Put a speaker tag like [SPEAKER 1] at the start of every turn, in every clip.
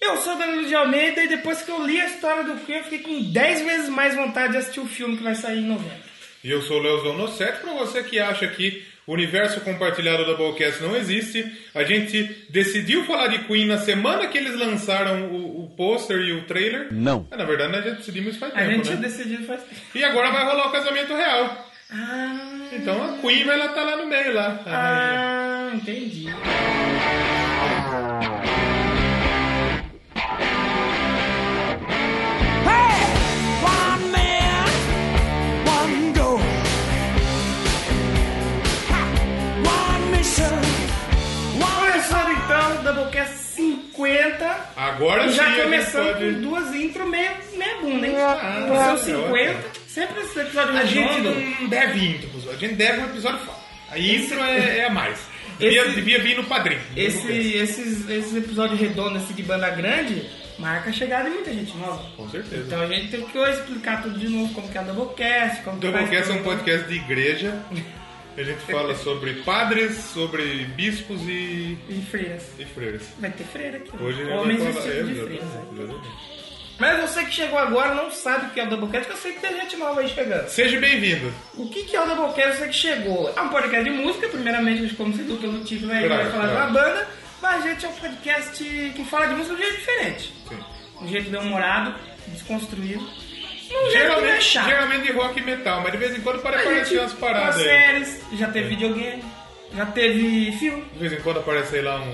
[SPEAKER 1] Eu sou Danilo de Almeida e depois que eu li a história do filme, eu fiquei com 10 vezes mais vontade de assistir o filme que vai sair em novembro.
[SPEAKER 2] E eu sou o Leozão Nocete. Para você que acha que o universo compartilhado da Doublecast não existe, a gente decidiu falar de Queen na semana que eles lançaram o, o pôster e o trailer.
[SPEAKER 3] Não.
[SPEAKER 2] Ah, na verdade, nós já decidimos faz
[SPEAKER 1] A
[SPEAKER 2] tempo,
[SPEAKER 1] gente tinha
[SPEAKER 2] né?
[SPEAKER 1] decidido faz tempo.
[SPEAKER 2] E agora vai rolar o casamento real.
[SPEAKER 1] Ah,
[SPEAKER 2] Então a Queen vai estar lá no meio, lá. A
[SPEAKER 1] ah, entendi.
[SPEAKER 4] One man, one goal. One mission.
[SPEAKER 1] Começando então o Doublecast 50.
[SPEAKER 2] Agora
[SPEAKER 1] E
[SPEAKER 2] sim, a
[SPEAKER 1] já
[SPEAKER 2] gente
[SPEAKER 1] começando
[SPEAKER 2] pode-
[SPEAKER 1] com duas intro meia, meia bunda, hein?
[SPEAKER 2] Ah,
[SPEAKER 1] o seu
[SPEAKER 2] é
[SPEAKER 1] 50. Sempre esse episódio
[SPEAKER 2] gente
[SPEAKER 1] redondo.
[SPEAKER 2] não deve intros, a gente deve um episódio só. A intro é, é a mais. Devia,
[SPEAKER 1] Esse-
[SPEAKER 2] devia vir no padrinho.
[SPEAKER 1] Esse, esses, esses episódios redondos assim, de banda grande marca a chegada de muita gente nova.
[SPEAKER 2] Com certeza.
[SPEAKER 1] Então a gente tem que explicar tudo de novo, como que é a Doublecast, como que faz
[SPEAKER 2] Doublecast é
[SPEAKER 1] tudo. né?
[SPEAKER 2] um podcast de igreja. A gente fala sobre padres, sobre bispos e,
[SPEAKER 1] E freiras.
[SPEAKER 2] e freiras.
[SPEAKER 1] Vai ter freira aqui. ó.
[SPEAKER 2] Hoje a gente
[SPEAKER 1] Homens
[SPEAKER 2] vai falar. é,
[SPEAKER 1] vestidos de freiras. né?
[SPEAKER 2] exatamente, exatamente.
[SPEAKER 1] Mas você que chegou agora não sabe o que é o Doublecast, porque eu sei que tem gente nova aí chegando.
[SPEAKER 2] Seja bem-vindo.
[SPEAKER 1] O que que é o Doublecast, você que chegou? É um podcast de música, primeiramente, mas como você viu pelo título aí,
[SPEAKER 2] Claro,
[SPEAKER 1] vai falar
[SPEAKER 2] claro.
[SPEAKER 1] de uma banda. Mas a gente é um podcast que fala de música de um jeito diferente.
[SPEAKER 2] Sim.
[SPEAKER 1] De Um jeito bem-humorado, desconstruído. Um jeito que não é
[SPEAKER 2] Geralmente,
[SPEAKER 1] chato.
[SPEAKER 2] geralmente de rock e metal, mas de vez em quando pode
[SPEAKER 1] A gente
[SPEAKER 2] aparecer umas
[SPEAKER 1] faz
[SPEAKER 2] paradas aí. É.
[SPEAKER 1] séries, já teve videogame, já teve filme,
[SPEAKER 2] De vez em quando aparece aí lá um.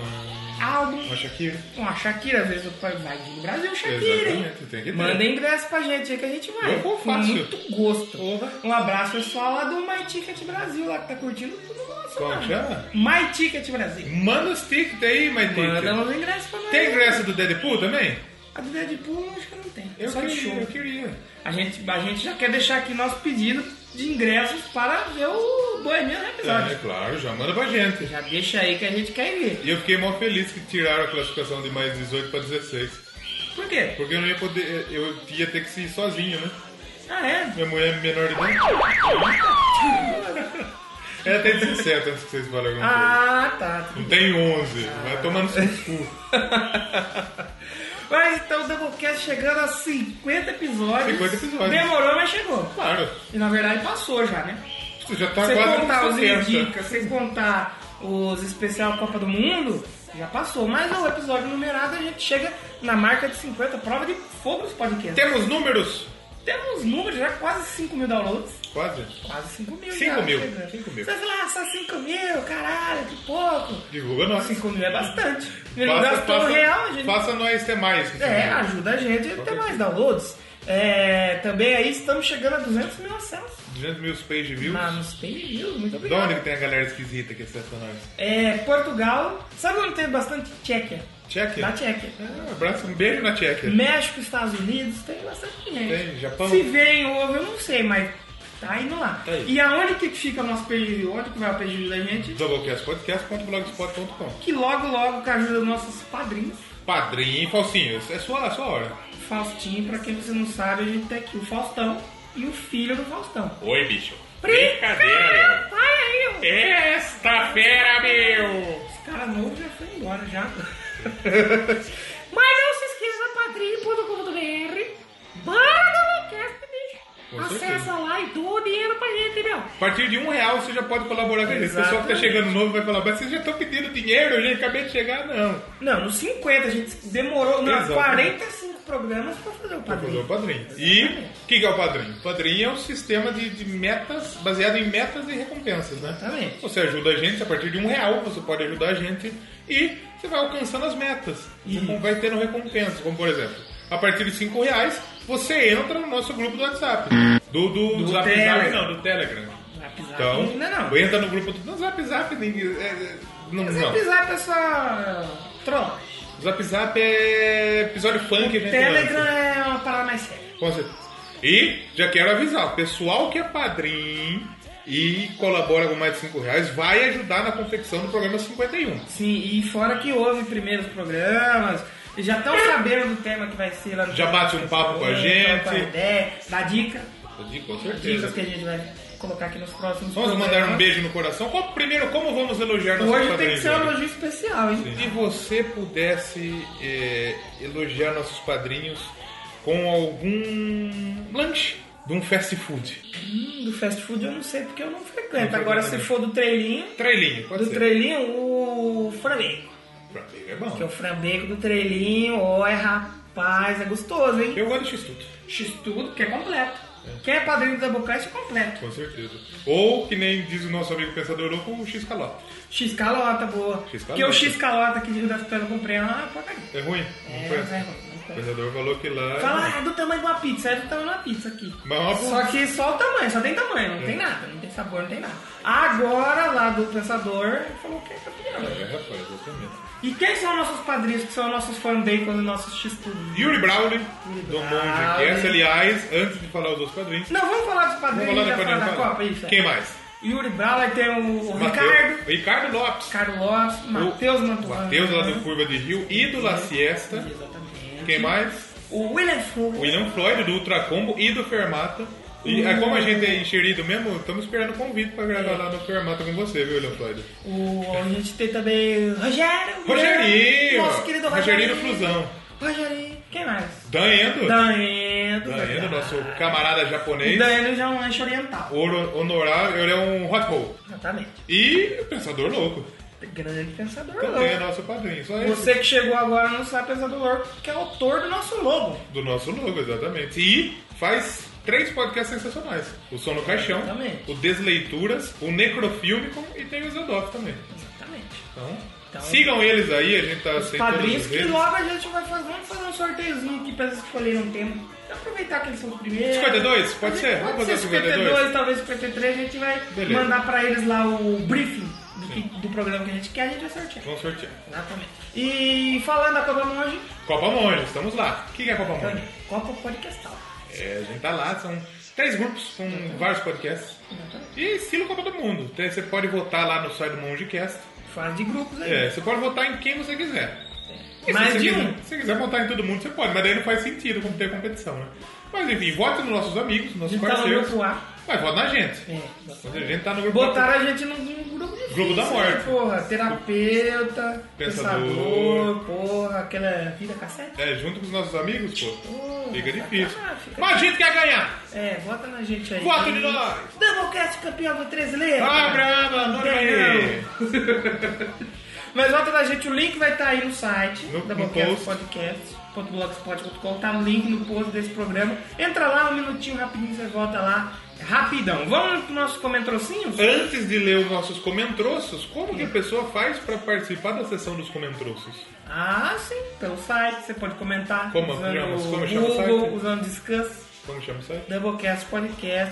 [SPEAKER 1] álbum.
[SPEAKER 2] Uma Shakira.
[SPEAKER 1] Com a Shakira, às vezes o pai vai no Brasil, Shakira, hein?
[SPEAKER 2] Exatamente, tem que ter.
[SPEAKER 1] Manda ingresso pra gente aí que a gente vai.
[SPEAKER 2] Eu vou,
[SPEAKER 1] Com
[SPEAKER 2] fácil.
[SPEAKER 1] muito gosto.
[SPEAKER 2] Porra.
[SPEAKER 1] Um abraço pessoal lá do My Ticket Brasil, lá que tá curtindo tudo nosso.
[SPEAKER 2] Como é?
[SPEAKER 1] mano.
[SPEAKER 2] chama?
[SPEAKER 1] My Ticket Brasil.
[SPEAKER 2] Manda os tickets aí, mas
[SPEAKER 1] Manda uns ingressos pra nós.
[SPEAKER 2] Tem ingresso do Deadpool também?
[SPEAKER 1] A do Deadpool acho que não tem.
[SPEAKER 2] Eu
[SPEAKER 1] Só de
[SPEAKER 2] queria,
[SPEAKER 1] show.
[SPEAKER 2] eu queria.
[SPEAKER 1] A gente, a gente já quer deixar aqui nosso pedido de ingressos para ver o Bohemian Rhapsody.
[SPEAKER 2] É, claro, já manda pra gente.
[SPEAKER 1] Já deixa aí que a gente quer ver.
[SPEAKER 2] E eu fiquei mó feliz que tiraram a classificação de mais 18 pra 16.
[SPEAKER 1] Por quê?
[SPEAKER 2] Porque eu não ia poder. Eu ia ter que se ir sozinho, né?
[SPEAKER 1] Ah, é?
[SPEAKER 2] Minha mulher é menor de idade. Ela tem 17 antes que vocês falem alguma coisa.
[SPEAKER 1] Ah, É. tá.
[SPEAKER 2] Não tem 11. Vai tomando seus cu.
[SPEAKER 1] Mas então o Doublecast chegando a 50 episódios.
[SPEAKER 2] 50 episódios.
[SPEAKER 1] Demorou, mas chegou.
[SPEAKER 2] Claro.
[SPEAKER 1] E na verdade passou já, né?
[SPEAKER 2] Você já tá
[SPEAKER 1] Você
[SPEAKER 2] quase
[SPEAKER 1] contar os
[SPEAKER 2] nos 70.
[SPEAKER 1] dicas, você contar os especial Copa do Mundo, já passou. Mas o episódio numerado a gente chega na marca de 50, prova de fogo dos podcasts.
[SPEAKER 2] Temos números?
[SPEAKER 1] Temos números, já quase 5 mil downloads.
[SPEAKER 2] Quase.
[SPEAKER 1] Quase 5 mil.
[SPEAKER 2] Cinco
[SPEAKER 1] já,
[SPEAKER 2] mil,
[SPEAKER 1] chegando.
[SPEAKER 2] cinco mil.
[SPEAKER 1] Você vai falar, ah, só 5 mil, caralho, que pouco.
[SPEAKER 2] Divulga nós.
[SPEAKER 1] 5 mil é bastante. Ele
[SPEAKER 2] Faça-
[SPEAKER 1] gastou
[SPEAKER 2] faça-
[SPEAKER 1] um real, a gente
[SPEAKER 2] Faça nós ter mais. que
[SPEAKER 1] É,
[SPEAKER 2] cinco mil.
[SPEAKER 1] ajuda a gente a ter mais downloads. É, também aí estamos chegando a 200 mil acessos.
[SPEAKER 2] 200 mil page views.
[SPEAKER 1] Ah, nos page views, muito
[SPEAKER 2] De onde
[SPEAKER 1] obrigado.
[SPEAKER 2] que tem a galera esquisita que acessa nós?
[SPEAKER 1] É, Portugal, sabe onde tem bastante Tchequia?
[SPEAKER 2] Tchequia?
[SPEAKER 1] Da Tchequia.
[SPEAKER 2] Ah, abraço, um beijo na Tchequia.
[SPEAKER 1] México, Estados Unidos, tem bastante gente.
[SPEAKER 2] Tem, Japão.
[SPEAKER 1] Se vem ouve, eu não sei, mas tá indo lá.
[SPEAKER 2] Tá aí.
[SPEAKER 1] E aonde que fica o nosso page view? Onde que vai o page view da gente?
[SPEAKER 2] Doublecastpodcast.blogspot.com
[SPEAKER 1] Que logo, logo, com a ajuda dos nossos padrinhos,
[SPEAKER 2] Padrinho, falsinho, é sua, é sua hora.
[SPEAKER 1] Faustinho, pra quem você não sabe, a gente tem aqui o Faustão e o filho do Faustão.
[SPEAKER 2] Oi, bicho.
[SPEAKER 1] Brincadeira, Olha aí, ó.
[SPEAKER 2] É. Esta feira, meu!
[SPEAKER 1] Esse cara novo já foi embora já. Mas não se esqueça, padrinho.com.br Banda Cast,
[SPEAKER 2] Com
[SPEAKER 1] bicho.
[SPEAKER 2] certeza.
[SPEAKER 1] Acessa lá e doa dinheiro pra gente, meu.
[SPEAKER 2] A partir de um real você já pode colaborar com ele. Esse pessoal que tá
[SPEAKER 1] Exatamente.
[SPEAKER 2] chegando novo vai falar, mas vocês já estão pedindo dinheiro, eu já acabei de chegar, não.
[SPEAKER 1] Não, nos 50, a gente demorou não,
[SPEAKER 2] Exatamente.
[SPEAKER 1] 45 programas pra fazer o
[SPEAKER 2] Vou fazer o
[SPEAKER 1] padrinho.
[SPEAKER 2] padrinho. E o que, que é o padrinho? O padrinho é um sistema de, de metas, baseado em metas e recompensas, né?
[SPEAKER 1] Exatamente.
[SPEAKER 2] Você ajuda a gente, a partir de um real você pode ajudar a gente e você vai alcançando as metas. Você
[SPEAKER 1] Isso.
[SPEAKER 2] vai tendo recompensas, como por exemplo, a partir de cinco reais você entra no nosso grupo do WhatsApp. Do, do,
[SPEAKER 1] Do
[SPEAKER 2] Zap Zap,
[SPEAKER 1] Telegram.
[SPEAKER 2] não, do Telegram.
[SPEAKER 1] Zap Zap
[SPEAKER 2] Então,
[SPEAKER 1] ainda não.
[SPEAKER 2] entra no grupo do não, Zap Zap, nem, é, é, não, não.
[SPEAKER 1] Zap Zap é só trollagem.
[SPEAKER 2] Zap Zap é episódio funk que a gente
[SPEAKER 1] Telegram
[SPEAKER 2] lança.
[SPEAKER 1] é uma parada mais séria.
[SPEAKER 2] Com certeza. E já quero avisar, o pessoal que é padrinho e colabora com mais de 5 reais vai ajudar na confecção do programa 51.
[SPEAKER 1] Sim, e fora que houve primeiros programas, já estão sabendo do tema que vai ser lá no
[SPEAKER 2] Já bate um papo com a
[SPEAKER 1] Troca
[SPEAKER 2] gente.
[SPEAKER 1] uma ideia, dá dica.
[SPEAKER 2] Eu digo, com
[SPEAKER 1] Dicas
[SPEAKER 2] certeza.
[SPEAKER 1] que a gente vai colocar aqui nos próximos
[SPEAKER 2] Vamos
[SPEAKER 1] programas.
[SPEAKER 2] mandar um beijo no coração. Qual- primeiro, como vamos elogiar nossos
[SPEAKER 1] Hoje tem que
[SPEAKER 2] padrinhos?
[SPEAKER 1] ser um
[SPEAKER 2] Júlio?
[SPEAKER 1] elogio especial, hein?
[SPEAKER 2] Se você pudesse eh, elogiar nossos padrinhos com algum lanche de um fast food.
[SPEAKER 1] Hum, Do fast food eu não sei porque eu não frequento.
[SPEAKER 2] Não
[SPEAKER 1] Agora, se
[SPEAKER 2] frequenta, né?
[SPEAKER 1] for do treilinho,
[SPEAKER 2] Trailinho, pode
[SPEAKER 1] do
[SPEAKER 2] ser.
[SPEAKER 1] treilinho, o frango.
[SPEAKER 2] Trailinho é
[SPEAKER 1] Que é o
[SPEAKER 2] bom.
[SPEAKER 1] frango do treilinho, olha, rapaz, é gostoso, hein?
[SPEAKER 2] Eu gosto de x-tudo,
[SPEAKER 1] X-Tudo, que é completo. Quem é padrinho do Doublecast é completo.
[SPEAKER 2] com certeza. Ou, que nem diz o nosso amigo pensador louco, o x-calota.
[SPEAKER 1] X-Calota, boa.
[SPEAKER 2] X-calota.
[SPEAKER 1] Que o X-Calota aqui de Rio das Pedras eu comprei, é uma porcaria.
[SPEAKER 2] É ruim?
[SPEAKER 1] É,
[SPEAKER 2] Não foi?
[SPEAKER 1] mas é ruim, não foi.
[SPEAKER 2] O pensador falou que lá...
[SPEAKER 1] Fala, ah, é do tamanho de uma pizza, é do tamanho de uma pizza aqui.
[SPEAKER 2] Mas Hum. é uma boa.
[SPEAKER 1] Só que só o tamanho, só tem tamanho, não tem nada, não tem sabor, não tem nada. Agora lá do pensador falou que é campeão.
[SPEAKER 2] É, rapaz, exatamente.
[SPEAKER 1] E quem são nossos padrinhos, que são nossos fanbacons e nossos X-Tudo?
[SPEAKER 2] Yuri Brawley, do
[SPEAKER 1] Brawley.
[SPEAKER 2] Monge Cast. Aliás, antes de falar os outros padrinhos...
[SPEAKER 1] Não, vamos falar dos padrinhos
[SPEAKER 2] vamos
[SPEAKER 1] e já
[SPEAKER 2] falar
[SPEAKER 1] falar da
[SPEAKER 2] do
[SPEAKER 1] Copa,
[SPEAKER 2] padrinho.
[SPEAKER 1] isso. é.
[SPEAKER 2] Quem mais?
[SPEAKER 1] Yuri Brawler tem o Ricardo.
[SPEAKER 2] Mateus- Ricardo Lopes.
[SPEAKER 1] Carlos Lopes, Matheus Mantovani.
[SPEAKER 2] Matheus lá do Curva de Rio e do La Siesta.
[SPEAKER 1] Exatamente.
[SPEAKER 2] Quem mais?
[SPEAKER 1] O William Ford.
[SPEAKER 2] William Floyd do Ultra Combo e do Fermata. E ah, como a gente é enxerido mesmo, estamos esperando o convite para gravar
[SPEAKER 1] É.
[SPEAKER 2] lá no Fermata com você, viu, William Floyd?
[SPEAKER 1] O, a gente tem também o Rogério.
[SPEAKER 2] Rogerinho!
[SPEAKER 1] Nosso querido
[SPEAKER 2] Rogerinho
[SPEAKER 1] Rogério.
[SPEAKER 2] do Flusão.
[SPEAKER 1] Rogerinho. Quem mais?
[SPEAKER 2] Danendo.
[SPEAKER 1] Danendo.
[SPEAKER 2] Danendo, Tá nosso camarada
[SPEAKER 1] O
[SPEAKER 2] japonês.
[SPEAKER 1] Danendo já é um lanche oriental.
[SPEAKER 2] Ouro honorável, ele é um hot roll.
[SPEAKER 1] Exatamente.
[SPEAKER 2] E o Pensador Louco.
[SPEAKER 1] Grande pensador
[SPEAKER 2] Também é
[SPEAKER 1] louco.
[SPEAKER 2] nosso padrinho. Só esse.
[SPEAKER 1] Tá. Você que chegou agora não sabe pensador louco, que é autor do nosso logo.
[SPEAKER 2] Do nosso logo, exatamente. E faz três podcasts sensacionais. O Som no Caixão,
[SPEAKER 1] Exatamente.
[SPEAKER 2] o Desleituras, o Necrofilmico e tem o Zedoff também.
[SPEAKER 1] Exatamente.
[SPEAKER 2] Então,
[SPEAKER 1] Então-
[SPEAKER 2] sigam eles aí, a gente tá
[SPEAKER 1] Os
[SPEAKER 2] aceitando
[SPEAKER 1] padrinhos
[SPEAKER 2] todas as
[SPEAKER 1] que
[SPEAKER 2] vezes.
[SPEAKER 1] logo a gente vai fazer. Vamos fazer um sorteiozinho aqui pra eles escolherem um tema. Aproveitar que eles são os primeiros.
[SPEAKER 2] 52? Pode
[SPEAKER 1] Pode
[SPEAKER 2] ser? Vamos fazer
[SPEAKER 1] ser 52,
[SPEAKER 2] 52?
[SPEAKER 1] talvez 53, a gente vai
[SPEAKER 2] Beleza.
[SPEAKER 1] mandar pra eles lá o briefing do, que- do programa que a gente quer, a gente vai sortear.
[SPEAKER 2] Vamos sortear.
[SPEAKER 1] Exatamente. E falando da Copa Monge,
[SPEAKER 2] Copa Monge, estamos lá. O que que é
[SPEAKER 1] Então,
[SPEAKER 2] Copa Monge?
[SPEAKER 1] Copa Podcastal.
[SPEAKER 2] É, a gente tá lá, são três grupos com
[SPEAKER 1] Então, tá.
[SPEAKER 2] vários podcasts.
[SPEAKER 1] Exatamente.
[SPEAKER 2] E estilo Copa do Mundo. Então, Você pode votar lá no site do Mongecast.
[SPEAKER 1] Fase de grupos aí.
[SPEAKER 2] É, você pode votar em quem você quiser. E
[SPEAKER 1] Mais
[SPEAKER 2] se você
[SPEAKER 1] de
[SPEAKER 2] quiser,
[SPEAKER 1] um.
[SPEAKER 2] Se você quiser votar em todo mundo, você pode, mas daí não faz sentido como ter competição, né? Mas enfim, vote nos nossos amigos, nos
[SPEAKER 1] A
[SPEAKER 2] nossos
[SPEAKER 1] gente tá no
[SPEAKER 2] parceiros.
[SPEAKER 1] grupo A.
[SPEAKER 2] Mas vota na gente.
[SPEAKER 1] É,
[SPEAKER 2] A gente tá no grupo
[SPEAKER 1] Botaram a gente num, num grupo difícil.
[SPEAKER 2] Grupo da
[SPEAKER 1] né,
[SPEAKER 2] morte.
[SPEAKER 1] Porra, terapeuta,
[SPEAKER 2] Pensador.
[SPEAKER 1] pensador, porra, aquela vida cassete.
[SPEAKER 2] É, junto com os nossos amigos, pô.
[SPEAKER 1] Porra,
[SPEAKER 2] Fica difícil.
[SPEAKER 1] sacanagem, fica
[SPEAKER 2] Mas a gente quer ganhar!
[SPEAKER 1] É, bota na gente aí.
[SPEAKER 2] Voto de nós!
[SPEAKER 1] Doublecast campeão do três letras.
[SPEAKER 2] Ah,
[SPEAKER 1] Não
[SPEAKER 2] brava, não
[SPEAKER 1] tem
[SPEAKER 2] ganhei.
[SPEAKER 1] não. Mas volta da gente, o link vai estar aí no site
[SPEAKER 2] No- no post.
[SPEAKER 1] doublecastpodcast.blogspot.com Tá no link no post desse programa. Entra lá um minutinho rapidinho, você volta lá. é Rapidão. Vamos pro nosso comentrocinho?
[SPEAKER 2] Antes de ler os nossos comentroços, como que a pessoa faz pra participar da sessão dos comentroços?
[SPEAKER 1] Ah, sim, pelo site, você pode comentar.
[SPEAKER 2] Como
[SPEAKER 1] usando
[SPEAKER 2] chama-
[SPEAKER 1] o
[SPEAKER 2] como chama o
[SPEAKER 1] Google,
[SPEAKER 2] site?
[SPEAKER 1] usando Discuss,
[SPEAKER 2] Como chama o site?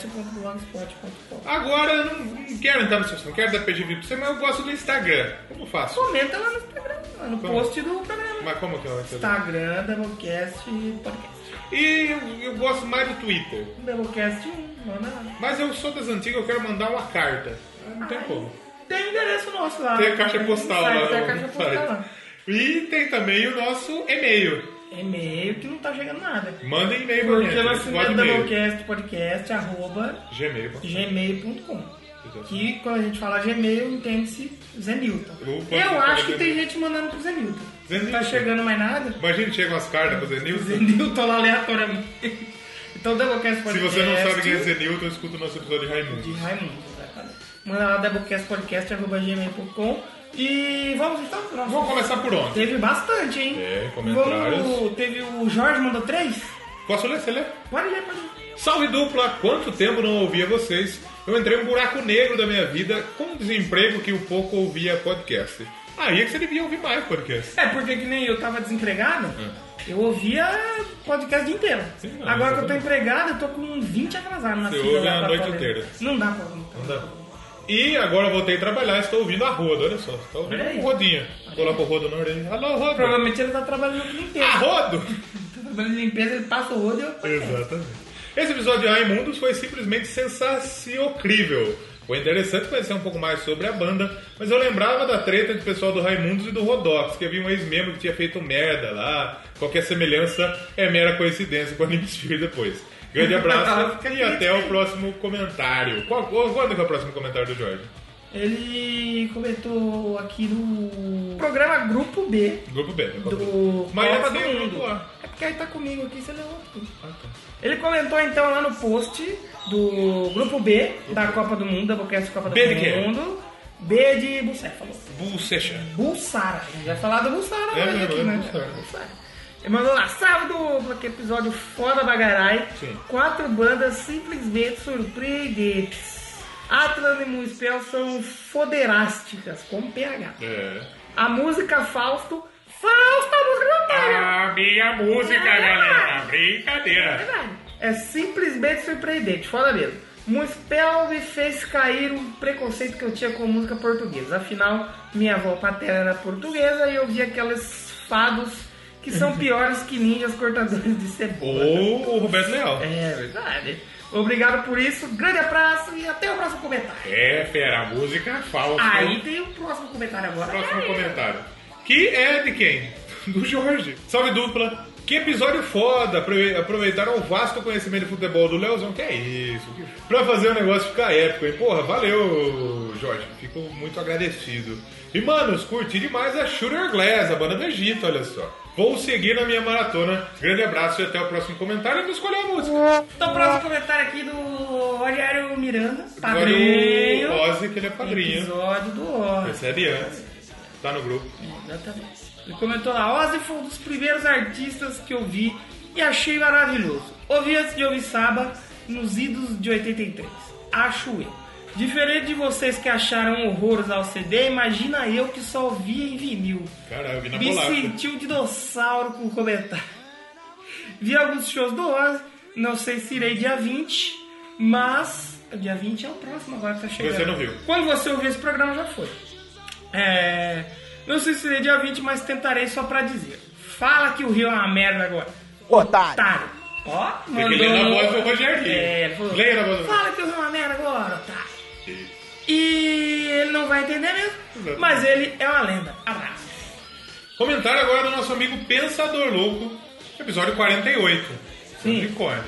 [SPEAKER 1] doublecastpodcast.blogspot.com
[SPEAKER 2] Agora, eu não, não quero entrar no seu, não quero dar PGV pra você, mas eu gosto do Instagram. Como eu faço?
[SPEAKER 1] Comenta lá no Instagram, lá no
[SPEAKER 2] Como?
[SPEAKER 1] post do programa.
[SPEAKER 2] Mas como que é eu entro?
[SPEAKER 1] Tá. Instagram, Doublecast e Podcast.
[SPEAKER 2] E eu, eu gosto mais do Twitter.
[SPEAKER 1] Doublecast 1, manda lá.
[SPEAKER 2] Mas eu sou das antigas, eu quero mandar uma carta. Ah, Não tem
[SPEAKER 1] Ai.
[SPEAKER 2] como.
[SPEAKER 1] Tem um endereço nosso lá.
[SPEAKER 2] Tem a caixa postal
[SPEAKER 1] Site,
[SPEAKER 2] lá.
[SPEAKER 1] Tem a
[SPEAKER 2] no
[SPEAKER 1] caixa postal
[SPEAKER 2] site.
[SPEAKER 1] lá.
[SPEAKER 2] E tem também o nosso e-mail.
[SPEAKER 1] E-mail que não tá chegando nada.
[SPEAKER 2] Manda e-mail pra
[SPEAKER 1] Porque
[SPEAKER 2] gente.
[SPEAKER 1] nós
[SPEAKER 2] Pode
[SPEAKER 1] temos
[SPEAKER 2] e-mail.
[SPEAKER 1] Doublecast Podcast, arroba
[SPEAKER 2] Gmail.
[SPEAKER 1] gmail.com.
[SPEAKER 2] Exato.
[SPEAKER 1] Que quando a gente fala Gmail, entende-se Zenilton.
[SPEAKER 2] Eu vou
[SPEAKER 1] Eu
[SPEAKER 2] falar
[SPEAKER 1] acho que tem
[SPEAKER 2] Zenilton.
[SPEAKER 1] gente mandando pro Zenilton. Não
[SPEAKER 2] Zenilton.
[SPEAKER 1] tá chegando mais nada.
[SPEAKER 2] Imagina, chegam as cartas pro Zenilton.
[SPEAKER 1] Zenilton lá aleatoriamente. Então, Doublecast
[SPEAKER 2] Se
[SPEAKER 1] Podcast.
[SPEAKER 2] você não sabe quem é Zenilton, escuta o nosso episódio de
[SPEAKER 1] De
[SPEAKER 2] Raimundo.
[SPEAKER 1] Raimundo, exatamente. Manda lá doublecastpodcast.gmail.com E vamos então pro nosso-
[SPEAKER 2] Vamos começar por onde?
[SPEAKER 1] Teve bastante, hein?
[SPEAKER 2] É, comentários.
[SPEAKER 1] Vamos- Teve o Jorge mandou três?
[SPEAKER 2] Posso ler? Você lê?
[SPEAKER 1] Pode ler, pode ler.
[SPEAKER 2] Salve dupla! Quanto tempo não ouvia vocês? Eu entrei um buraco negro da minha vida com um desemprego que o pouco ouvia podcast. Aí é que você devia ouvir mais podcast.
[SPEAKER 1] É, porque que nem eu tava desempregado, eu ouvia podcast o dia inteiro.
[SPEAKER 2] Ah. Sim, não,
[SPEAKER 1] Agora que eu tô
[SPEAKER 2] exatamente.
[SPEAKER 1] empregado, eu tô com 20 atrasado na
[SPEAKER 2] Você
[SPEAKER 1] fila
[SPEAKER 2] ouve
[SPEAKER 1] lá
[SPEAKER 2] a
[SPEAKER 1] pra
[SPEAKER 2] noite
[SPEAKER 1] poder-
[SPEAKER 2] inteira.
[SPEAKER 1] Não dá pra ouvir.
[SPEAKER 2] Não dá. E agora eu voltei a trabalhar, estou ouvindo a Roda, olha só. Estou ouvindo
[SPEAKER 1] Olha aí.
[SPEAKER 2] o Rodinha. Vou lá pro Rodo Norte. Alô, Rodo!
[SPEAKER 1] Provavelmente ele tá trabalhando com limpeza.
[SPEAKER 2] Ah, Rodo!
[SPEAKER 1] Tá trabalhando em limpeza, ele passa o rodo e eu...
[SPEAKER 2] Exatamente. Esse episódio de Raimundos foi simplesmente sensaciocrível. Foi interessante conhecer um pouco mais sobre a banda, mas eu lembrava da treta do pessoal do Raimundos e do Rodox, que havia um ex-membro que tinha feito merda lá. Qualquer semelhança é mera coincidência quando a gente descobriu depois. Grande abraço
[SPEAKER 1] Fica
[SPEAKER 2] e
[SPEAKER 1] crítica
[SPEAKER 2] até
[SPEAKER 1] aí.
[SPEAKER 2] o próximo comentário. Qual, qual- quando que é o próximo comentário do Jorge?
[SPEAKER 1] Ele comentou aqui no programa Grupo B
[SPEAKER 2] Grupo B. né?
[SPEAKER 1] do
[SPEAKER 2] Mas assim,
[SPEAKER 1] Copa
[SPEAKER 2] antes
[SPEAKER 1] do
[SPEAKER 2] tem o
[SPEAKER 1] Mundo.
[SPEAKER 2] grupo A.
[SPEAKER 1] É porque aí tá comigo aqui, você leu outro.
[SPEAKER 2] Ah, tá.
[SPEAKER 1] Ele comentou então lá no post do Grupo B da Copa do Mundo, da Boquete Copa do
[SPEAKER 2] B de
[SPEAKER 1] Mundo.
[SPEAKER 2] quê?
[SPEAKER 1] B de Bucéfalo.
[SPEAKER 2] Bucecha.
[SPEAKER 1] Bulsara. A gente vai falar do Bulsara
[SPEAKER 2] É,
[SPEAKER 1] hoje
[SPEAKER 2] é,
[SPEAKER 1] aqui,
[SPEAKER 2] é,
[SPEAKER 1] né?
[SPEAKER 2] Bulsara.
[SPEAKER 1] Bulsara. Ele mandou lá, sábado, que episódio foda bagarai.
[SPEAKER 2] Sim.
[SPEAKER 1] Quatro bandas simplesmente surpreendentes. Atlas e Moonspell são foderásticas, com PH.
[SPEAKER 2] É.
[SPEAKER 1] A música Fausto. Fausto, a música da Otário!
[SPEAKER 2] minha música,
[SPEAKER 1] Ah! É
[SPEAKER 2] Brincadeira.
[SPEAKER 1] verdade. É simplesmente surpreendente, foda mesmo. Moonspell me fez cair um preconceito que eu tinha com música portuguesa. Afinal, minha avó paterna era portuguesa e eu via aqueles fados que são piores que ninjas cortadores de cebola.
[SPEAKER 2] Ou o Roberto Leal.
[SPEAKER 1] É verdade. Obrigado por isso, grande abraço e até o próximo comentário.
[SPEAKER 2] É, fera, a música falsa.
[SPEAKER 1] Aí tem o próximo comentário agora.
[SPEAKER 2] Próximo comentário. Que é de quem? Do Jorge. Salve dupla. Que episódio foda. Apro- Aproveitaram o vasto conhecimento de futebol do Leozão. Que é isso. Pra fazer o negócio ficar épico, hein? Porra, valeu, Jorge. Fico muito agradecido. E, manos, curti demais a Shooter Glass, a banda do Egito, olha só. Vou seguir na minha maratona. Grande abraço e até o próximo comentário. Eu vou escolher a música.
[SPEAKER 1] Então, o próximo comentário aqui do Rogério Miranda,
[SPEAKER 2] Olha
[SPEAKER 1] padrinho.
[SPEAKER 2] o Ozzy, que ele é padrinho.
[SPEAKER 1] Episódio do Ozzy.
[SPEAKER 2] Recebe antes. Tá no grupo.
[SPEAKER 1] Exatamente. Ele comentou lá, Ozzy foi um dos primeiros artistas que eu vi e achei maravilhoso. Ouvi antes de ouvir Saba nos idos de 83. Acho eu. Diferente de vocês que acharam horrores ao CD, imagina eu que só ouvia em vinil.
[SPEAKER 2] Caralho, eu vi na
[SPEAKER 1] Me
[SPEAKER 2] bolacha.
[SPEAKER 1] senti um dinossauro com o comentário. Vi alguns shows do Ozzy, não sei se irei dia 20, mas. Dia 20 é o próximo agora que tá chegando.
[SPEAKER 2] Você não viu.
[SPEAKER 1] Quando você ouvir esse programa já foi. É. Não sei se irei dia 20, mas tentarei só pra dizer. Fala que o Rio é uma merda agora.
[SPEAKER 4] Otário.
[SPEAKER 1] Otário. Ó,
[SPEAKER 2] Tem que ler na voz do Rogério.
[SPEAKER 1] É, ele falou.
[SPEAKER 2] Leia na voz do Rogério.
[SPEAKER 1] Fala que o Rio é uma merda agora, otário. E ele não vai entender mesmo,
[SPEAKER 2] Exato.
[SPEAKER 1] mas ele é uma lenda. Abraço.
[SPEAKER 2] Comentário agora do nosso amigo Pensador Louco, episódio 48.
[SPEAKER 1] Sim.
[SPEAKER 2] Unicórnio.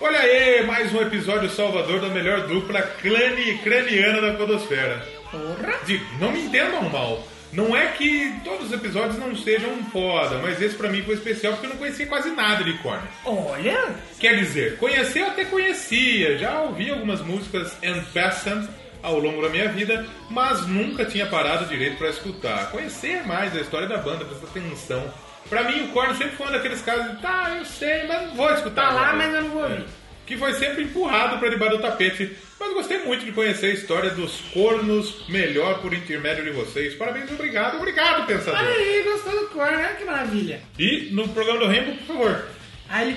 [SPEAKER 2] Olha aí, mais um episódio salvador da melhor dupla crani, craniana da podosfera.
[SPEAKER 1] Porra.
[SPEAKER 2] Digo, não me entendam mal. Não é que todos os episódios não sejam foda, mas esse pra mim foi especial porque eu não conhecia quase nada de corno.
[SPEAKER 1] Olha,
[SPEAKER 2] Quer dizer, conhecer eu até conhecia, já ouvi algumas músicas and passant ao longo da minha vida, mas nunca tinha parado direito pra escutar. Conhecer mais a história da banda, prestar atenção. Pra mim, o Korn sempre foi um daqueles casos de, tá, eu sei, mas não vou escutar.
[SPEAKER 1] Tá lá,
[SPEAKER 2] agora."
[SPEAKER 1] mas eu não vou ouvir.
[SPEAKER 2] Que foi sempre empurrado pra debaixo do tapete. Mas gostei muito de conhecer a história dos cornos melhor por intermédio de vocês. Parabéns, obrigado, obrigado, pensador.
[SPEAKER 1] olha aí, gostou do cor, né? Que maravilha.
[SPEAKER 2] E no programa do Rainbow, por favor.
[SPEAKER 1] Aí ele,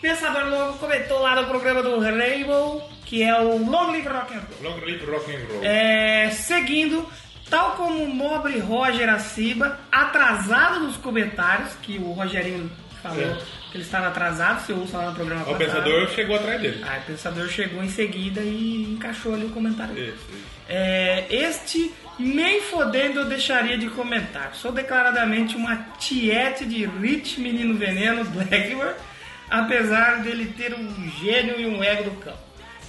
[SPEAKER 1] pensador logo, comentou lá no programa do Rainbow, que é o Long Live Rock and Roll.
[SPEAKER 2] Long live rock and roll.
[SPEAKER 1] É, seguindo, tal como o nobre Roger Aciba, atrasado nos comentários, que o Rogerinho falou
[SPEAKER 2] Certo.
[SPEAKER 1] que ele estava atrasado, se eu ouço lá no programa
[SPEAKER 2] Ó, o
[SPEAKER 1] passado.
[SPEAKER 2] pensador chegou atrás dele.
[SPEAKER 1] Aí o pensador chegou em seguida e encaixou ali o comentário. dele.
[SPEAKER 2] Isso, isso.
[SPEAKER 1] É, este nem fodendo eu deixaria de comentar. Sou declaradamente uma tiete de Rich Menino Veneno Blackmore, apesar dele ter um gênio e um ego do cão.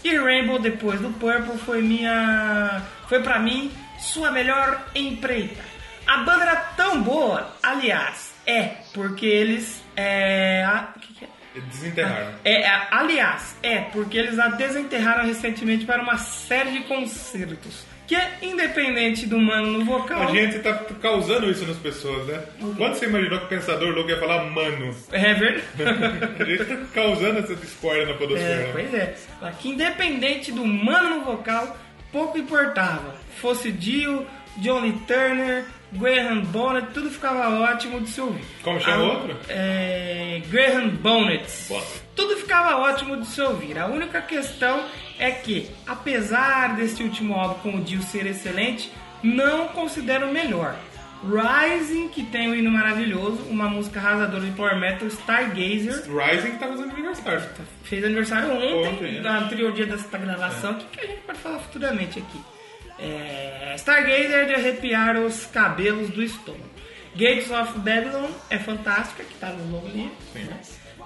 [SPEAKER 1] E Rainbow depois do Purple foi minha, foi para mim sua melhor empreita. A banda era tão boa, aliás, é porque eles é, a- o que que é?
[SPEAKER 2] Desenterraram.
[SPEAKER 1] É, é, aliás, é, porque eles a desenterraram recentemente para uma série de concertos. Que é independente do mano no vocal.
[SPEAKER 2] A gente tá causando isso nas pessoas, né? Quando você imaginou que o pensador louco ia falar mano?
[SPEAKER 1] É verdade.
[SPEAKER 2] A gente tá causando essa discórdia na
[SPEAKER 1] É,
[SPEAKER 2] podosfera.
[SPEAKER 1] pois é. Aqui, independente do mano no vocal, pouco importava. Fosse Dio, Johnny Turner, Graham Bonnet, tudo ficava ótimo de se ouvir.
[SPEAKER 2] Como chama o outro?
[SPEAKER 1] É, Graham Bonnet.
[SPEAKER 2] Bonnet.
[SPEAKER 1] Tudo ficava ótimo de se ouvir. A única questão é que, apesar deste último álbum com o Dio ser excelente, não considero o melhor. Rising, que tem o hino maravilhoso, uma música arrasadora de power metal, Stargazer
[SPEAKER 2] Rising que tá fazendo aniversário.
[SPEAKER 1] fez aniversário ontem,
[SPEAKER 2] Ontem, é.
[SPEAKER 1] na anterior dia dessa gravação, o que, que a gente pode falar futuramente aqui? É, Stargazer de arrepiar os cabelos do estômago. Gates of Babylon é fantástica, que tá no longo livro. né?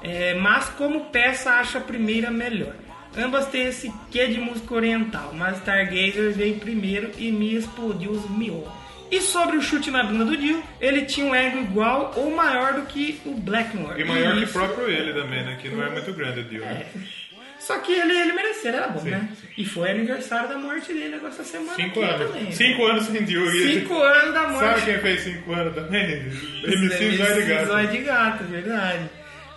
[SPEAKER 1] É, mas como peça, acho a primeira melhor. Ambas têm esse quê de música oriental, mas Stargazer veio primeiro e me explodiu os miolos. E sobre o chute na bunda do Dio, ele tinha um ego igual ou maior do que o Blackmore.
[SPEAKER 2] E maior que o
[SPEAKER 1] Isso.
[SPEAKER 2] próprio ele também, né? Que não é muito grande, Dio. né?
[SPEAKER 1] Só que ele, ele merecia, ele era bom,
[SPEAKER 2] Sim,
[SPEAKER 1] né? E foi aniversário da morte dele agora essa semana
[SPEAKER 2] Cinco
[SPEAKER 1] aqui
[SPEAKER 2] anos.
[SPEAKER 1] também.
[SPEAKER 2] Cinco anos sem Dio. E-
[SPEAKER 1] Cinco anos é, da morte
[SPEAKER 2] Sabe quem é? fez cinco anos também? MC
[SPEAKER 1] Isso,
[SPEAKER 2] Zóio de
[SPEAKER 1] Zóio
[SPEAKER 2] Gato.
[SPEAKER 1] de Gato, verdade.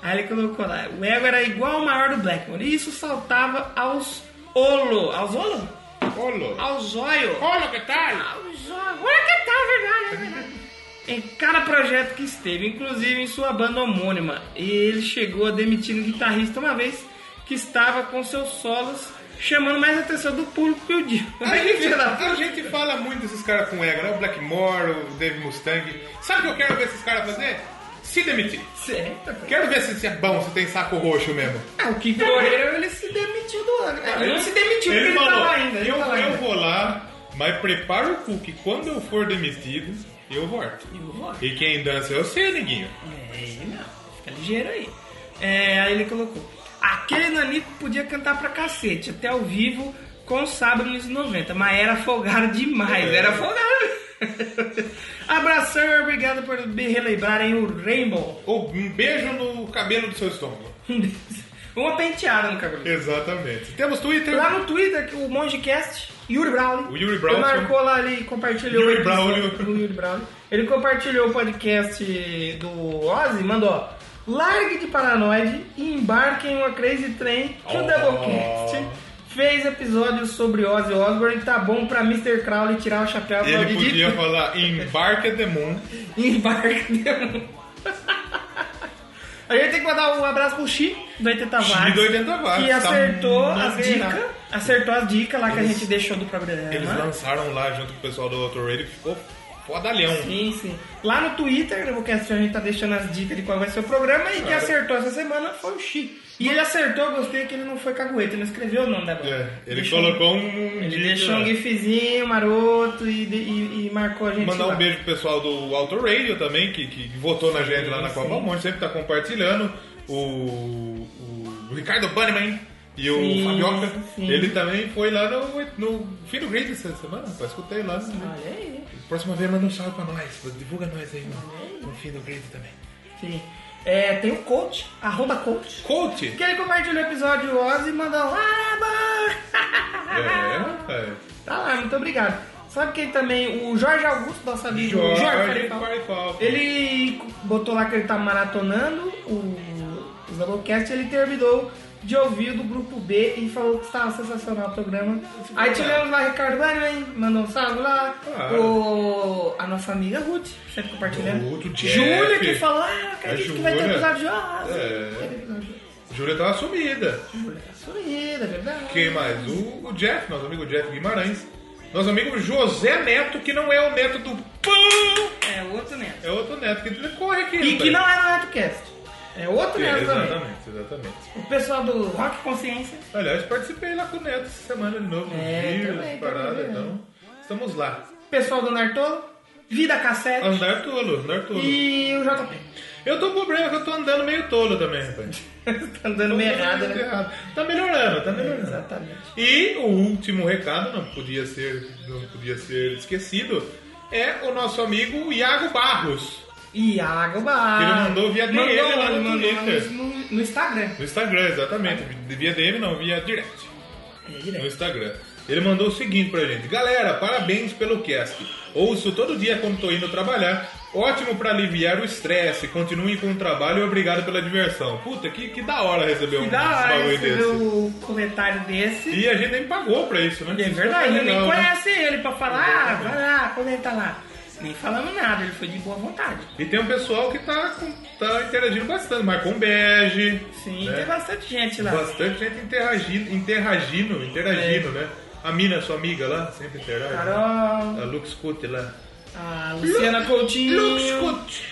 [SPEAKER 1] Aí ele colocou lá, o ego era igual ao maior do Blackmore. E isso saltava aos olo. Aos olo?
[SPEAKER 2] Olô.
[SPEAKER 1] Ao zóio.
[SPEAKER 2] Olô, que tal?
[SPEAKER 1] Ao zóio. Olha que tal, verdade, é verdade. Em cada projeto que esteve, inclusive em sua banda homônima. E ele chegou a demitir um guitarrista uma vez que estava com seus solos chamando mais a atenção do público que o Dio.
[SPEAKER 2] A gente, a gente fala muito desses caras com ego, né? O Blackmore, o Dave Mustang. Sabe o que eu quero ver esses caras fazer? Se demitir.
[SPEAKER 1] Certo, pô.
[SPEAKER 2] Quero ver se se é bom, se tem saco roxo mesmo.
[SPEAKER 1] Ah, o Kiko Loureiro, ele se demitiu do ano. Ele, não se demitiu, porque ele, tá lá ainda. Ele
[SPEAKER 2] eu,
[SPEAKER 1] tá lá
[SPEAKER 2] eu
[SPEAKER 1] ainda.
[SPEAKER 2] vou lá, mas prepara o cu que quando eu for demitido, eu volto.
[SPEAKER 1] Eu vou.
[SPEAKER 2] E quem dança é você, neguinho.
[SPEAKER 1] É, não. Fica ligeiro aí. É, aí ele colocou. Aquele nanico podia cantar pra cacete, até ao vivo, com o sábado nos 90. Mas era folgado demais,
[SPEAKER 2] É.
[SPEAKER 1] era folgado. Abração e obrigado por me relembrarem o Rainbow.
[SPEAKER 2] Ou um beijo no cabelo do seu estômago.
[SPEAKER 1] Uma penteada no cabelo.
[SPEAKER 2] Exatamente. Temos Twitter.
[SPEAKER 1] Lá no Twitter, que o MongeCast, Yuri Braulio.
[SPEAKER 2] O Yuri Braulio.
[SPEAKER 1] Ele marcou lá ali e compartilhou.
[SPEAKER 2] Yuri
[SPEAKER 1] o episódio
[SPEAKER 2] Braulio.
[SPEAKER 1] do Yuri Braulio. Ele compartilhou o podcast do Ozzy, mandou. Largue de paranoide e embarque em uma crazy train que o
[SPEAKER 2] Oh.
[SPEAKER 1] Doublecast fez episódio sobre Ozzy Osbourne e tá bom pra Mr. Crowley tirar o chapéu e
[SPEAKER 2] Ele
[SPEAKER 1] aplaudir de
[SPEAKER 2] podia falar Embarque the Moon.
[SPEAKER 1] Embarque de A gente tem que mandar um abraço pro Chi, do 80
[SPEAKER 2] Chi
[SPEAKER 1] Watts.
[SPEAKER 2] do 80 watts,
[SPEAKER 1] Que
[SPEAKER 2] tá
[SPEAKER 1] acertou
[SPEAKER 2] muito
[SPEAKER 1] as
[SPEAKER 2] errado.
[SPEAKER 1] dicas. Acertou as dicas lá que a
[SPEAKER 2] Eles-
[SPEAKER 1] gente deixou do programa.
[SPEAKER 2] Eles lançaram lá junto com o pessoal do Auto Radio que ficou fodalhão.
[SPEAKER 1] Sim, sim. Lá no Twitter, no Vocast, a gente tá deixando as dicas de qual vai ser o programa. E quem
[SPEAKER 2] Claro.
[SPEAKER 1] acertou essa semana foi o Chi. E ele acertou, eu gostei que ele não foi cagueta, ele não escreveu o nome da banda.
[SPEAKER 2] É, ele
[SPEAKER 1] Deixou-
[SPEAKER 2] colocou um.
[SPEAKER 1] Ele
[SPEAKER 2] dia-
[SPEAKER 1] deixou um gifzinho maroto e, de- e- e marcou a gente.
[SPEAKER 2] Mandar
[SPEAKER 1] lá.
[SPEAKER 2] um beijo pro pessoal do Auto Radio também, que, que votou na gente lá na
[SPEAKER 1] sim.
[SPEAKER 2] Copa Monte, sempre tá compartilhando. O, o Ricardo Bannerman e o
[SPEAKER 1] Sim,
[SPEAKER 2] Fabioca,
[SPEAKER 1] sim.
[SPEAKER 2] ele também foi lá no, no fim do grid essa semana, pô, escutei lá. né?
[SPEAKER 1] Olha aí.
[SPEAKER 2] Próxima vez manda um salve pra nós, divulga nós aí no, no fim do grid também.
[SPEAKER 1] Sim. É, tem o coach, arroba coach.
[SPEAKER 2] Coach!
[SPEAKER 1] Que ele compartilhou o episódio Oz e mandou lá,
[SPEAKER 2] É,
[SPEAKER 1] mano.
[SPEAKER 2] é.
[SPEAKER 1] Tá lá, muito obrigado. Sabe quem também? O Jorge Augusto, nosso amigo
[SPEAKER 2] Jorge
[SPEAKER 1] Farifal.
[SPEAKER 2] Farifal.
[SPEAKER 1] Ele botou lá que ele tá maratonando o, o Doublecast ele terminou de ouvir do grupo B e falou que estava sensacional o programa. Aí tivemos lá o Ricardo Bannerman, mandou um salve lá.
[SPEAKER 2] Claro.
[SPEAKER 1] O, a nossa amiga Ruth, sempre compartilhando.
[SPEAKER 2] Ruth, o Jeff.
[SPEAKER 1] Júlia que falou, ah, eu acredito
[SPEAKER 2] A
[SPEAKER 1] que vai ter
[SPEAKER 2] Júlia.
[SPEAKER 1] episódio de Oz.
[SPEAKER 2] É.
[SPEAKER 1] Vai ter episódio de Oz.
[SPEAKER 2] Júlia tava sumida.
[SPEAKER 1] Júlia, tá sorrida, é verdade.
[SPEAKER 2] Quem mais? O, o Jeff, nosso amigo Jeff Guimarães. Nosso amigo José Neto, que não é o neto do pão,
[SPEAKER 1] É outro neto.
[SPEAKER 2] é outro neto que ele corre aqui.
[SPEAKER 1] E que não é no NetoCast. É outro
[SPEAKER 2] é
[SPEAKER 1] neto também.
[SPEAKER 2] Exatamente, exatamente.
[SPEAKER 1] O pessoal do Rock Consciência.
[SPEAKER 2] Aliás, participei lá com o Neto essa semana de novo, nos
[SPEAKER 1] É,
[SPEAKER 2] vídeos,
[SPEAKER 1] também,
[SPEAKER 2] parada,
[SPEAKER 1] também,
[SPEAKER 2] então. Estamos lá.
[SPEAKER 1] pessoal do Nartolo, Vida Cassete
[SPEAKER 2] Andar tolo, andar tolo.
[SPEAKER 1] e o JP.
[SPEAKER 2] Eu tô com problema é que eu tô andando meio tolo também, rapaz.
[SPEAKER 1] tá andando meio errado,
[SPEAKER 2] Tô
[SPEAKER 1] né?
[SPEAKER 2] errado. Tá melhorando, tá melhorando.
[SPEAKER 1] Exatamente.
[SPEAKER 2] E o último recado, não podia ser, não podia ser esquecido, é o nosso amigo Iago Barros.
[SPEAKER 1] Iago Barra.
[SPEAKER 2] Ele mandou via DM
[SPEAKER 1] Mandou,
[SPEAKER 2] lá no
[SPEAKER 1] mandou
[SPEAKER 2] Twitter.
[SPEAKER 1] no, no Instagram.
[SPEAKER 2] No Instagram, exatamente. Via DM não, via direct.
[SPEAKER 1] É
[SPEAKER 2] No
[SPEAKER 1] direto.
[SPEAKER 2] Instagram. Ele mandou o seguinte pra gente. Galera, parabéns pelo cast. Ouço todo dia quando tô indo trabalhar. Ótimo pra aliviar o estresse. Continuem com o trabalho e obrigado pela diversão. Puta, que, que da hora receber um
[SPEAKER 1] Que da hora
[SPEAKER 2] bagulho
[SPEAKER 1] receber um-
[SPEAKER 2] desse.
[SPEAKER 1] o comentário desse.
[SPEAKER 2] E a gente nem pagou pra isso, né?
[SPEAKER 1] É verdade, eu nem
[SPEAKER 2] Legal, né? é
[SPEAKER 1] conhece ele pra falar, ah, vai lá, comenta lá. Nem falamos nada, ele foi de boa vontade.
[SPEAKER 2] E tem um pessoal que tá, com- tá interagindo bastante. Marcou um bege.
[SPEAKER 1] Sim,
[SPEAKER 2] né?
[SPEAKER 1] tem bastante gente lá.
[SPEAKER 2] Bastante gente interagindo, interagindo, interagindo, né? A mina, sua amiga lá, sempre interage.
[SPEAKER 1] É. Carol,
[SPEAKER 2] A Lux Cut Ah, lá.
[SPEAKER 1] a Ah, Luciana Coutinho.
[SPEAKER 2] Cut!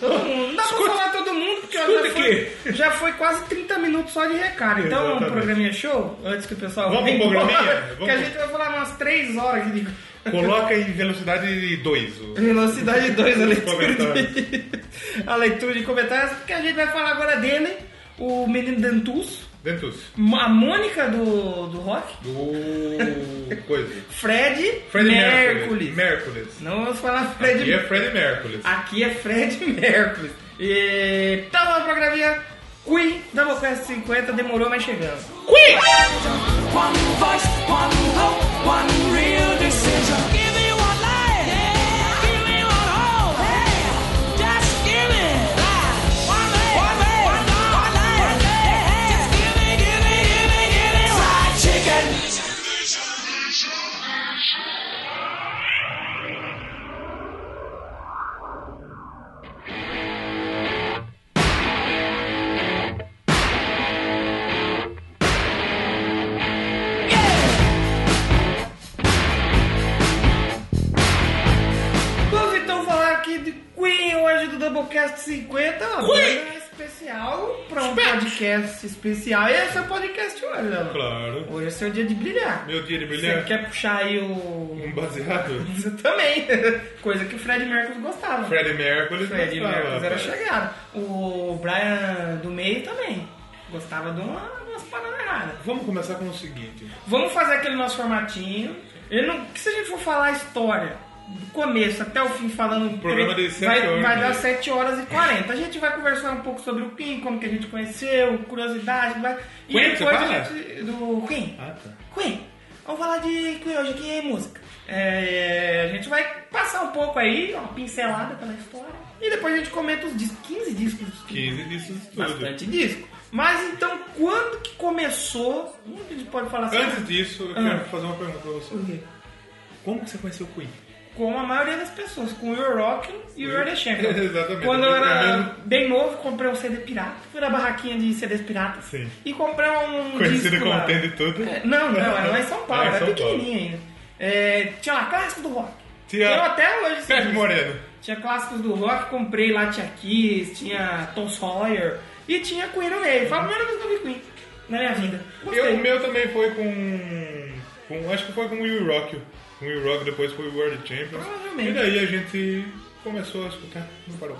[SPEAKER 1] Todo mundo. Não dá
[SPEAKER 2] Escuta-
[SPEAKER 1] pra falar todo mundo, porque
[SPEAKER 2] escuta
[SPEAKER 1] já foi, já foi quase 30 minutos só de recado. Então,
[SPEAKER 2] Exatamente.
[SPEAKER 1] um programinha show, antes que o pessoal...
[SPEAKER 2] Vamos
[SPEAKER 1] vem
[SPEAKER 2] pro
[SPEAKER 1] embora,
[SPEAKER 2] programinha?
[SPEAKER 1] Que a
[SPEAKER 2] Vamos.
[SPEAKER 1] gente vai falar umas 3 horas aqui de...
[SPEAKER 2] Coloca em velocidade 2. o-
[SPEAKER 1] Velocidade 2 a leitura
[SPEAKER 2] Comentários.
[SPEAKER 1] de... a leitura de comentários, porque a gente vai falar agora dele, o menino Dentus,
[SPEAKER 2] Dentus.
[SPEAKER 1] a Mônica do, do rock,
[SPEAKER 2] Do. coisa.
[SPEAKER 1] Fred,
[SPEAKER 2] Fred
[SPEAKER 1] Mercury.
[SPEAKER 2] Mercules. Mercules.
[SPEAKER 1] Não vamos falar Fred
[SPEAKER 2] Aqui é Fred Mercules.
[SPEAKER 1] Aqui é Fred Mercury. E tá lá no programinha Queen Doublecast 50 demorou, mas chegamos.
[SPEAKER 4] One voice, one hope, one real decision. Give me one life, give me one hope, just give me that. One day, one day, one hope, one life, just give me, give me, give me, give me fried chicken.
[SPEAKER 1] Vamos então falar aqui de Queen hoje do Doublecast 50, uma banda especial pra um podcast especial. E esse é o podcast hoje, Léo.
[SPEAKER 2] Claro.
[SPEAKER 1] Hoje é seu dia de brilhar.
[SPEAKER 2] Meu dia de
[SPEAKER 1] Você
[SPEAKER 2] brilhante.
[SPEAKER 1] quer puxar aí o...
[SPEAKER 2] Um baseado?
[SPEAKER 1] Você também, coisa que o Fred Mercury gostava.
[SPEAKER 2] Fred Mercules.
[SPEAKER 1] Fred
[SPEAKER 2] gostava,
[SPEAKER 1] Mercury era
[SPEAKER 2] rapaz.
[SPEAKER 1] chegado. O Brian do meio também gostava de uma, umas paradas erradas.
[SPEAKER 2] Vamos começar com o seguinte.
[SPEAKER 1] Vamos fazer aquele nosso formatinho. Eu não, que se a gente for falar a história do começo até o fim falando
[SPEAKER 2] Programa de sete
[SPEAKER 1] vai,
[SPEAKER 2] horas,
[SPEAKER 1] vai dar
[SPEAKER 2] né?
[SPEAKER 1] 7 horas e 40. A gente vai conversar um pouco sobre o Queen, como que a gente conheceu, curiosidade, blá. e
[SPEAKER 2] Queen,
[SPEAKER 1] depois
[SPEAKER 2] você
[SPEAKER 1] a
[SPEAKER 2] fala?
[SPEAKER 1] gente do Queen.
[SPEAKER 2] Ah, tá.
[SPEAKER 1] Queen. Vamos falar de Queen hoje que é música. É, a gente vai passar um pouco aí, uma pincelada pela história. E depois a gente comenta os discos, 15 discos.
[SPEAKER 2] 15 discos de tudo.
[SPEAKER 1] Bastante disco. Mas então, quando que começou? Hum, A gente pode falar assim.
[SPEAKER 2] Antes disso, eu
[SPEAKER 1] Ah.
[SPEAKER 2] quero fazer uma pergunta pra você.
[SPEAKER 1] O quê?
[SPEAKER 2] Como que você conheceu o Queen?
[SPEAKER 1] Como a maioria das pessoas, com o Your Rock e o Your The Champion.
[SPEAKER 2] Exatamente.
[SPEAKER 1] Quando eu
[SPEAKER 2] É
[SPEAKER 1] era
[SPEAKER 2] mesmo.
[SPEAKER 1] bem novo, comprei um CD pirata. Fui na barraquinha de CDs piratas.
[SPEAKER 2] Sim.
[SPEAKER 1] E comprei um.
[SPEAKER 2] Conhecido
[SPEAKER 1] disco
[SPEAKER 2] como
[SPEAKER 1] lá.
[SPEAKER 2] Tendo Tudo.
[SPEAKER 1] É, Não, não, era lá em São Paulo,
[SPEAKER 2] Ah, em
[SPEAKER 1] era
[SPEAKER 2] São Paulo.
[SPEAKER 1] pequenininho ainda. É, tinha lá clássico do rock.
[SPEAKER 2] Tinha-
[SPEAKER 1] Eu até hoje. esse
[SPEAKER 2] Pepe
[SPEAKER 1] disco.
[SPEAKER 2] Moreno.
[SPEAKER 1] Tinha clássicos do rock, comprei lá, tinha Kiss, tinha Tom Sawyer e tinha Queen no meio. Foi a primeira vez que eu vi Queen na minha vida. Gostei.
[SPEAKER 2] Eu, o meu também foi com, com- Acho que foi com o Will Rock. O Will Rock depois foi o World Champions.
[SPEAKER 1] Provavelmente.
[SPEAKER 2] E daí a gente começou a escutar no parou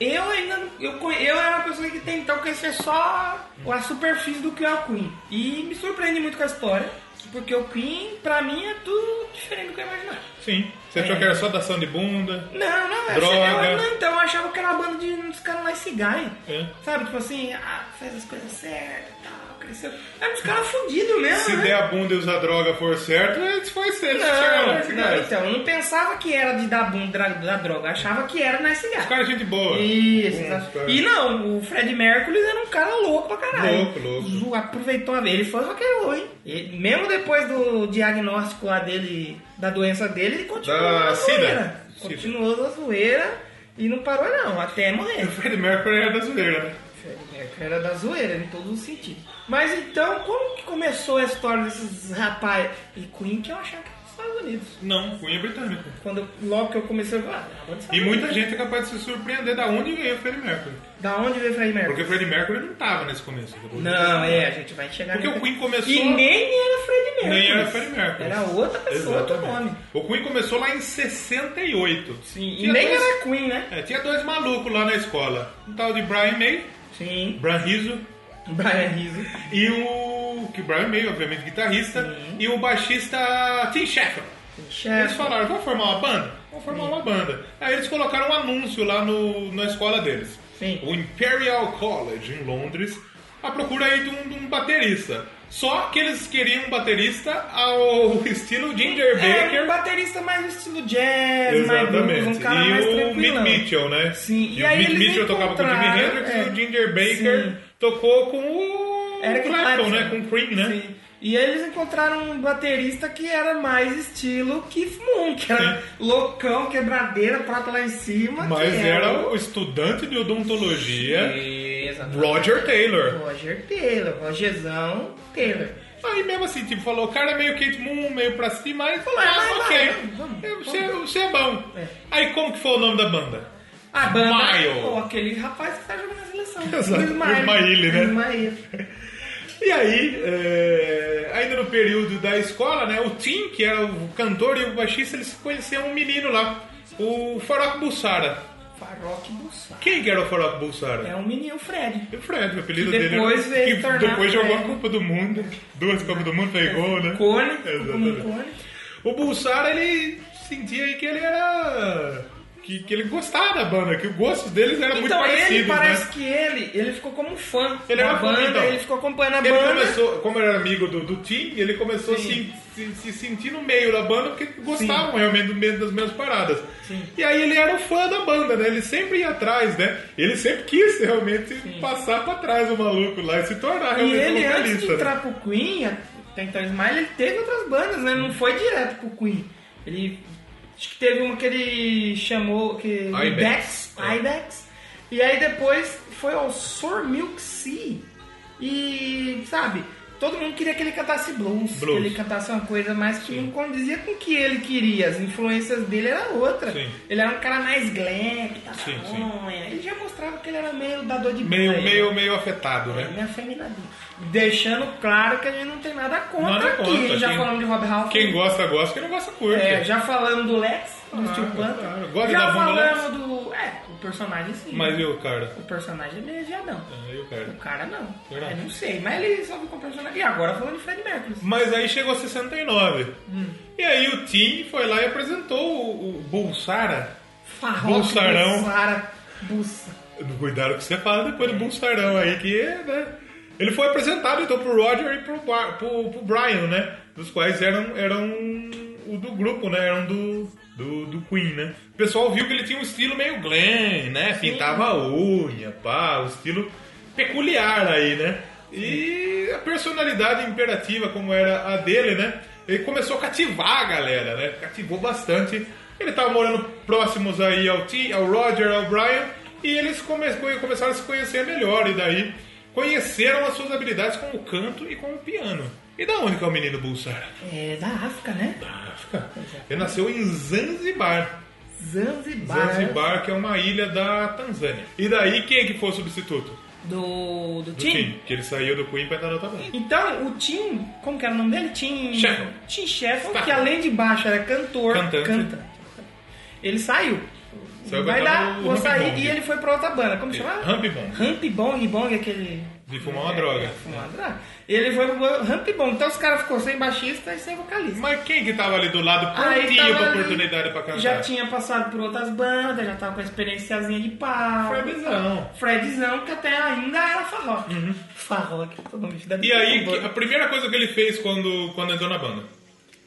[SPEAKER 1] Eu ainda não, eu, conhe- eu era uma pessoa que tem então conhecer só a superfície do que é o Queen. E me surpreende muito com a história, porque o Queen, pra mim, é tudo diferente do que eu imaginava.
[SPEAKER 2] Sim. Você
[SPEAKER 1] É.
[SPEAKER 2] achou que era só dação de bunda?
[SPEAKER 1] Não, não, eu
[SPEAKER 2] Droga.
[SPEAKER 1] achava, eu- não, então, eu achava que era uma banda de uns caras lá cigarro.
[SPEAKER 2] É.
[SPEAKER 1] Sabe, tipo assim, ah, faz as coisas certas e tal, cresceu. Era uns caras fundidos mesmo,
[SPEAKER 2] Se
[SPEAKER 1] né?
[SPEAKER 2] der a bunda e usar droga for certo, é né? desfaceiro.
[SPEAKER 1] Não,
[SPEAKER 2] é
[SPEAKER 1] não, então, eu não pensava que era de dar bunda da, da droga, eu achava que era na cigarro.
[SPEAKER 2] Os caras é gente boa.
[SPEAKER 1] Isso,
[SPEAKER 2] Bons
[SPEAKER 1] exato.
[SPEAKER 2] caras.
[SPEAKER 1] E não, o Fred Mercury era um cara louco pra caralho.
[SPEAKER 2] Louco, louco.
[SPEAKER 1] Zo- Aproveitou a vida. Ele foi rock and roll, hein? Ele- mesmo depois do diagnóstico lá dele, da doença dele, ele continuou
[SPEAKER 2] Da
[SPEAKER 1] na
[SPEAKER 2] sida.
[SPEAKER 1] zoeira.
[SPEAKER 2] Sida.
[SPEAKER 1] Continuou na zoeira e não parou não, até morrer.
[SPEAKER 2] O Fred Mercury era da zoeira, né?
[SPEAKER 1] Fred Mercury era da zoeira, em todos os sentidos. Mas então, como que começou a história desses rapazes? E Queen que eu achava que era dos Estados Unidos.
[SPEAKER 2] Não, Cunha é britânico.
[SPEAKER 1] Quando, eu- logo que eu comecei, eu falei, ah, é uma banda dos
[SPEAKER 2] E
[SPEAKER 1] Estados
[SPEAKER 2] muita
[SPEAKER 1] Unidos.
[SPEAKER 2] gente é capaz de se surpreender da onde veio o Fred Mercury.
[SPEAKER 1] Da onde veio o Fred Mercury?
[SPEAKER 2] Porque o Fred Mercury não tava nesse começo.
[SPEAKER 1] Não, é, a gente vai chegar
[SPEAKER 2] Porque
[SPEAKER 1] nesse-
[SPEAKER 2] o Queen começou-
[SPEAKER 1] E nem era Fred Mercury.
[SPEAKER 2] Nem era Fred Mercury.
[SPEAKER 1] Era outra pessoa, outro
[SPEAKER 2] Exatamente.
[SPEAKER 1] nome.
[SPEAKER 2] O Queen começou lá em 68.
[SPEAKER 1] Sim, e
[SPEAKER 2] Tinha
[SPEAKER 1] nem
[SPEAKER 2] dois-
[SPEAKER 1] era Queen, né?
[SPEAKER 2] É, tinha dois malucos lá na escola. Um tal de Brian May,
[SPEAKER 1] Sim.
[SPEAKER 2] Brian Rizzo,
[SPEAKER 1] Brian Rizzo.
[SPEAKER 2] e o... que Brian May, obviamente, guitarrista, e o baixista Tim Sheffield. Eles
[SPEAKER 1] Chefe.
[SPEAKER 2] falaram, vamos formar uma banda? Vamos formar uma banda. Aí eles colocaram um anúncio lá no, na escola deles.
[SPEAKER 1] Sim.
[SPEAKER 2] O Imperial College, em Londres, à procura aí de um, de um baterista. Só que eles queriam um baterista ao estilo Ginger
[SPEAKER 1] É, um
[SPEAKER 2] Baker.
[SPEAKER 1] baterista mais no estilo jazz, É mais
[SPEAKER 2] Exatamente.
[SPEAKER 1] blues, um cara mais
[SPEAKER 2] e o Mick
[SPEAKER 1] tranquilão.
[SPEAKER 2] Mitchell, né?
[SPEAKER 1] Sim,
[SPEAKER 2] E,
[SPEAKER 1] e
[SPEAKER 2] o
[SPEAKER 1] aí
[SPEAKER 2] Mick
[SPEAKER 1] eles
[SPEAKER 2] Mitchell tocava com o Jimi
[SPEAKER 1] encontraram,
[SPEAKER 2] Hendrix e
[SPEAKER 1] é.
[SPEAKER 2] o Ginger Baker
[SPEAKER 1] Sim.
[SPEAKER 2] tocou com o
[SPEAKER 1] Eric
[SPEAKER 2] Clapton,
[SPEAKER 1] Clapton.
[SPEAKER 2] né? Com o Cream, né?
[SPEAKER 1] Sim. E aí eles encontraram um baterista que era mais estilo Keith Moon, que era
[SPEAKER 2] Sim.
[SPEAKER 1] loucão, quebradeira, prata lá em cima.
[SPEAKER 2] Mas
[SPEAKER 1] que
[SPEAKER 2] era o estudante de odontologia
[SPEAKER 1] Exatamente.
[SPEAKER 2] Roger Taylor.
[SPEAKER 1] Roger Taylor, Rogerzão Taylor.
[SPEAKER 2] Aí mesmo assim, tipo, falou, o cara é meio Kate Moon, meio pra cima, aí falou,
[SPEAKER 1] Vai,
[SPEAKER 2] ah,
[SPEAKER 1] vai,
[SPEAKER 2] ok,
[SPEAKER 1] vai, vamos,
[SPEAKER 2] Eu-
[SPEAKER 1] vamos.
[SPEAKER 2] você, você é bom.
[SPEAKER 1] É.
[SPEAKER 2] Aí como que foi o nome da banda?
[SPEAKER 1] A banda,
[SPEAKER 2] Maio.
[SPEAKER 1] pô, aquele rapaz que tá jogando na seleção.
[SPEAKER 2] Exato,
[SPEAKER 1] O Ismael.
[SPEAKER 2] o Ismael, né?
[SPEAKER 1] Ismael.
[SPEAKER 2] E aí, é, ainda no período da escola, né, o Tim, que era o cantor e o baixista, eles conheceram um menino lá, o Farok Bussara.
[SPEAKER 1] Farroque Bussar.
[SPEAKER 2] Quem que era o Farok Bussara?
[SPEAKER 1] É um menino, o Fred.
[SPEAKER 2] E o Fred, o apelido
[SPEAKER 1] Que depois
[SPEAKER 2] dele. era-
[SPEAKER 1] veio tornar
[SPEAKER 2] depois jogou a
[SPEAKER 1] Fred.
[SPEAKER 2] Copa do Mundo, duas Copas do Mundo, fez gol, né?
[SPEAKER 1] Cone, como um
[SPEAKER 2] Exatamente.
[SPEAKER 1] cone.
[SPEAKER 2] O Bulsara, ele sentia aí que ele era. Que, que ele gostava da banda, que o gosto deles era muito
[SPEAKER 1] Então
[SPEAKER 2] parecido.
[SPEAKER 1] ele parece
[SPEAKER 2] né?
[SPEAKER 1] que ele, ele ficou como um fã
[SPEAKER 2] Ele
[SPEAKER 1] da
[SPEAKER 2] era fã,
[SPEAKER 1] banda,
[SPEAKER 2] então.
[SPEAKER 1] ele ficou acompanhando a
[SPEAKER 2] Ele
[SPEAKER 1] banda.
[SPEAKER 2] começou, como era amigo do, do Tim, ele começou a se,
[SPEAKER 1] Sim.
[SPEAKER 2] se, se sentir no meio da banda porque gostavam realmente do mesmo- das mesmas paradas.
[SPEAKER 1] Sim.
[SPEAKER 2] E aí ele era o fã da banda, né? Ele sempre ia atrás, né? Ele sempre quis realmente passar pra trás o maluco lá e se tornar
[SPEAKER 1] E
[SPEAKER 2] realmente
[SPEAKER 1] ele
[SPEAKER 2] vocalista.
[SPEAKER 1] antes de
[SPEAKER 2] né?
[SPEAKER 1] entrar pro Queen, tentar Smile, ele teve outras bandas, né? Ele não foi direto pro Queen. Ele. Acho que teve uma que ele chamou. Que,
[SPEAKER 2] Ibex. é.
[SPEAKER 1] Ibex. Ibex. E aí depois foi ao Sor Milk Sea. E sabe, todo mundo queria que ele cantasse blues,
[SPEAKER 2] Blues.
[SPEAKER 1] que ele cantasse uma coisa mais que não condizia com o que ele queria. As influências dele era outra.
[SPEAKER 2] Sim.
[SPEAKER 1] Ele era um cara mais glam, que tava
[SPEAKER 2] Sim, sim.
[SPEAKER 1] Ele já mostrava que ele era meio dador de
[SPEAKER 2] Meio,
[SPEAKER 1] banho.
[SPEAKER 2] meio, meio afetado, né?
[SPEAKER 1] Minha feminadinha. é Deixando claro que a gente não tem nada contra
[SPEAKER 2] Nada
[SPEAKER 1] aqui.
[SPEAKER 2] contra,
[SPEAKER 1] Já
[SPEAKER 2] quem-
[SPEAKER 1] falamos de Rob Halford.
[SPEAKER 2] Quem gosta, gosta. Quem não gosta, curte.
[SPEAKER 1] É, já falamos do Lex, do Steel Panther.
[SPEAKER 2] claro. Gosta da
[SPEAKER 1] já
[SPEAKER 2] bunda do Lex?
[SPEAKER 1] falamos do... É, o personagem sim.
[SPEAKER 2] Mas e o cara?
[SPEAKER 1] O personagem é beijadão.
[SPEAKER 2] É, e o
[SPEAKER 1] O
[SPEAKER 2] cara?
[SPEAKER 1] cara não.
[SPEAKER 2] Verdade.
[SPEAKER 1] Eu não sei, mas ele só ficou personagem. E agora falando de Fred Mercury.
[SPEAKER 2] Mas aí chegou 69.
[SPEAKER 1] Hum.
[SPEAKER 2] E aí o Tim foi lá e apresentou o, o Bulsara.
[SPEAKER 1] Farroque,
[SPEAKER 2] Bussarão.
[SPEAKER 1] Bussara, Bussa.
[SPEAKER 2] Cuidado com o que você fala depois do Bulsarão aí, que é, né? Ele foi apresentado então pro Roger e pro, Bar- pro- pro Brian, né? Dos quais eram, eram o do grupo, né? Eram do, do, do Queen, né? O pessoal viu que ele tinha um estilo meio glam, né? Pintava a unha, pá, um estilo peculiar aí, né? E a personalidade imperativa como era a dele, né? Ele começou a cativar a galera, né? Cativou bastante. Ele tava morando próximos aí ao T, ao Roger, ao Brian, e eles come começaram a se conhecer melhor, e daí conheceram as suas habilidades com o canto e com o piano. E da onde que é o menino Bulsara?
[SPEAKER 1] É da África, né?
[SPEAKER 2] África. Ele nasceu em Zanzibar.
[SPEAKER 1] Zanzibar.
[SPEAKER 2] Zanzibar, que é uma ilha da Tanzânia. E daí, quem que foi o substituto?
[SPEAKER 1] Do, do,
[SPEAKER 2] Do
[SPEAKER 1] time.
[SPEAKER 2] Queen, que ele saiu do Queen pra entrar na outra banda.
[SPEAKER 1] Então, o Tim, como que era o nome dele? Tim
[SPEAKER 2] Sheffield.
[SPEAKER 1] Tim Sheffield,
[SPEAKER 2] Tá.
[SPEAKER 1] que além de baixo era cantor,
[SPEAKER 2] Cantante.
[SPEAKER 1] canta. Ele saiu.
[SPEAKER 2] Saiu
[SPEAKER 1] Vai
[SPEAKER 2] cantando
[SPEAKER 1] dar,
[SPEAKER 2] o
[SPEAKER 1] vou
[SPEAKER 2] Humpy
[SPEAKER 1] sair.
[SPEAKER 2] Bong.
[SPEAKER 1] E ele foi pra outra banda. Como chama?
[SPEAKER 2] Humpy Bong.
[SPEAKER 1] Ramp Bong, Bong, aquele. É,
[SPEAKER 2] De fumar uma droga.
[SPEAKER 1] Fumar uma droga. Ele foi pro Ramp Bong. Então os caras ficou sem baixista e sem vocalista.
[SPEAKER 2] Mas quem que tava ali do lado prontinho
[SPEAKER 1] tava
[SPEAKER 2] pra
[SPEAKER 1] ali,
[SPEAKER 2] oportunidade pra cantar?
[SPEAKER 1] Já tinha passado por outras bandas, já tava com a experiênciazinha de pau.
[SPEAKER 2] Fredzão. Uhum.
[SPEAKER 1] Fredzão, que até ainda era farroque. Farroque, todo mundo deve
[SPEAKER 2] E
[SPEAKER 1] ter
[SPEAKER 2] aí,
[SPEAKER 1] um
[SPEAKER 2] que- a primeira coisa que ele fez quando, quando entrou na banda?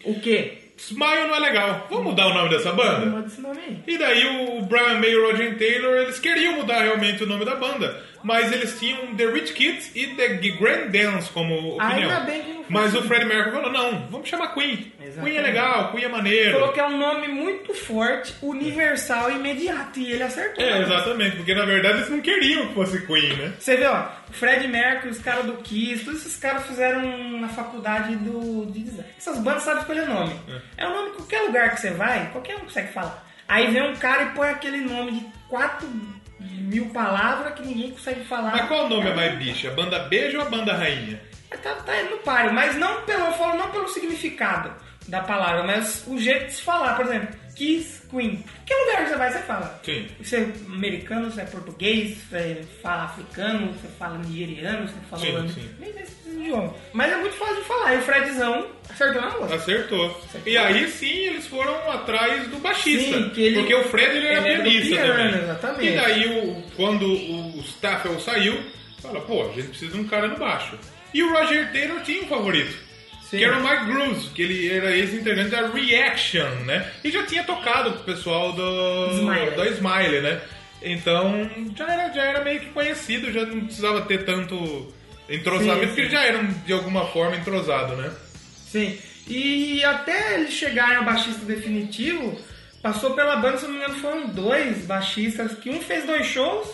[SPEAKER 1] O quê?
[SPEAKER 2] Smile não é legal. Vamos mudar o nome dessa
[SPEAKER 1] Não
[SPEAKER 2] banda?
[SPEAKER 1] manda esse nome aí.
[SPEAKER 2] E daí o Brian May e o Roger Taylor, eles queriam mudar realmente o nome da banda. Mas eles tinham The Rich Kids e The Grand Dance como opinião.
[SPEAKER 1] Ainda bem que não foi
[SPEAKER 2] mas o
[SPEAKER 1] assim.
[SPEAKER 2] Fred Mercury falou, não, vamos chamar Queen. Queen é
[SPEAKER 1] Exatamente.
[SPEAKER 2] legal, Queen é maneiro.
[SPEAKER 1] Falou que é um nome muito forte, universal e imediato. E ele acertou.
[SPEAKER 2] É, exatamente, porque na verdade eles não queriam que fosse Queen, né?
[SPEAKER 1] Você vê, ó, Fred Mercury, os caras do Kiss, todos esses caras fizeram na faculdade do, de design. Essas bandas sabem escolher nome. É. o nome que qualquer lugar que você vai, qualquer um consegue falar. Aí vem um cara e põe aquele nome de 4 mil palavras que ninguém consegue falar.
[SPEAKER 2] Mas qual nome é mais bicho? A banda beijo ou a banda rainha?
[SPEAKER 1] É, Tá, tá no páreo, mas não pelo, eu falo não pelo significado da palavra, mas o jeito de se falar, por exemplo, Kiss Queen. Que lugar que você vai, você fala.
[SPEAKER 2] Sim.
[SPEAKER 1] Você é americano, você é português, você fala africano, você fala nigeriano, você fala
[SPEAKER 2] Sim,
[SPEAKER 1] holandês.
[SPEAKER 2] sim.
[SPEAKER 1] Nem sei se precisa de idioma. Mas é muito fácil de falar. E o Fredzão acertou na moça.
[SPEAKER 2] Acertou. E aí sim eles foram atrás do baixista.
[SPEAKER 1] Sim, que ele-
[SPEAKER 2] porque o Fred ele era
[SPEAKER 1] ele era do
[SPEAKER 2] pianista
[SPEAKER 1] piano,
[SPEAKER 2] também.
[SPEAKER 1] exatamente.
[SPEAKER 2] E daí o, quando o Staffel saiu, fala, pô, a gente precisa de um cara no baixo. E o Roger Taylor tinha um favorito.
[SPEAKER 1] Sim.
[SPEAKER 2] Que era o Mike Groves, que ele era ex-integrante da Reaction, né? E já tinha tocado com o pessoal do
[SPEAKER 1] Smiley.
[SPEAKER 2] da Smiley, né? Então já era, já era meio que conhecido, já não precisava ter tanto
[SPEAKER 1] Sim,
[SPEAKER 2] entrosamento, porque
[SPEAKER 1] sim.
[SPEAKER 2] já era um, de alguma forma entrosado, né?
[SPEAKER 1] Sim. E até eles chegarem ao baixista definitivo, passou pela banda, se eu não me engano, foram dois baixistas, que um fez dois shows,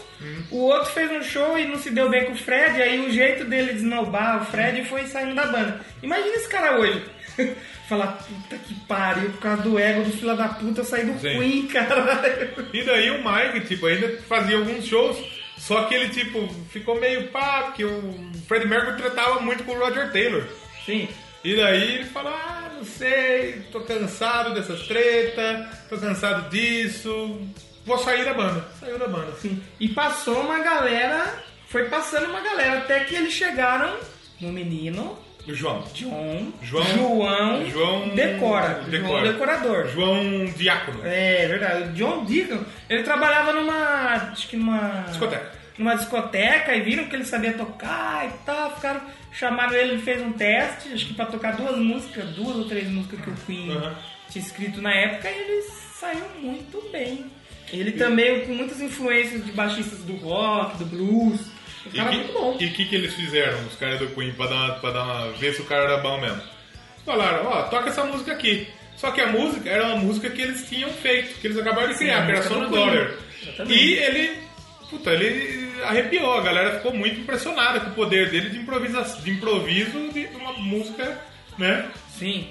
[SPEAKER 1] o outro fez um show e não se deu bem com o Fred, aí o jeito dele desnobar o Fred foi saindo da banda. Imagina esse cara hoje. Falar, puta que pariu, por causa do ego do filho da puta, eu saí do
[SPEAKER 2] Sim.
[SPEAKER 1] Queen, caralho.
[SPEAKER 2] E daí o Mike, tipo, ainda fazia alguns shows, Só que ele, tipo, ficou meio pá, porque o Fred Mercury tratava muito com o Roger Taylor.
[SPEAKER 1] Sim.
[SPEAKER 2] E daí ele fala, ah, não sei, tô cansado dessa treta, tô cansado disso, vou sair da banda. Saiu da banda.
[SPEAKER 1] Sim. E passou uma galera, foi passando uma galera, até que eles chegaram no menino,
[SPEAKER 2] O João.
[SPEAKER 1] John,
[SPEAKER 2] João-
[SPEAKER 1] João,
[SPEAKER 2] João-
[SPEAKER 1] Decora, João
[SPEAKER 2] Decora.
[SPEAKER 1] Decorador.
[SPEAKER 2] João Diácono.
[SPEAKER 1] É verdade, o John Deacon, ele trabalhava numa, acho que numa...
[SPEAKER 2] Discoteca.
[SPEAKER 1] Numa discoteca e viram que ele sabia tocar e tal, ficaram, chamaram ele, ele fez um teste, acho que pra tocar duas músicas, duas ou três músicas que o Queen
[SPEAKER 2] Aham.
[SPEAKER 1] tinha escrito na época e ele saiu muito bem. Ele também com muitas influências de baixistas do rock, do blues, um
[SPEAKER 2] E
[SPEAKER 1] cara muito bom.
[SPEAKER 2] que, e que que eles fizeram, os caras do Queen, pra, dar uma, pra dar uma, ver se o cara era bom mesmo? Falaram, ó, toca essa música aqui. Só que a música era uma música que eles tinham feito, que eles acabaram de
[SPEAKER 1] a
[SPEAKER 2] criar, que era
[SPEAKER 1] música
[SPEAKER 2] Son
[SPEAKER 1] do
[SPEAKER 2] Dollar.
[SPEAKER 1] Queen. Exatamente.
[SPEAKER 2] E ele, puta, ele arrepiou, a galera ficou muito impressionada com o poder dele de, improvisa, de improviso de uma música, né,
[SPEAKER 1] Sim,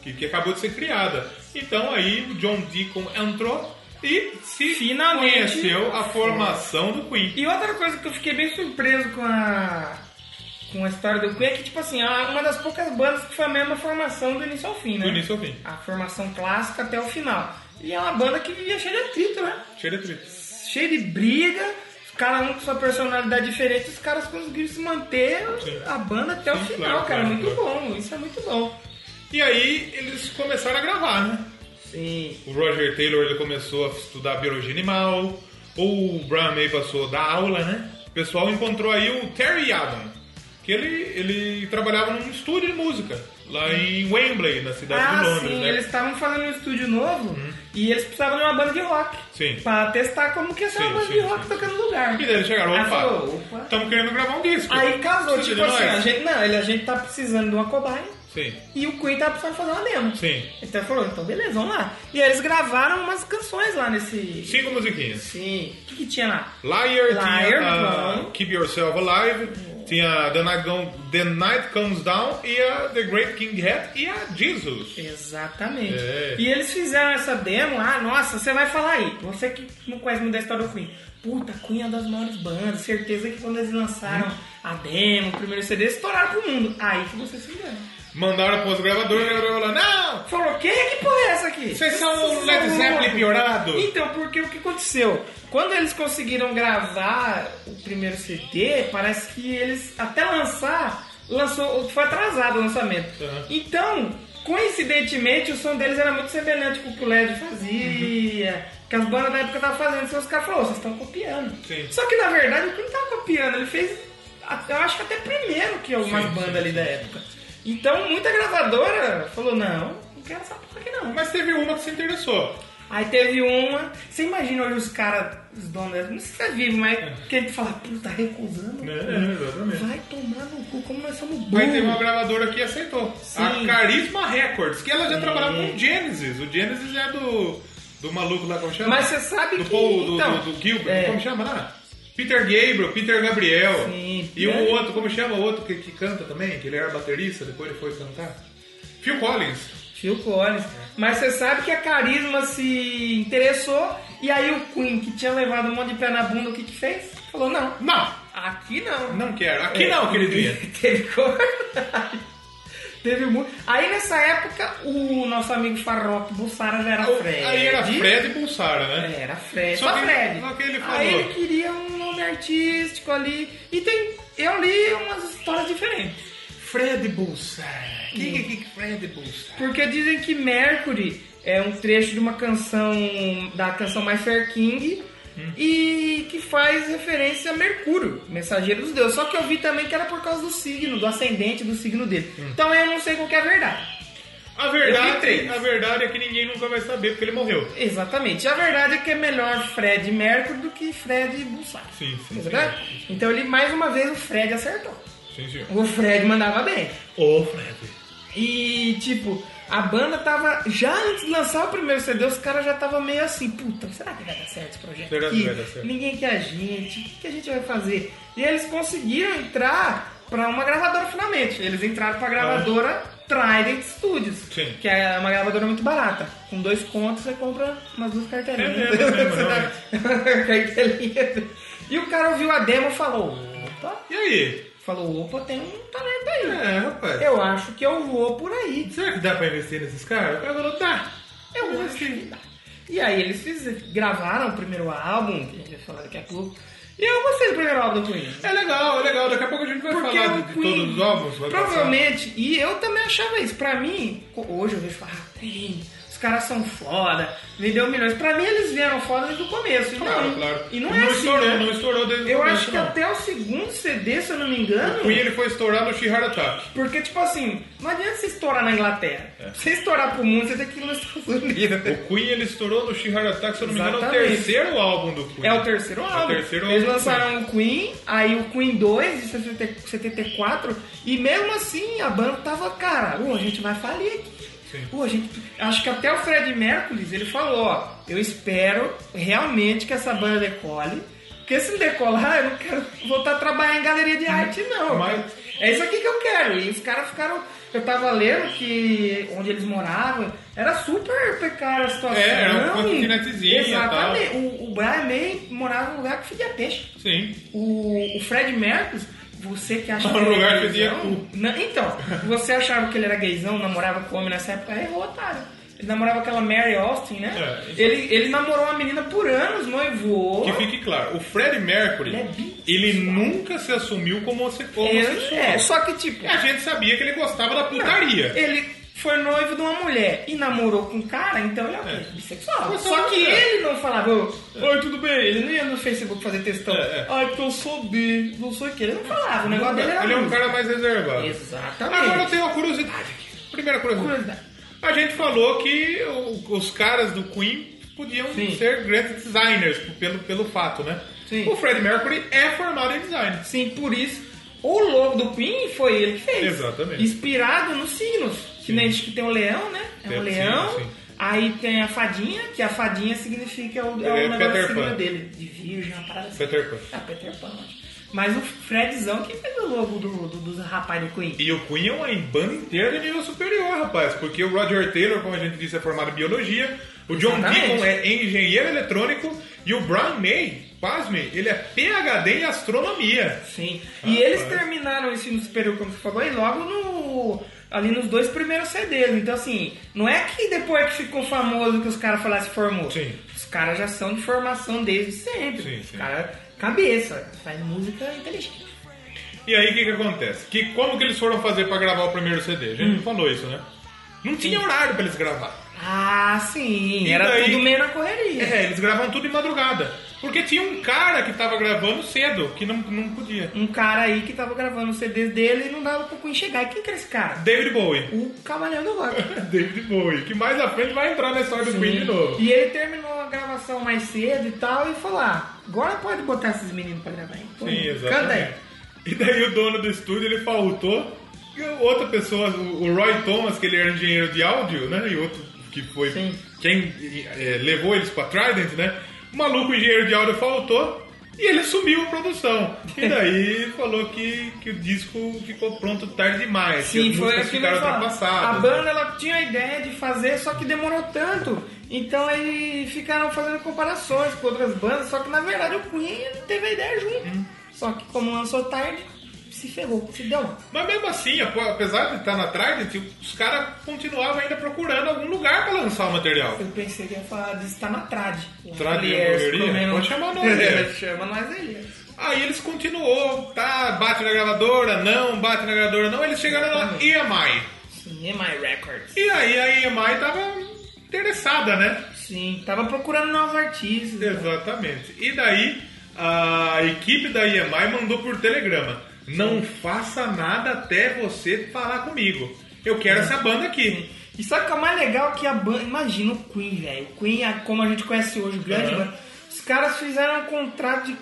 [SPEAKER 2] que, que acabou de ser criada. Então aí o John Deacon entrou e se
[SPEAKER 1] Finalmente.
[SPEAKER 2] conheceu a formação do Queen.
[SPEAKER 1] E outra coisa que eu fiquei bem surpreso com a com a história do Queen é que, tipo assim, é uma das poucas bandas que foi a mesma formação do início ao fim, né?
[SPEAKER 2] Do início ao fim.
[SPEAKER 1] A formação clássica até o final. E é uma banda que vivia cheia de atrito, né?
[SPEAKER 2] Cheira de tristeza.
[SPEAKER 1] Cheia de briga, os caras um com sua personalidade diferente, os caras conseguiram se manter
[SPEAKER 2] Sim.
[SPEAKER 1] a banda até o
[SPEAKER 2] Sim,
[SPEAKER 1] final,
[SPEAKER 2] claro,
[SPEAKER 1] cara.
[SPEAKER 2] claro,
[SPEAKER 1] muito
[SPEAKER 2] claro.
[SPEAKER 1] bom, isso é muito bom.
[SPEAKER 2] E aí eles começaram a gravar, né?
[SPEAKER 1] Sim.
[SPEAKER 2] O Roger Taylor ele começou a estudar biologia animal, o Brian May passou a dar aula, né? O pessoal encontrou aí o Terry Adam, que ele, ele trabalhava num estúdio de música, lá em Wembley, na cidade
[SPEAKER 1] Hum. Ah,
[SPEAKER 2] de Londres,
[SPEAKER 1] sim,
[SPEAKER 2] né? Uhum.
[SPEAKER 1] eles estavam fazendo um estúdio novo e eles precisavam de uma banda de rock.
[SPEAKER 2] Sim.
[SPEAKER 1] Pra testar como que ia ser
[SPEAKER 2] Sim,
[SPEAKER 1] uma banda
[SPEAKER 2] sim,
[SPEAKER 1] de rock
[SPEAKER 2] sim,
[SPEAKER 1] tocando no lugar.
[SPEAKER 2] E daí eles chegaram,
[SPEAKER 1] Aí
[SPEAKER 2] opa,
[SPEAKER 1] Ah, falou, opa.
[SPEAKER 2] estamos querendo gravar um disco.
[SPEAKER 1] Aí casou,
[SPEAKER 2] Precisa
[SPEAKER 1] tipo
[SPEAKER 2] de
[SPEAKER 1] assim,
[SPEAKER 2] nós?
[SPEAKER 1] a gente, não, ele, a gente tá precisando de uma cobaia
[SPEAKER 2] Sim,
[SPEAKER 1] e o Queen tá precisando fazer uma demo.
[SPEAKER 2] sim.
[SPEAKER 1] Então ele falou, então beleza, vamos lá. E aí eles gravaram umas canções lá nesse.
[SPEAKER 2] Cinco musiquinhas.
[SPEAKER 1] Sim. O que, que tinha lá?
[SPEAKER 2] Liar,
[SPEAKER 1] Liar,
[SPEAKER 2] tinha a
[SPEAKER 1] bom.
[SPEAKER 2] Keep Yourself Alive, tinha The Night, Gone- The Night Comes Down e a The Great King Hat e a Jesus.
[SPEAKER 1] Exatamente.
[SPEAKER 2] É.
[SPEAKER 1] E eles fizeram essa demo, ah, nossa, você vai falar aí. Você que não conhece muito da história do Queen. Puta, Queen é uma das maiores bandas. Certeza que quando eles lançaram
[SPEAKER 2] Hum.
[SPEAKER 1] a demo, o primeiro CD, estouraram pro mundo. Aí que você se engana.
[SPEAKER 2] Mandaram pros gravadores, o gravador falou, não!
[SPEAKER 1] Falou, que, que porra é essa aqui?
[SPEAKER 2] Vocês são
[SPEAKER 1] Vocês
[SPEAKER 2] um Led
[SPEAKER 1] são
[SPEAKER 2] Zeppelin
[SPEAKER 1] loucos."
[SPEAKER 2] piorado?
[SPEAKER 1] Então, porque o que aconteceu? Quando eles conseguiram gravar o primeiro CD, parece que eles, até lançar, lançou, foi atrasado o lançamento.
[SPEAKER 2] Aham.
[SPEAKER 1] Então, coincidentemente, o som deles era muito semelhante com o que o Led fazia, que as bandas da época estavam fazendo. Então os caras falaram, "Ô, vocês estão copiando.
[SPEAKER 2] Uhum. Sim.
[SPEAKER 1] Só que, na verdade, o Queen não tava copiando, ele fez, eu acho que até primeiro que algumas
[SPEAKER 2] Sim,
[SPEAKER 1] bandas
[SPEAKER 2] sim,
[SPEAKER 1] ali da época. Então, muita gravadora falou, não, não quero essa porra aqui não.
[SPEAKER 2] Mas teve uma que se interessou.
[SPEAKER 1] Aí teve uma, você imagina hoje os caras, os donos, dessa- não sei se tá vivo, mas que ele fala, puta, recusando,
[SPEAKER 2] É. exatamente.
[SPEAKER 1] vai tomar no cu, como nós somos
[SPEAKER 2] Aí teve uma
[SPEAKER 1] burros.
[SPEAKER 2] gravadora que aceitou.
[SPEAKER 1] Sim. Hum.
[SPEAKER 2] A Carisma Records, que ela já
[SPEAKER 1] Sim.
[SPEAKER 2] trabalhava com o Genesis. O Genesis é do. do maluco lá, como chama?
[SPEAKER 1] Mas você sabe
[SPEAKER 2] do
[SPEAKER 1] que,
[SPEAKER 2] Paul, do,
[SPEAKER 1] então,
[SPEAKER 2] do, do Gilbert,
[SPEAKER 1] é.
[SPEAKER 2] como chama lá? Peter Gabriel, Peter Gabriel.
[SPEAKER 1] Sim.
[SPEAKER 2] e
[SPEAKER 1] É.
[SPEAKER 2] o outro, como chama o outro que, que canta também? Que ele era baterista, depois ele foi cantar. Phil Collins.
[SPEAKER 1] Phil Collins. Mas você sabe que a Carisma se interessou, e aí o Queen, que tinha levado um monte de pé na bunda, o que que fez? Falou, não,
[SPEAKER 2] Não,
[SPEAKER 1] aqui não.
[SPEAKER 2] não quero. Aqui
[SPEAKER 1] É,
[SPEAKER 2] não, queridinha.
[SPEAKER 1] Teve cornagem. Teve muito. Aí nessa época, o nosso amigo Farrock Bussara já era Fred.
[SPEAKER 2] Aí era Fred e Pulsara, né?
[SPEAKER 1] Era Fred.
[SPEAKER 2] Só
[SPEAKER 1] Só
[SPEAKER 2] que-
[SPEAKER 1] Fred.
[SPEAKER 2] só que ele
[SPEAKER 1] Aí
[SPEAKER 2] falou.
[SPEAKER 1] ele queria um nome artístico ali. E tem. Eu li umas histórias diferentes.
[SPEAKER 2] É. Fred Bulsara. Que que que Fred Bulsara?
[SPEAKER 1] Porque dizem que Mercury é um trecho de uma canção. da canção My Fair King. E que faz referência a Mercúrio, mensageiro dos deuses. Só que eu vi também que era por causa do signo, do ascendente do signo dele. Então eu não sei qual que é a verdade.
[SPEAKER 2] A
[SPEAKER 1] Eu vi
[SPEAKER 2] verdade,
[SPEAKER 1] três.
[SPEAKER 2] a verdade é que ninguém nunca vai saber porque ele morreu.
[SPEAKER 1] Exatamente. A verdade é que é melhor Fred Mercury do que Fred Bussard.
[SPEAKER 2] Sim, sim,
[SPEAKER 1] Tá ligado? Então ele mais uma vez o Fred acertou.
[SPEAKER 2] Sim, senhor.
[SPEAKER 1] O Fred mandava bem.
[SPEAKER 2] Ô, Fred.
[SPEAKER 1] E tipo, a banda tava. Já antes de lançar o primeiro CD, os caras já tava meio assim, puta, será que vai dar certo esse projeto?
[SPEAKER 2] Será que
[SPEAKER 1] aqui?
[SPEAKER 2] vai dar certo?
[SPEAKER 1] Ninguém quer a gente, o que que a gente vai fazer? E eles conseguiram entrar pra uma gravadora finalmente. Eles entraram pra gravadora Trident Studios,
[SPEAKER 2] Sim.
[SPEAKER 1] que é uma gravadora muito barata. Com dois contos você compra umas duas carteirinhas.
[SPEAKER 2] É mesmo, é mesmo,
[SPEAKER 1] Você dá- carteirinha. E o cara ouviu a demo e falou: opa,
[SPEAKER 2] E aí?
[SPEAKER 1] falou: opa, tem um talento aí.
[SPEAKER 2] É, rapaz.
[SPEAKER 1] Eu acho que eu vou por aí.
[SPEAKER 2] Será que dá pra investir nesses caras? O cara falou, dá.
[SPEAKER 1] Eu acho que dá. E aí eles fiz- gravaram o primeiro álbum, que a gente vai falar daqui a pouco. E eu gostei do primeiro álbum do Queen.
[SPEAKER 2] É legal, é legal. Daqui a pouco a gente vai
[SPEAKER 1] Porque
[SPEAKER 2] falar
[SPEAKER 1] o
[SPEAKER 2] de, de
[SPEAKER 1] Queen,
[SPEAKER 2] todos os álbuns. vai passar.
[SPEAKER 1] Provavelmente, e eu também achava isso. Pra mim, co- hoje eu vejo e falo, ah, tem, os caras são foda, vendeu milhões. Pra mim, eles vieram foda desde o começo. E
[SPEAKER 2] Claro,
[SPEAKER 1] não,
[SPEAKER 2] claro.
[SPEAKER 1] E não é assim.
[SPEAKER 2] estourou,
[SPEAKER 1] né?
[SPEAKER 2] não estourou desde o
[SPEAKER 1] Eu
[SPEAKER 2] começo,
[SPEAKER 1] acho que
[SPEAKER 2] não.
[SPEAKER 1] até o segundo CD, se eu não me
[SPEAKER 2] O
[SPEAKER 1] engano.
[SPEAKER 2] Queen ele foi estourar no She Heart Attack.
[SPEAKER 1] Porque, tipo assim, não adianta você estourar na Inglaterra.
[SPEAKER 2] É.
[SPEAKER 1] Pra você estourar pro mundo, você tem que ir nos Estados Unidos.
[SPEAKER 2] O Queen ele estourou no She Heart Attack, se eu não me engano, é o
[SPEAKER 1] Exatamente.
[SPEAKER 2] terceiro álbum do Queen.
[SPEAKER 1] É o terceiro
[SPEAKER 2] É o
[SPEAKER 1] álbum.
[SPEAKER 2] terceiro
[SPEAKER 1] Eles
[SPEAKER 2] álbum do Queen.
[SPEAKER 1] lançaram o Queen, aí o Queen 2 de 70 74, e mesmo assim a banda tava, cara, "Ô, a gente vai falir aqui.
[SPEAKER 2] Sim.
[SPEAKER 1] Ô, a gente... Acho que até o Fred Mercury, ele falou, ó, eu espero realmente que essa banda decole, porque se não decolar, eu não quero voltar a trabalhar em galeria de arte, não.
[SPEAKER 2] Uhum. Mas-
[SPEAKER 1] É isso aqui que eu quero. E os caras ficaram... Eu tava lendo que onde eles moravam era super precária a situação.
[SPEAKER 2] É, era uma kitnetzinha e tal.
[SPEAKER 1] Exatamente. O, o Brian May morava num lugar que fedia peixe.
[SPEAKER 2] Sim.
[SPEAKER 1] O, o Fred Mercury, você que achava
[SPEAKER 2] Num lugar
[SPEAKER 1] era
[SPEAKER 2] que fedia
[SPEAKER 1] gaysão- Não, então, você achava que ele era gaysão, namorava com homem nessa época, errou, otário. Ele namorava aquela Mary Austin, né?
[SPEAKER 2] É, isso.
[SPEAKER 1] ele, ele namorou uma menina por anos, noivou.
[SPEAKER 2] Que fique claro, o Freddie Mercury,
[SPEAKER 1] Ele é bissexual.
[SPEAKER 2] ele nunca se assumiu como homosse-
[SPEAKER 1] Ele-
[SPEAKER 2] homossexual.
[SPEAKER 1] é, só que tipo.
[SPEAKER 2] A gente sabia que ele gostava da putaria.
[SPEAKER 1] Ele foi noivo de uma mulher e namorou com um cara, então ele é, o quê?
[SPEAKER 2] É.
[SPEAKER 1] bissexual.
[SPEAKER 2] Foi só
[SPEAKER 1] Só
[SPEAKER 2] uma
[SPEAKER 1] que
[SPEAKER 2] mulher.
[SPEAKER 1] ele não falava, "Ô, oi, tudo bem? Ele não ia no Facebook fazer textão.
[SPEAKER 2] É, é.
[SPEAKER 1] Ai, porque eu sou bi, não sei o que. Ele não falava, o negócio dele era
[SPEAKER 2] Ele é um
[SPEAKER 1] música.
[SPEAKER 2] cara mais reservado.
[SPEAKER 1] Exatamente.
[SPEAKER 2] Agora eu tenho uma curiosidade aqui. Primeira curiosidade.
[SPEAKER 1] Curiosidade.
[SPEAKER 2] A gente falou que o- os caras do Queen podiam
[SPEAKER 1] Sim.
[SPEAKER 2] ser grandes designers pelo, pelo fato, né?
[SPEAKER 1] Sim.
[SPEAKER 2] O Freddie Mercury é formado em design.
[SPEAKER 1] Sim, por isso, o logo do Queen foi ele que fez.
[SPEAKER 2] Exatamente.
[SPEAKER 1] Inspirado nos signos. Que nem que tem o leão, né? É
[SPEAKER 2] Tem
[SPEAKER 1] um
[SPEAKER 2] o
[SPEAKER 1] leão.
[SPEAKER 2] signo, sim.
[SPEAKER 1] Aí tem a fadinha, que a fadinha significa o, é o
[SPEAKER 2] É
[SPEAKER 1] negócio
[SPEAKER 2] Peter
[SPEAKER 1] do signo
[SPEAKER 2] Pan.
[SPEAKER 1] dele. De virgem, uma parada assim.
[SPEAKER 2] Peter Pan.
[SPEAKER 1] Ah, Peter Pan, acho. Mas o Fredzão que fez o logo do, do- dos rapaz do Queen.
[SPEAKER 2] E o Queen é uma banda inteira de nível superior, rapaz. Porque o Roger Taylor, como a gente disse, é formado em biologia. O John
[SPEAKER 1] Exatamente.
[SPEAKER 2] Deacon é engenheiro eletrônico. E o Brian May, pasmem, ele é PhD em astronomia.
[SPEAKER 1] Sim. assim. E eles terminaram o ensino superior, como você falou, e logo no. Ali nos dois primeiros CDs. Então, assim, não é que depois que ficou famoso que os caras falaram se formou.
[SPEAKER 2] Sim.
[SPEAKER 1] Os caras já são de formação desde sempre.
[SPEAKER 2] Sim,
[SPEAKER 1] Os
[SPEAKER 2] sim.
[SPEAKER 1] caras, cabeça, faz música inteligente.
[SPEAKER 2] E aí o que, que acontece? Que como que eles foram fazer pra gravar o primeiro CD? A gente
[SPEAKER 1] Hum.
[SPEAKER 2] não falou isso, né? Não tinha horário pra eles gravar.
[SPEAKER 1] Ah, sim.
[SPEAKER 2] E
[SPEAKER 1] Era
[SPEAKER 2] daí?
[SPEAKER 1] tudo meio na correria.
[SPEAKER 2] É, eles gravam tudo de madrugada. Porque tinha um cara que tava gravando cedo, que não, não podia.
[SPEAKER 1] Um cara aí que tava gravando os CDs dele e não dava pro Queen chegar. E quem que era esse cara?
[SPEAKER 2] David Bowie.
[SPEAKER 1] O Cavaleiro do Rock.
[SPEAKER 2] David Bowie, que mais à frente vai entrar na história do Queen de novo.
[SPEAKER 1] E ele terminou a gravação mais cedo e tal e falou: ah, agora pode botar esses meninos pra gravar. aí. Pô,
[SPEAKER 2] Sim,
[SPEAKER 1] Canta
[SPEAKER 2] exatamente.
[SPEAKER 1] aí.
[SPEAKER 2] E daí o dono do estúdio, ele faltou. E outra pessoa, o o Roy Thomas, que ele era engenheiro de áudio, né? E outro que foi
[SPEAKER 1] Sim.
[SPEAKER 2] quem eh, levou eles pra Trident, né? O maluco engenheiro de áudio faltou e ele assumiu a produção. E daí falou que, que o disco ficou pronto tarde demais.
[SPEAKER 1] Sim,
[SPEAKER 2] que as
[SPEAKER 1] foi
[SPEAKER 2] músicas
[SPEAKER 1] aquilo que
[SPEAKER 2] ficaram
[SPEAKER 1] eu falava. A
[SPEAKER 2] ultrapassadas. né?
[SPEAKER 1] banda ela tinha a ideia de fazer, só que demorou tanto. Então eles ficaram fazendo comparações com outras bandas, só que na verdade o Queen ele teve a ideia junto.
[SPEAKER 2] Uhum.
[SPEAKER 1] Só que como lançou tarde, se ferrou, se deu. mal.
[SPEAKER 2] Mas mesmo assim, apo- apesar de estar na Trident, os caras continuavam ainda procurando algum lugar pra lançar o material.
[SPEAKER 1] Eu pensei que ia falar disso, tá na trade.
[SPEAKER 2] Trad e
[SPEAKER 1] Aliás,
[SPEAKER 2] hamburgueria?
[SPEAKER 1] comendo-
[SPEAKER 2] Pode chamar nós, né?
[SPEAKER 1] Chama nós aí.
[SPEAKER 2] Aí eles continuou, tá, bate na gravadora, não, bate na gravadora, não, eles chegaram na EMI.
[SPEAKER 1] Sim, EMI Records.
[SPEAKER 2] E aí a EMI tava interessada, né?
[SPEAKER 1] Sim, tava procurando novos artistas.
[SPEAKER 2] Exatamente. E daí a equipe da EMI mandou por telegrama, não faça nada até você falar comigo. Eu quero essa banda aqui.
[SPEAKER 1] E sabe o que é mais legal que a banda. Imagina o Queen, velho. O Queen, a- como a gente conhece hoje, o grande
[SPEAKER 2] Aham.
[SPEAKER 1] banda. Os caras fizeram um contrato de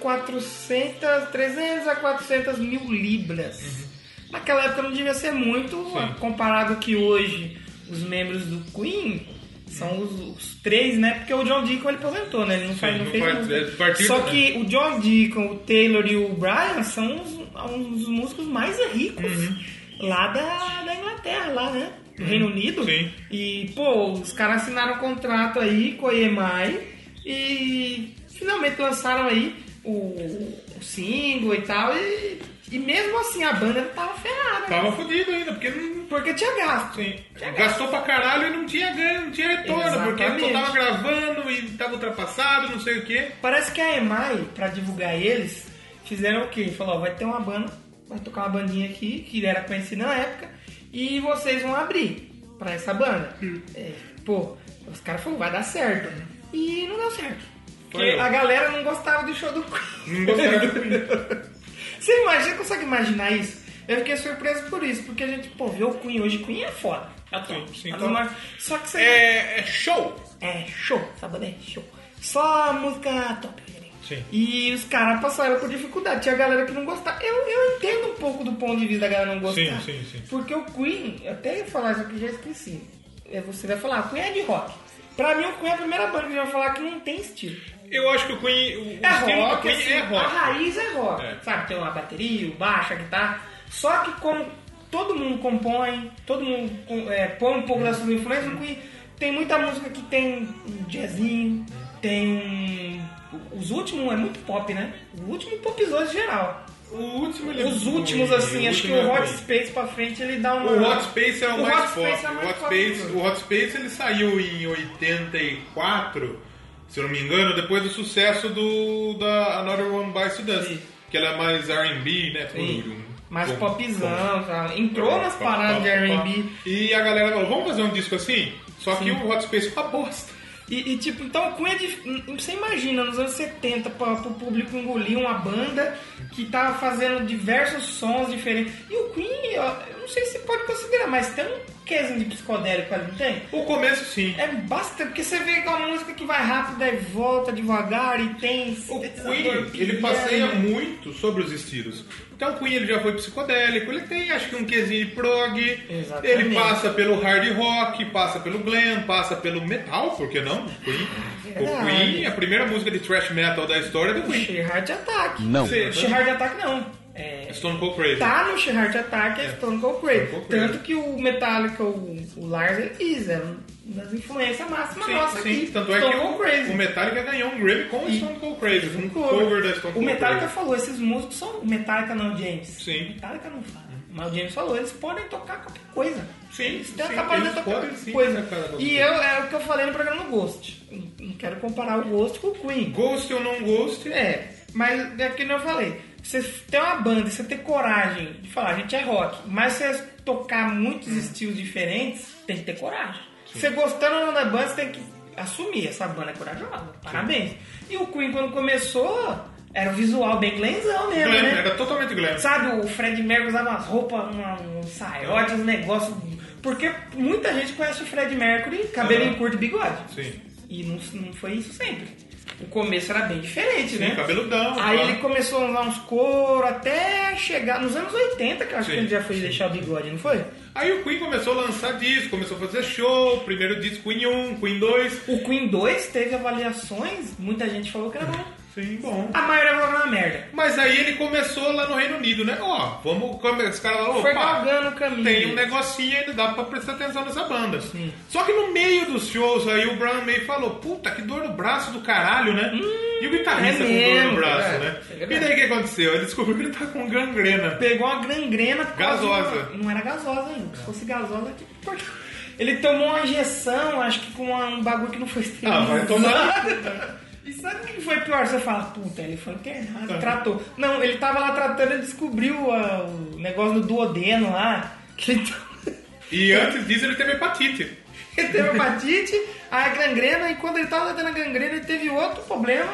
[SPEAKER 1] 400, 300 a 400 mil libras. Naquela época não devia ser muito,
[SPEAKER 2] Uhum. Sim.
[SPEAKER 1] comparado que hoje os membros do Queen são os, os três, né? Porque o John Deacon ele aposentou, né? Ele não, faz,
[SPEAKER 2] Sim,
[SPEAKER 1] não
[SPEAKER 2] não
[SPEAKER 1] fez
[SPEAKER 2] faz-
[SPEAKER 1] música.
[SPEAKER 2] é, partiu,
[SPEAKER 1] Só
[SPEAKER 2] né?
[SPEAKER 1] que o John Deacon, o Taylor e o Brian são uns, uns dos músicos mais ricos lá da, da Inglaterra, lá, né? Do Reino Unido.
[SPEAKER 2] Sim.
[SPEAKER 1] E, pô, os caras assinaram um contrato aí com a EMI e finalmente lançaram aí. o, o single e tal, e, e mesmo assim a banda tava ferrada. né?
[SPEAKER 2] Tava fudido ainda, porque não.
[SPEAKER 1] Porque tinha gasto.
[SPEAKER 2] Sim. Gastou pra caralho e não tinha ganho, não tinha retorno, porque só
[SPEAKER 1] Exatamente.
[SPEAKER 2] tava gravando e tava ultrapassado, não sei o quê.
[SPEAKER 1] Parece que a EMAI, pra divulgar eles, fizeram o quê? Falou, ó, vai ter uma banda, vai tocar uma bandinha aqui, que era conhecida na época, e vocês vão abrir pra essa banda.
[SPEAKER 2] Hum.
[SPEAKER 1] É, pô, os caras falaram, vai dar certo. E não deu certo. Porque
[SPEAKER 2] Foi.
[SPEAKER 1] a galera não gostava do show do Queen.
[SPEAKER 2] Não gostaram do Queen.
[SPEAKER 1] Você imagina, consegue imaginar isso? Eu fiquei surpreso por isso, porque a gente, pô, vê o Queen hoje, Queen é foda. É top.
[SPEAKER 2] Sim, sim,
[SPEAKER 1] É
[SPEAKER 2] top.
[SPEAKER 1] uma- Só que você...
[SPEAKER 2] É, é show!
[SPEAKER 1] É show, sábado é show. Só música top. né?
[SPEAKER 2] Sim.
[SPEAKER 1] E os caras passaram por dificuldade. Tinha galera que não gostava. Eu, eu entendo um pouco do ponto de vista da galera não gostar.
[SPEAKER 2] Sim, sim, sim.
[SPEAKER 1] Porque o Queen, eu até ia falar isso aqui, já esqueci. É, Você vai falar, o Queen é de rock. Pra mim, o Queen é a primeira banda que já vai falar que não tem estilo.
[SPEAKER 2] Eu acho que o Queen. O, o
[SPEAKER 1] É
[SPEAKER 2] estilo do
[SPEAKER 1] rock,
[SPEAKER 2] Queen
[SPEAKER 1] assim,
[SPEAKER 2] é rock.
[SPEAKER 1] a raiz é rock.
[SPEAKER 2] É.
[SPEAKER 1] Sabe, tem uma bateria, o baixo, a guitarra. Só que como todo mundo compõe, todo mundo com- é, põe um pouco da sua influência, o Queen tem muita música que tem um jazzinho, tem um... Os últimos é muito pop, né? O último popzão em geral.
[SPEAKER 2] O último ele-
[SPEAKER 1] Os últimos,
[SPEAKER 2] Ui,
[SPEAKER 1] assim, acho que
[SPEAKER 2] último
[SPEAKER 1] o
[SPEAKER 2] é
[SPEAKER 1] Hot
[SPEAKER 2] ruim.
[SPEAKER 1] Space pra frente, ele dá uma...
[SPEAKER 2] O Hot Space é o,
[SPEAKER 1] O
[SPEAKER 2] mais
[SPEAKER 1] Hot
[SPEAKER 2] forte.
[SPEAKER 1] Space é o
[SPEAKER 2] o,
[SPEAKER 1] mais
[SPEAKER 2] Hot
[SPEAKER 1] forte
[SPEAKER 2] Space,
[SPEAKER 1] mesmo.
[SPEAKER 2] o Hot Space ele saiu em 84, se eu não me engano, depois do sucesso do da Another One Bites the Dust,
[SPEAKER 1] Sim.
[SPEAKER 2] que ela é mais R&B, né? Tudo um-
[SPEAKER 1] Mais
[SPEAKER 2] um-
[SPEAKER 1] popzão, tá? entrou nas paradas de R&B.
[SPEAKER 2] E a galera falou, vamos fazer um disco assim? Só que o Hot Space é uma bosta.
[SPEAKER 1] E, e, tipo, então o Queen é dif- Você imagina, nos anos 70, pra, pro público engolir uma banda que tava fazendo diversos sons diferentes. E o Queen, ó, eu não sei se pode considerar, mas tem um quesinho de psicodélico ali, não tem?
[SPEAKER 2] O começo sim.
[SPEAKER 1] É basta, porque você vê que é uma música que vai rápida e volta devagar e tem. É,
[SPEAKER 2] O Queen, ele passeia muito sobre os estilos. Então o Queen ele já foi psicodélico, ele tem acho que um quesinho de prog,
[SPEAKER 1] Exatamente.
[SPEAKER 2] ele passa pelo hard rock, passa pelo glam, passa pelo metal, por que não? O Queen, o
[SPEAKER 1] Verdade.
[SPEAKER 2] Queen a primeira música de thrash metal da história é do
[SPEAKER 1] O
[SPEAKER 2] Queen.
[SPEAKER 1] She Heart Attack.
[SPEAKER 3] Não.
[SPEAKER 2] Você-
[SPEAKER 1] She Heart Attack não. É,
[SPEAKER 2] Stone Cold Crazy.
[SPEAKER 1] tá no She Heart Attack é Stone Cold Crazy.
[SPEAKER 2] Stone Cold Crazy.
[SPEAKER 1] Tanto que o Metallica, o, o Lars, ele quis, é uma das influências máximas
[SPEAKER 2] Sim,
[SPEAKER 1] nossa
[SPEAKER 2] sim.
[SPEAKER 1] aqui.
[SPEAKER 2] Tanto é
[SPEAKER 1] Stone
[SPEAKER 2] que
[SPEAKER 1] Cold
[SPEAKER 2] o,
[SPEAKER 1] Crazy.
[SPEAKER 2] o Metallica ganhou um Grammy com o Stone Cold Crazy, um cover da Stone
[SPEAKER 1] o
[SPEAKER 2] Cold
[SPEAKER 1] Metallica
[SPEAKER 2] Crazy.
[SPEAKER 1] falou, esses músicos são. O Metallica não, James.
[SPEAKER 2] Sim.
[SPEAKER 1] O Metallica não fala. Mas o James falou, eles podem tocar qualquer coisa.
[SPEAKER 2] Sim,
[SPEAKER 1] eles têm
[SPEAKER 2] sim,
[SPEAKER 1] a capacidade de
[SPEAKER 2] eles
[SPEAKER 1] tocar
[SPEAKER 2] podem sim
[SPEAKER 1] qualquer coisa.
[SPEAKER 2] tocar qualquer
[SPEAKER 1] E
[SPEAKER 2] coisa.
[SPEAKER 1] eu, é o que eu falei no programa do Ghost. Não- Não quero comparar o Ghost com o Queen.
[SPEAKER 2] Ghost ou não Ghost,
[SPEAKER 1] É, mas é que nem eu falei. Você ter uma banda, e você ter coragem de falar, a gente é rock, mas você tocar muitos estilos diferentes, tem que ter coragem. Você gostando ou não da banda, você tem que assumir. Essa banda é corajosa, parabéns. E o Queen, quando começou, era um visual bem glenzão mesmo,
[SPEAKER 2] glam,
[SPEAKER 1] né?
[SPEAKER 2] era totalmente glam.
[SPEAKER 1] Sabe, o Fred Mercury usava umas roupas, uma- um saiote, uns negócios. Porque muita gente conhece o Fred Mercury, cabelinho curto e bigode.
[SPEAKER 2] Sim.
[SPEAKER 1] E não, não foi isso sempre. O começo era bem diferente, né?
[SPEAKER 2] cabeludão,
[SPEAKER 1] Aí
[SPEAKER 2] claro.
[SPEAKER 1] ele começou a usar uns couro até chegar nos anos 80, que eu acho
[SPEAKER 2] Sim,
[SPEAKER 1] que ele já foi deixar o bigode, não foi?
[SPEAKER 2] Aí o Queen começou a lançar disco, começou a fazer show, primeiro disco Queen 1, Queen 2.
[SPEAKER 1] O Queen 2 teve avaliações, muita gente falou que era bom.
[SPEAKER 2] Sim, bom.
[SPEAKER 1] A maioria falou que era uma merda.
[SPEAKER 2] Mas aí ele começou lá no Reino Unido, né? Ó, vamos. come- Os caras lá,
[SPEAKER 1] foi
[SPEAKER 2] opa,
[SPEAKER 1] galgando o caminho.
[SPEAKER 2] tem
[SPEAKER 1] dele.
[SPEAKER 2] um negocinho ainda, dá pra prestar atenção nessa banda. Só que no meio dos shows aí o Brian May falou: puta, que dor no braço do caralho, né? e o guitarrista
[SPEAKER 1] é
[SPEAKER 2] com dor
[SPEAKER 1] mesmo,
[SPEAKER 2] no braço,
[SPEAKER 1] é,
[SPEAKER 2] né?
[SPEAKER 1] é
[SPEAKER 2] e
[SPEAKER 1] verdade.
[SPEAKER 2] daí o que aconteceu? Ele descobriu que ele tá com gangrena.
[SPEAKER 1] Pegou uma gangrena por causa de uma-
[SPEAKER 2] Gasosa.
[SPEAKER 1] Não era É. gasosa ainda. Se fosse gasosa, que porra. ele tomou uma injeção, acho que com uma- um bagulho que não foi
[SPEAKER 2] Ah, vai tomar.
[SPEAKER 1] E sabe o que foi pior? Você fala, puta, ele foi internado, tratou. Não, ele tava lá tratando e descobriu ah, o negócio do duodeno lá. Que ele, t-
[SPEAKER 2] E antes disso ele teve hepatite.
[SPEAKER 1] ele teve hepatite, a gangrena, e quando ele tava tendo a gangrena, ele teve outro problema.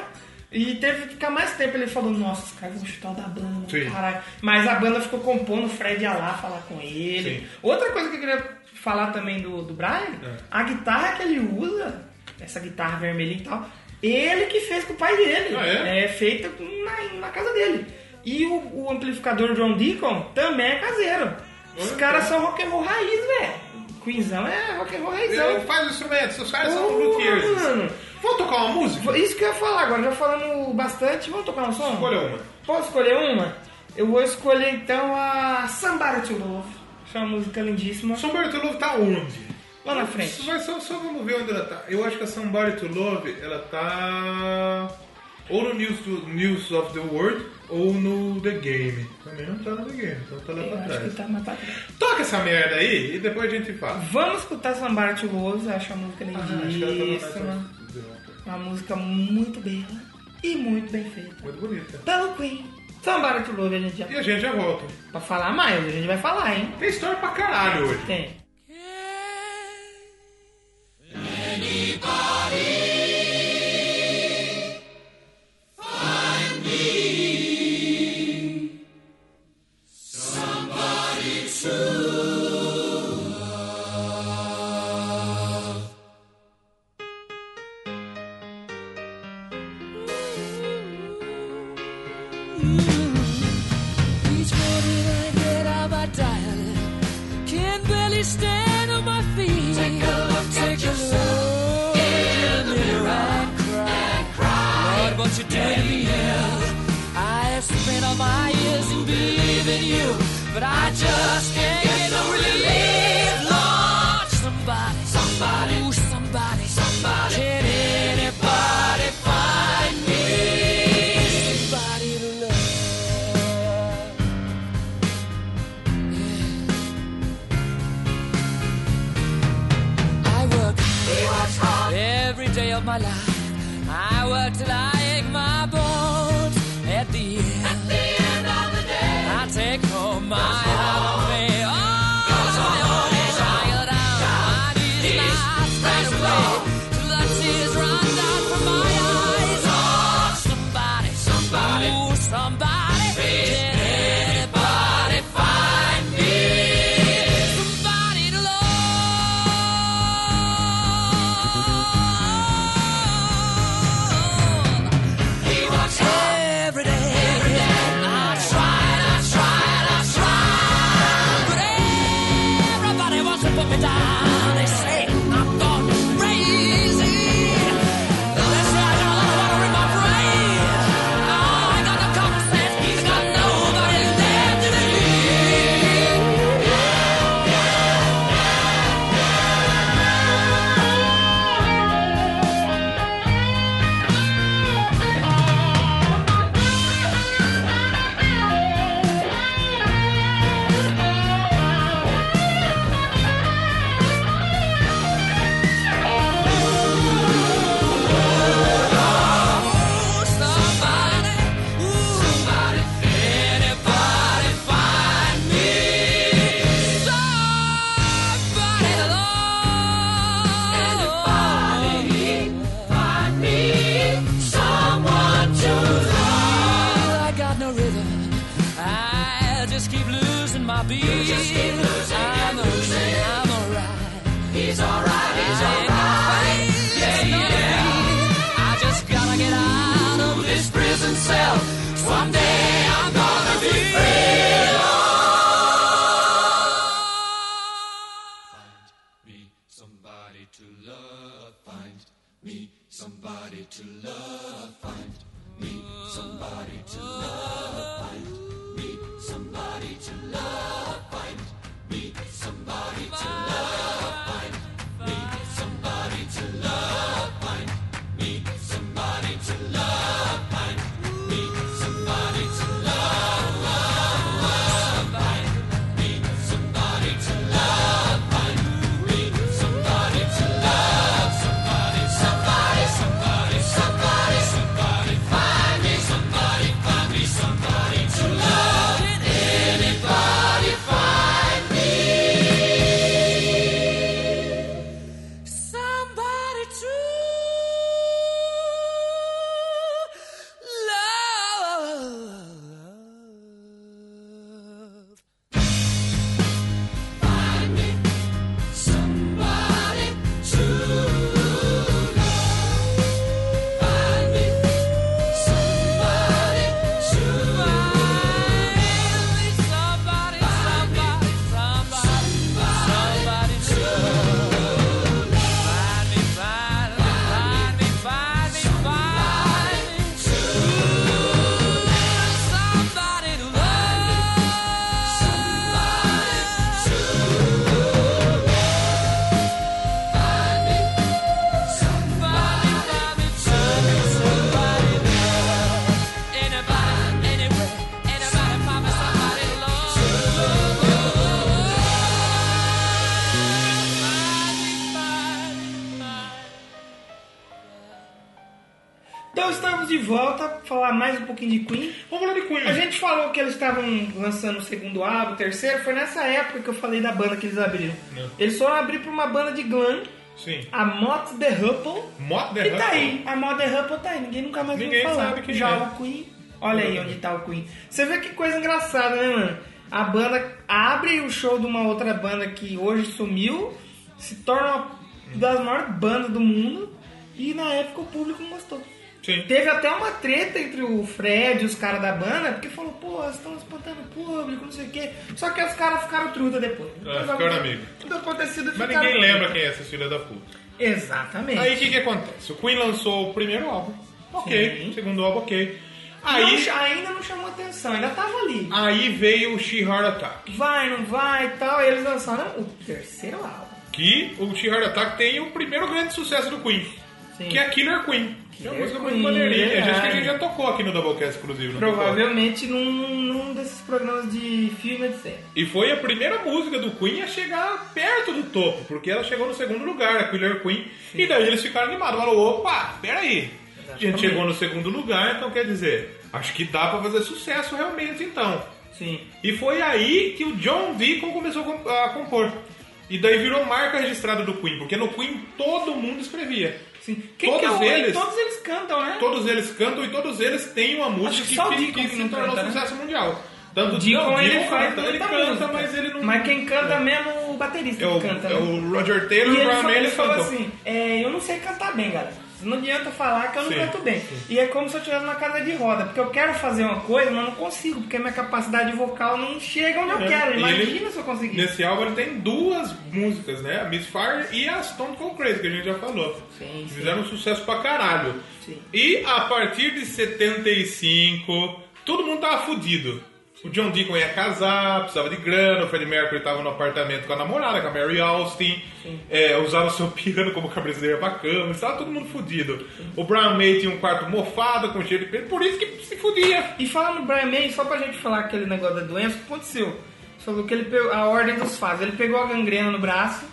[SPEAKER 1] E teve que ficar mais tempo. Ele falou, nossa, os caras vão chutar o da banda,
[SPEAKER 2] Sim.
[SPEAKER 1] caralho. Mas a banda ficou compondo, o Fred ia lá falar com ele.
[SPEAKER 2] Sim. É.
[SPEAKER 1] Outra coisa que eu queria falar também do, do Brian, a guitarra que ele usa, essa guitarra vermelha e tal, ele que fez com o pai dele.
[SPEAKER 2] Ah, é?
[SPEAKER 1] É feita na, na casa dele. E o, o amplificador John Deacon também é caseiro. Os
[SPEAKER 2] Olha
[SPEAKER 1] caras são rock and roll raiz, velho. Queenzão é rock and roll raizão.
[SPEAKER 2] Ele faz instrumentos, os caras são
[SPEAKER 1] Ô,
[SPEAKER 2] luthiers.
[SPEAKER 1] mano.
[SPEAKER 2] Vamos tocar uma música?
[SPEAKER 1] Isso que eu ia falar agora, já falamos bastante. Vamos tocar um som?
[SPEAKER 2] Escolha uma.
[SPEAKER 1] Posso escolher uma? Eu vou escolher então a Somebody to Love. Que é uma música lindíssima.
[SPEAKER 2] Somebody to Love tá onde?
[SPEAKER 1] Lá na
[SPEAKER 2] Só-
[SPEAKER 1] frente.
[SPEAKER 2] Mas só, só vamos ver onde ela tá. Eu acho que a Somebody to Love, ela tá. ou no News, to- News of the World ou no The Game. Também não tá no The Game, então tá lá
[SPEAKER 1] Eu
[SPEAKER 2] pra
[SPEAKER 1] acho
[SPEAKER 2] trás.
[SPEAKER 1] que tá mais pra trás.
[SPEAKER 2] Toca essa merda aí e depois a gente fala. Ah,
[SPEAKER 1] Vamos escutar Sambar de Rose, acho a música
[SPEAKER 2] tá
[SPEAKER 1] lindíssima. Uma música muito bela e muito bem feita.
[SPEAKER 2] Muito bonita.
[SPEAKER 1] Pelo Queen. Sambar de Rose a gente já.
[SPEAKER 2] E a gente já volta.
[SPEAKER 1] Pra falar mais, a gente vai falar, hein?
[SPEAKER 2] Tem história pra caralho hoje.
[SPEAKER 1] Tem.
[SPEAKER 3] Each morning I get out my diary. Can barely stand on my feet. Take a look Take a look in the mirror. I cry. Lord, what you done to me is I have spent all my years in believing you, but I just can't get no relief. Lord, somebody, somebody, ooh, somebody, somebody. Can anybody find me? Somebody to love. I work. Every day of my life, I work till I ache my bones. At the end, at the end of the day, I take home my heart of pay. Oh, my own child, I need not right away till the tears run down from my eyes. Oh, somebody, somebody, ooh, somebody, can anybody find me? Somebody to love. He works every day. Every day. I tried, I tried, I tried. But everybody wants to put me down. They say I'm gone crazy. That's right, I got a lot of water in my brain. Oh, I got no common sense. He's got nobody left to believe. Somebody, somebody, anybody find me? Somebody, anybody find me? Someone to love. I got no rhythm. I just keep losing my beat. I'm losing. I'm alright. He's alright, he's alright. Yeah, yeah. I just gotta get out of this prison cell. Someday I'm gonna be free.
[SPEAKER 5] me somebody to love. Find me somebody to love. Find me somebody to love. Find me somebody to love. Find me somebody to love. Find me somebody to love. Find me somebody to love. Find me somebody to love. love, love. Find me somebody to love. Find me somebody to love. Somebody, somebody, somebody, somebody, somebody. Find me somebody, find me somebody to love. Anybody
[SPEAKER 1] Então, volta pra falar mais um pouquinho de Queen.
[SPEAKER 2] Vamos falar de Queen.
[SPEAKER 1] A gente falou que eles estavam lançando o segundo álbum, o terceiro, foi nessa época que eu falei da banda que eles abriram.
[SPEAKER 2] Não.
[SPEAKER 1] Eles foram abrir pra uma banda de glam,
[SPEAKER 2] Sim.
[SPEAKER 1] a Mott The Hupple.
[SPEAKER 2] Moto
[SPEAKER 1] E tá aí, a Mott The Hupple tá aí, ninguém nunca mais ouviu
[SPEAKER 2] Ninguém
[SPEAKER 1] falar.
[SPEAKER 2] sabe quem
[SPEAKER 1] Já
[SPEAKER 2] é.
[SPEAKER 1] o Queen, olha aí onde tá o Queen. Você vê que coisa engraçada, né, mano? A banda abre o show de uma outra banda que hoje sumiu, se torna uma das maiores bandas do mundo e na época o público gostou.
[SPEAKER 2] Sim.
[SPEAKER 1] Teve até uma treta entre o Fred e os caras da banda, porque falou, pô, vocês estão espantando o público, não sei o quê. Só que os caras ficaram truta depois. Depois
[SPEAKER 2] É, ficaram
[SPEAKER 1] algum-
[SPEAKER 2] amigos.
[SPEAKER 1] Tudo acontecido
[SPEAKER 2] Mas
[SPEAKER 1] ficaram
[SPEAKER 2] ninguém
[SPEAKER 1] amigos.
[SPEAKER 2] lembra quem é essas filhas da puta.
[SPEAKER 1] Exatamente.
[SPEAKER 2] Aí o que, que acontece? O Queen lançou o primeiro álbum. Ok.
[SPEAKER 1] Sim.
[SPEAKER 2] O segundo álbum, ok.
[SPEAKER 1] Não
[SPEAKER 2] Aí,
[SPEAKER 1] cha- ainda não chamou atenção, ainda tava ali.
[SPEAKER 2] aí veio o She Heart Attack.
[SPEAKER 1] Vai, não vai e tal. E eles lançaram o terceiro álbum.
[SPEAKER 2] Que o She Heart Attack tem o primeiro grande sucesso do Queen.
[SPEAKER 1] Sim.
[SPEAKER 2] Que é Killer Queen. Que é uma
[SPEAKER 1] Killer
[SPEAKER 2] música muito
[SPEAKER 1] Queen,
[SPEAKER 2] maneirinha. É gente que a
[SPEAKER 1] verdade.
[SPEAKER 2] gente já tocou aqui no Doublecast, inclusive. não tocou?
[SPEAKER 1] Provavelmente num, num desses programas de filme, etc.
[SPEAKER 2] E foi a primeira música do Queen a chegar perto do topo, porque ela chegou no segundo lugar, a Killer Queen. E daí eles ficaram animados. Falaram, opa, peraí. A gente
[SPEAKER 1] Exatamente.
[SPEAKER 2] chegou no segundo lugar, então quer dizer, acho que dá pra fazer sucesso realmente então.
[SPEAKER 1] Sim.
[SPEAKER 2] E foi aí que o John Deacon começou a com- a compor. E daí virou marca registrada do Queen, porque no Queen todo mundo escrevia.
[SPEAKER 1] Sim.
[SPEAKER 2] Todos
[SPEAKER 1] é o-
[SPEAKER 2] eles?
[SPEAKER 1] Todos eles cantam, né?
[SPEAKER 2] Todos eles cantam e todos eles têm uma música
[SPEAKER 1] Acho que só o
[SPEAKER 2] fi-
[SPEAKER 1] Deacon que
[SPEAKER 2] se
[SPEAKER 1] não
[SPEAKER 2] tornou
[SPEAKER 1] canta, né?
[SPEAKER 2] sucesso mundial. Tanto
[SPEAKER 1] O Deacon
[SPEAKER 2] não,
[SPEAKER 1] ele
[SPEAKER 2] Deacon
[SPEAKER 1] faz
[SPEAKER 2] canta, ele
[SPEAKER 1] muita
[SPEAKER 2] canta,
[SPEAKER 1] música.
[SPEAKER 2] mas ele não.
[SPEAKER 1] Mas quem canta mesmo é o baterista
[SPEAKER 2] É o,
[SPEAKER 1] que canta.
[SPEAKER 2] é
[SPEAKER 1] né?
[SPEAKER 2] o Roger
[SPEAKER 1] E
[SPEAKER 2] Taylor e o
[SPEAKER 1] ele
[SPEAKER 2] Brian
[SPEAKER 1] falou,
[SPEAKER 2] May,
[SPEAKER 1] ele
[SPEAKER 2] eles
[SPEAKER 1] falou
[SPEAKER 2] cantam.
[SPEAKER 1] assim, é, eu não sei cantar bem, galera. Não adianta falar que eu não
[SPEAKER 2] Sim,
[SPEAKER 1] canto bem.
[SPEAKER 2] sim.
[SPEAKER 1] E é como se eu estivesse na casa de roda, porque eu quero fazer uma coisa, mas não consigo, porque minha capacidade vocal não chega onde eu quero.
[SPEAKER 2] E
[SPEAKER 1] Imagina
[SPEAKER 2] É, ele-
[SPEAKER 1] se eu conseguir.
[SPEAKER 2] Nesse álbum ele tem duas músicas, né? A Miss Fire e a Stone Cold Crazy, que a gente já falou.
[SPEAKER 1] Sim, sim.
[SPEAKER 2] Fizeram um sucesso pra caralho.
[SPEAKER 1] Sim.
[SPEAKER 2] E a partir de 75, todo mundo tava fudido. O John Deacon ia casar, precisava de grana, o Freddie Mercury tava no apartamento com a namorada, com a Mary Austin, é, usava o seu piano como cabeceira pra cama, estava todo mundo fudido. O Brian May tinha um quarto mofado, com cheiro de pelo, por isso que se fudia.
[SPEAKER 1] E falando do Brian May, só pra gente falar aquele negócio da doença, o que aconteceu? Ele Falou que ele pegou a ordem dos fases. Ele pegou a gangrena no braço,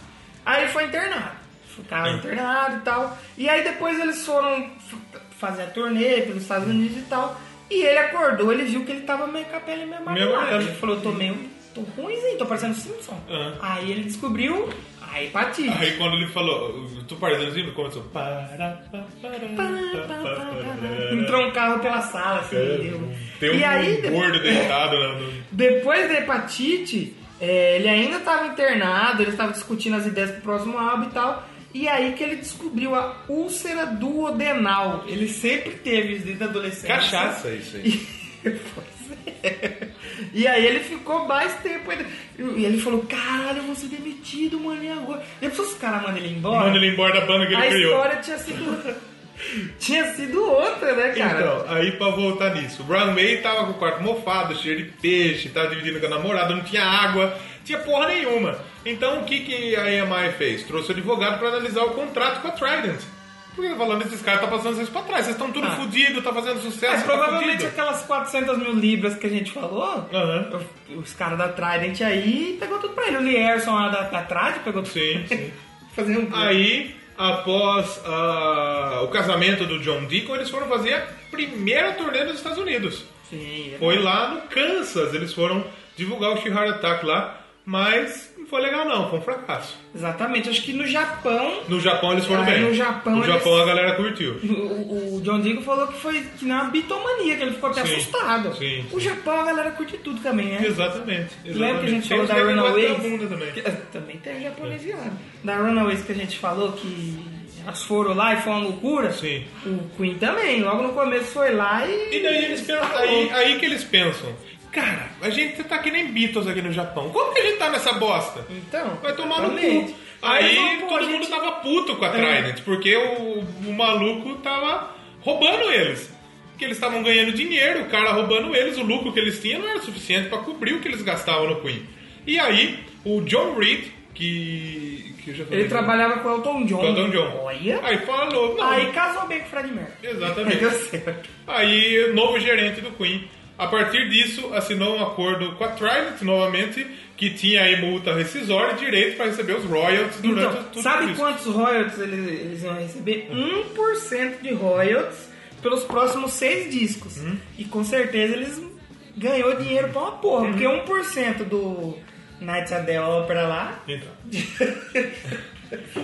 [SPEAKER 1] aí ele foi internado. Ficava
[SPEAKER 2] Sim.
[SPEAKER 1] internado e tal. E aí depois eles foram f- fazer a turnê pelos Estados Unidos e tal. E ele acordou, ele viu que ele tava meio com a pele meio amarelada.
[SPEAKER 2] amarela.
[SPEAKER 1] Ele falou, tô meio... Tô ruimzinho, tô parecendo Simpson.
[SPEAKER 2] Ah.
[SPEAKER 1] Aí ele descobriu a hepatite.
[SPEAKER 2] Aí quando ele falou, tu parecendo assim, começou. "Para, pa, para,
[SPEAKER 1] Pá,
[SPEAKER 2] pa,
[SPEAKER 1] pá,
[SPEAKER 2] pa,
[SPEAKER 1] pá, pá.
[SPEAKER 2] para."
[SPEAKER 1] Entrou um carro pela sala, assim, deu.
[SPEAKER 2] Tem um
[SPEAKER 1] e aí, depois-
[SPEAKER 2] gordo deitado lá no.
[SPEAKER 1] Depois da hepatite, é, ele ainda estava internado, ele estava discutindo as ideias pro próximo álbum e tal. E aí que ele descobriu a úlcera duodenal. Ele sempre teve isso desde a adolescência.
[SPEAKER 2] Cachaça, isso aí.
[SPEAKER 1] E, pois é. E aí ele ficou mais tempo. ainda. E ele falou: caralho, eu vou ser demitido, mano, e agora? Depois os caras mandam ele embora.
[SPEAKER 2] Manda ele embora da banda que ele
[SPEAKER 1] a
[SPEAKER 2] criou.
[SPEAKER 1] história tinha sido. tinha sido outra, né, cara?
[SPEAKER 2] Então, aí pra voltar nisso, o Brian May tava com o quarto mofado, cheio de peixe, tava dividindo com a namorada, não tinha água, tinha porra nenhuma. Então o que, que a EMI fez? Trouxe o advogado pra analisar o contrato com a Trident. Porque falando, esses caras tá passando vocês pra trás, vocês estão tudo
[SPEAKER 1] Ah.
[SPEAKER 2] fudidos, tá fazendo sucesso,
[SPEAKER 1] Mas
[SPEAKER 2] tá
[SPEAKER 1] provavelmente
[SPEAKER 2] fudido.
[SPEAKER 1] aquelas 400 mil libras que a gente falou,
[SPEAKER 2] Aham.
[SPEAKER 1] os caras da Trident aí pegou tudo pra ele. O Lierson lá da, da Trident pegou tudo.
[SPEAKER 2] Sim, sim.
[SPEAKER 1] Fazer um.
[SPEAKER 2] Aí, após ah, o casamento do John Deacon, eles foram fazer a primeira turnê nos Estados Unidos.
[SPEAKER 1] Sim. é
[SPEAKER 2] Foi lá no Kansas, eles foram divulgar o She Heart Attack lá, mas não foi legal não, foi um fracasso.
[SPEAKER 1] Exatamente. Acho que no Japão.
[SPEAKER 2] No Japão eles foram
[SPEAKER 1] Ah,
[SPEAKER 2] bem.
[SPEAKER 1] no Japão
[SPEAKER 2] No
[SPEAKER 1] eles-
[SPEAKER 2] Japão a galera curtiu.
[SPEAKER 1] O, o John Diego falou que foi que nem uma bitomania, que ele ficou até
[SPEAKER 2] Sim,
[SPEAKER 1] assustado.
[SPEAKER 2] sim,
[SPEAKER 1] O Japão a galera curte tudo também, né?
[SPEAKER 2] Exatamente. exatamente.
[SPEAKER 1] Lembra que a gente
[SPEAKER 2] Tem
[SPEAKER 1] falou
[SPEAKER 2] uns
[SPEAKER 1] da
[SPEAKER 2] negros que batem
[SPEAKER 1] Runaways?
[SPEAKER 2] na bunda também. É.
[SPEAKER 1] Que- ah, também tem japonês viado. Da Runaways que a gente falou que elas foram lá e foi uma loucura.
[SPEAKER 2] Sim.
[SPEAKER 1] O Queen também, logo no começo foi lá e.
[SPEAKER 2] E daí eles pensam, aí, aí que eles pensam, cara, a gente tá que nem Beatles aqui no Japão, como que a gente tá nessa bosta?
[SPEAKER 1] Então.
[SPEAKER 2] Vai tomar no
[SPEAKER 1] exatamente.
[SPEAKER 2] cu.
[SPEAKER 1] eles
[SPEAKER 2] Aí
[SPEAKER 1] vão, pô,
[SPEAKER 2] todo
[SPEAKER 1] a
[SPEAKER 2] mundo tá-
[SPEAKER 1] gente-
[SPEAKER 2] tava puto com a
[SPEAKER 1] É.
[SPEAKER 2] Trident, porque o, o maluco tava roubando eles. Porque eles estavam ganhando dinheiro, o cara roubando eles, o lucro que eles tinham não era suficiente pra cobrir o que eles gastavam no Queen. E aí, o John Reed, que. que eu já falei
[SPEAKER 1] Ele
[SPEAKER 2] do-
[SPEAKER 1] trabalhava com o Elton John.
[SPEAKER 2] do Elton John.
[SPEAKER 1] Olha.
[SPEAKER 2] Aí falou, não.
[SPEAKER 1] Aí casou bem com o Fred Mercury.
[SPEAKER 2] Exatamente.
[SPEAKER 1] Deu certo.
[SPEAKER 2] Aí, novo gerente do Queen. A partir disso, assinou um acordo com a Trident novamente, que tinha aí multa rescisória e direito pra receber os royalties durante
[SPEAKER 1] Então,
[SPEAKER 2] né? tudo
[SPEAKER 1] sabe
[SPEAKER 2] isso.
[SPEAKER 1] um quantos royalties eles, eles iam receber? 1% de royalties pelos próximos seis discos.
[SPEAKER 2] Hum.
[SPEAKER 1] E com certeza eles ganhou dinheiro pra uma porra,
[SPEAKER 2] Uhum.
[SPEAKER 1] porque 1% do Nights at the Opera lá,
[SPEAKER 2] Então.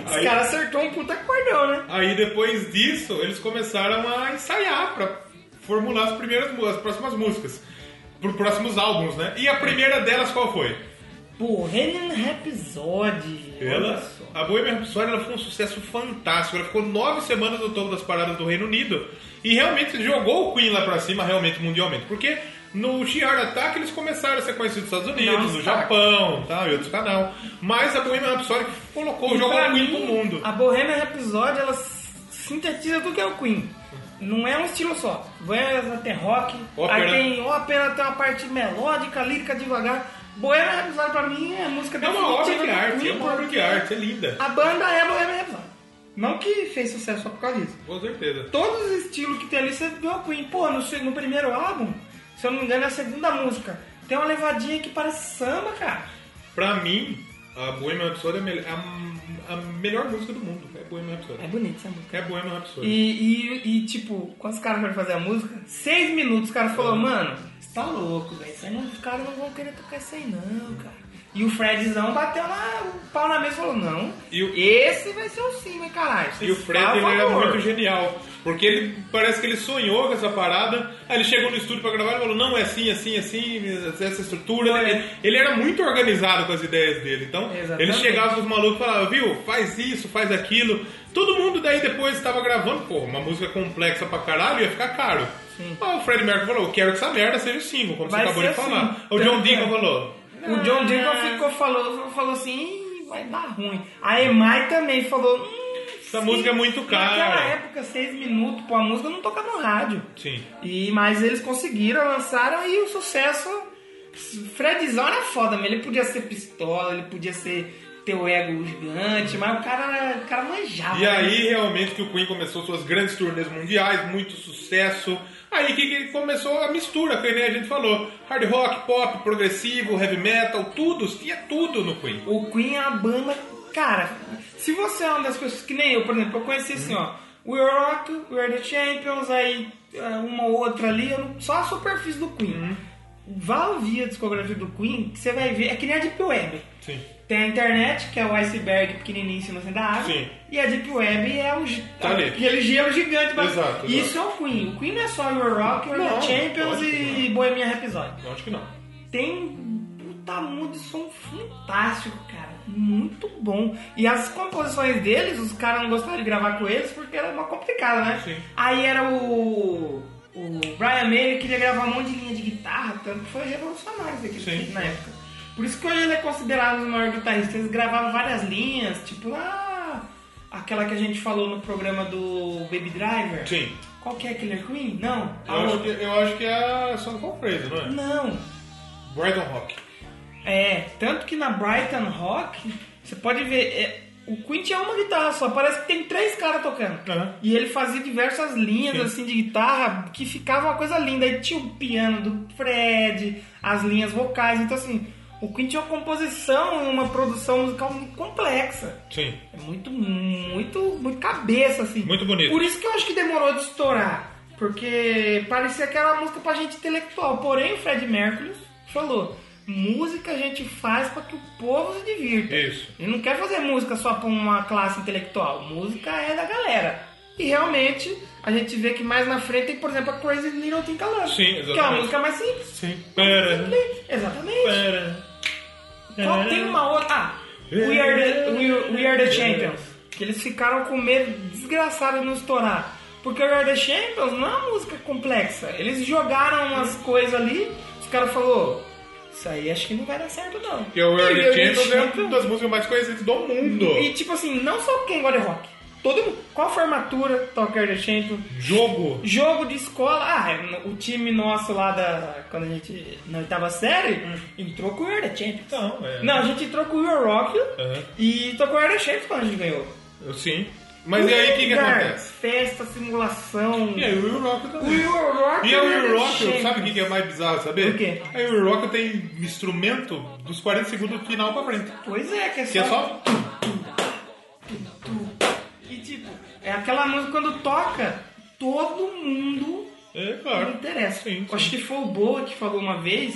[SPEAKER 1] os
[SPEAKER 2] Aí-
[SPEAKER 1] caras acertou um puta cordão, né?
[SPEAKER 2] Aí depois disso, eles começaram a ensaiar pra formular as primeiras mu- as próximas músicas. Pro próximos álbuns, né? E a primeira delas qual foi?
[SPEAKER 1] Bohemian Rhapsody.
[SPEAKER 2] Ela, a Bohemian Rhapsody ela foi um sucesso fantástico. Ela ficou nove semanas no topo das paradas do Reino Unido e realmente jogou o Queen lá pra cima, realmente, mundialmente. Porque no Sheer Attack eles começaram a ser conhecidos nos Estados Unidos,
[SPEAKER 1] Não,
[SPEAKER 2] no
[SPEAKER 1] tá.
[SPEAKER 2] Japão tal, e outros canal. Mas a Bohemian Rhapsody colocou,
[SPEAKER 1] E
[SPEAKER 2] jogou
[SPEAKER 1] pra
[SPEAKER 2] o Queen
[SPEAKER 1] mim,
[SPEAKER 2] pro mundo.
[SPEAKER 1] A Bohemian Rhapsody, ela sintetiza tudo que é o Queen. Não é um estilo só. Bohemian Rhapsody tem rock,
[SPEAKER 2] Ópera. né?
[SPEAKER 1] aí tem ópera, tem uma parte melódica, lírica, devagar. Bohemian Rhapsody pra mim é a música
[SPEAKER 2] É uma obra
[SPEAKER 1] definitiva
[SPEAKER 2] de
[SPEAKER 1] do
[SPEAKER 2] arte, é
[SPEAKER 1] Queen,
[SPEAKER 2] uma obra de arte, é linda.
[SPEAKER 1] A banda é Bohemian Rhapsody. Não que fez sucesso só por causa disso.
[SPEAKER 2] Com certeza.
[SPEAKER 1] Todos os estilos que tem ali, você vê o Queen. Pô, no, se- no primeiro álbum, se eu não me engano, é a segunda música. Tem uma levadinha que parece samba, cara.
[SPEAKER 2] Pra mim, a Bohemian Rhapsody é a mel- a, a melhor música do mundo. É Bohemian
[SPEAKER 1] É
[SPEAKER 2] Rhapsody.
[SPEAKER 1] bonita essa música.
[SPEAKER 2] É Bohemian Rhapsody.
[SPEAKER 1] E, e- e, tipo, quando os caras foram fazer a música, seis minutos, os caras falaram, mano, você tá louco, velho. isso aí não- Os caras não vão querer tocar isso aí não, cara. E o Fredzão bateu lá o pau na mesa e falou, não,
[SPEAKER 2] E o-
[SPEAKER 1] esse vai ser o sim, vai caralho.
[SPEAKER 2] E o Fred
[SPEAKER 1] Por
[SPEAKER 2] ele era
[SPEAKER 1] favor."
[SPEAKER 2] muito genial. Porque ele parece que ele sonhou com essa parada. Aí ele chegou no estúdio pra gravar e falou: Não, é assim, assim, assim, essa estrutura.
[SPEAKER 1] Foi.
[SPEAKER 2] Ele, ele era muito organizado com as ideias dele. Então,
[SPEAKER 1] Exatamente.
[SPEAKER 2] ele chegava pros malucos e falava: Viu, faz isso, faz aquilo. Todo mundo daí depois estava gravando. Pô, uma música complexa pra caralho ia ficar caro.
[SPEAKER 1] Sim.
[SPEAKER 2] Ah, o Fred Mercury falou: Eu quero que essa merda seja o single, como
[SPEAKER 1] Vai
[SPEAKER 2] você acabou
[SPEAKER 1] ser
[SPEAKER 2] de falar.
[SPEAKER 1] assim.
[SPEAKER 2] O John
[SPEAKER 1] Tanto é.
[SPEAKER 2] Deacon falou:
[SPEAKER 1] O John Deacon
[SPEAKER 2] É.
[SPEAKER 1] ficou, falou, falou assim, "Ih, vai dar ruim. A Emai também falou, hum,
[SPEAKER 2] Essa música é muito
[SPEAKER 1] Naquela
[SPEAKER 2] cara.
[SPEAKER 1] época, seis minutos, pô, a música não toca no rádio.
[SPEAKER 2] Sim.
[SPEAKER 1] E, mas eles conseguiram, lançaram e o sucesso. Fredzão era foda, mas ele podia ser pistola, ele podia ser teu ego gigante, mas o cara, o cara manjava. né?
[SPEAKER 2] E aí realmente que o Queen começou suas grandes turnês mundiais, muito sucesso. Aí que, que começou a mistura, que nem a gente falou. Hard rock, pop, progressivo, heavy metal, tudo, tinha tudo no Queen.
[SPEAKER 1] O Queen é uma banda. Cara, se você é uma das pessoas que nem eu, por exemplo, eu conheci assim, ó. We Are Rock, We Are the Champions, aí é, uma ou outra ali, eu não- só a superfície do Queen.
[SPEAKER 2] Uhum.
[SPEAKER 1] Vá ouvir a discografia do Queen, que você vai ver. É que nem a Deep Web.
[SPEAKER 2] Sim.
[SPEAKER 1] Tem a internet, que é o iceberg pequenininho em cima assim, da água.
[SPEAKER 2] Sim.
[SPEAKER 1] E a Deep Web é o, gi-
[SPEAKER 2] Tá ali.
[SPEAKER 1] aquele gelo gigante. mas
[SPEAKER 2] Exato, exato.
[SPEAKER 1] Isso é o Queen. O Queen não é só Your Rock, Your
[SPEAKER 2] Não,
[SPEAKER 1] The Champions
[SPEAKER 2] lógico que
[SPEAKER 1] e, e Bohemian Rhapsody.
[SPEAKER 2] Eu acho que não.
[SPEAKER 1] Tem um puta mundo de som fantástico, cara. Muito bom. E as composições deles, os caras não gostaram de gravar com eles porque era uma complicada, né?
[SPEAKER 2] Sim.
[SPEAKER 1] Aí era o... O Brian May ele queria gravar um monte de linha de guitarra, tanto que foi revolucionário isso aqui
[SPEAKER 2] Sim.
[SPEAKER 1] na época. Por isso que hoje ele é considerado o maior guitarrista. Eles gravavam várias linhas, tipo lá. Aquela que a gente falou no programa do Baby Driver.
[SPEAKER 2] Sim.
[SPEAKER 1] Qual que é Killer Queen? Não. A
[SPEAKER 2] Eu, acho que,
[SPEAKER 1] outra.
[SPEAKER 2] Ah, eu acho que é a Sonic Crazy, não é?
[SPEAKER 1] Não.
[SPEAKER 2] Brighton Rock.
[SPEAKER 1] É, tanto que na Brighton Rock, você pode ver. é, o Queen tinha uma guitarra só, parece que tem três caras tocando.
[SPEAKER 2] Aham.
[SPEAKER 1] E ele fazia diversas linhas
[SPEAKER 2] Sim.
[SPEAKER 1] assim de guitarra que ficava uma coisa linda. Aí tinha o piano do Fred, as linhas vocais. Então, assim, o Queen tinha uma composição e uma produção musical muito complexa.
[SPEAKER 2] Sim.
[SPEAKER 1] É muito, muito, muito cabeça, assim.
[SPEAKER 2] Muito bonito.
[SPEAKER 1] Por isso que eu acho que demorou de estourar. Porque parecia que era uma música pra gente intelectual. Porém, o Fred Mercury falou: música a gente faz pra que o povo se divirta.
[SPEAKER 2] Isso.
[SPEAKER 1] Ele não quer fazer música só pra uma classe intelectual. Música é da galera. E realmente, a gente vê que mais na frente tem, por exemplo, a Crazy Little Thing Color.
[SPEAKER 2] Sim, exatamente.
[SPEAKER 1] Que é uma música mais simples.
[SPEAKER 2] Sim. Pera.
[SPEAKER 1] Exatamente.
[SPEAKER 2] Pera.
[SPEAKER 1] Só tem uma outra. Ah, We Are the, we, We Are the Champions. Que eles ficaram com medo desgraçado de não estourar. Porque We Are the Champions não é uma música complexa. Eles jogaram umas coisas ali, os caras falaram: Isso aí acho que não vai dar certo não.
[SPEAKER 2] Que é o
[SPEAKER 1] E
[SPEAKER 2] Early
[SPEAKER 1] We Are the
[SPEAKER 2] Champions é uma
[SPEAKER 1] Champions-
[SPEAKER 2] das músicas mais conhecidas do mundo.
[SPEAKER 1] E tipo assim, não só quem gosta de rock. Todo mundo. Qual formatura toca We Are the Champions?
[SPEAKER 2] Jogo.
[SPEAKER 1] Jogo de escola. Ah, o time nosso lá da. Quando a gente. Na oitava série, entrou com o We Are the Champions.
[SPEAKER 2] Não, Hum. é.
[SPEAKER 1] Não, a gente entrou com o Will Rock
[SPEAKER 2] Aham.
[SPEAKER 1] e tocou o Iron Shapes quando a gente ganhou.
[SPEAKER 2] Sim. Mas e aí o que, que
[SPEAKER 1] Lugar,
[SPEAKER 2] acontece?
[SPEAKER 1] Festa, simulação.
[SPEAKER 2] E aí o Will Rock
[SPEAKER 1] O
[SPEAKER 2] também.
[SPEAKER 1] Will Rock
[SPEAKER 2] E a
[SPEAKER 1] Iron
[SPEAKER 2] Will Rock,
[SPEAKER 1] Shapes.
[SPEAKER 2] sabe o que que é mais bizarro saber?
[SPEAKER 1] O quê?
[SPEAKER 2] A Will Rock tem instrumento dos 40 segundos do final pra frente.
[SPEAKER 1] Pois é, que é só.
[SPEAKER 2] Que é só.
[SPEAKER 1] E tipo, é aquela música quando toca. todo mundo
[SPEAKER 2] É, claro.
[SPEAKER 1] interessa.
[SPEAKER 2] Sim, sim.
[SPEAKER 1] Acho que foi o Boa que falou uma vez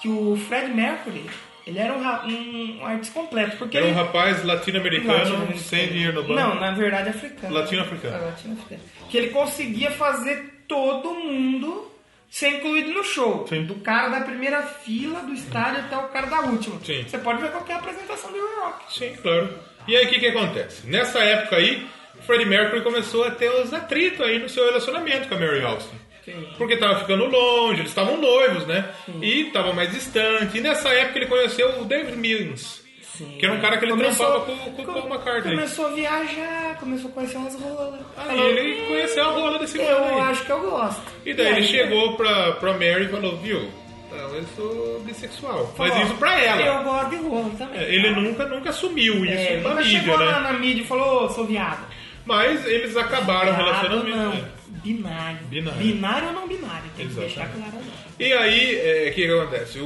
[SPEAKER 1] que o Fred Mercury, ele era um, ra- um artista completo, porque
[SPEAKER 2] Era um
[SPEAKER 1] ele...
[SPEAKER 2] rapaz latino-americano
[SPEAKER 1] Latino-americano.
[SPEAKER 2] sem dinheiro no
[SPEAKER 1] Não,
[SPEAKER 2] banco.
[SPEAKER 1] na verdade africano.
[SPEAKER 2] Latino-africano.
[SPEAKER 1] Ah, latino-africano. Que ele conseguia fazer todo mundo ser incluído no show.
[SPEAKER 2] Sim.
[SPEAKER 1] Do cara da primeira fila do estádio até o cara da última.
[SPEAKER 2] Sim.
[SPEAKER 1] Você pode ver qualquer apresentação do rock.
[SPEAKER 2] Sim, claro. E aí o que, que acontece? Nessa época aí, o Freddie Mercury começou a ter os atritos aí no seu relacionamento com a Mary Austin.
[SPEAKER 1] Sim.
[SPEAKER 2] Porque tava ficando longe, eles estavam noivos, né? E tava mais distante. E nessa época ele conheceu o David Mills.
[SPEAKER 1] Sim.
[SPEAKER 2] Que era um cara que ele trampava com- com o Paul McCartney.
[SPEAKER 1] Começou a viajar, começou a conhecer umas rolas.
[SPEAKER 2] Aí
[SPEAKER 1] Falou,
[SPEAKER 2] ele conheceu a rola desse
[SPEAKER 1] Eu
[SPEAKER 2] cara aí.
[SPEAKER 1] acho que eu gosto.
[SPEAKER 2] E daí ele
[SPEAKER 1] aí,
[SPEAKER 2] chegou pra, pra Mary e falou, viu, tá, eu sou bissexual. Mas
[SPEAKER 1] falou,
[SPEAKER 2] isso pra ela.
[SPEAKER 1] Eu gosto de rola também.
[SPEAKER 2] É, Ele nunca, nunca assumiu isso
[SPEAKER 1] É,
[SPEAKER 2] pra
[SPEAKER 1] nunca
[SPEAKER 2] mídia,
[SPEAKER 1] chegou
[SPEAKER 2] né?
[SPEAKER 1] lá na mídia e falou, "Ô, sou viado.
[SPEAKER 2] Mas eles acabaram o
[SPEAKER 1] Viado
[SPEAKER 2] relacionamento.
[SPEAKER 1] não.
[SPEAKER 2] né?
[SPEAKER 1] Binário.
[SPEAKER 2] Binário.
[SPEAKER 1] ou não binário, tem que
[SPEAKER 2] Exatamente.
[SPEAKER 1] deixar claro agora.
[SPEAKER 2] E aí, é, o que que acontece? O,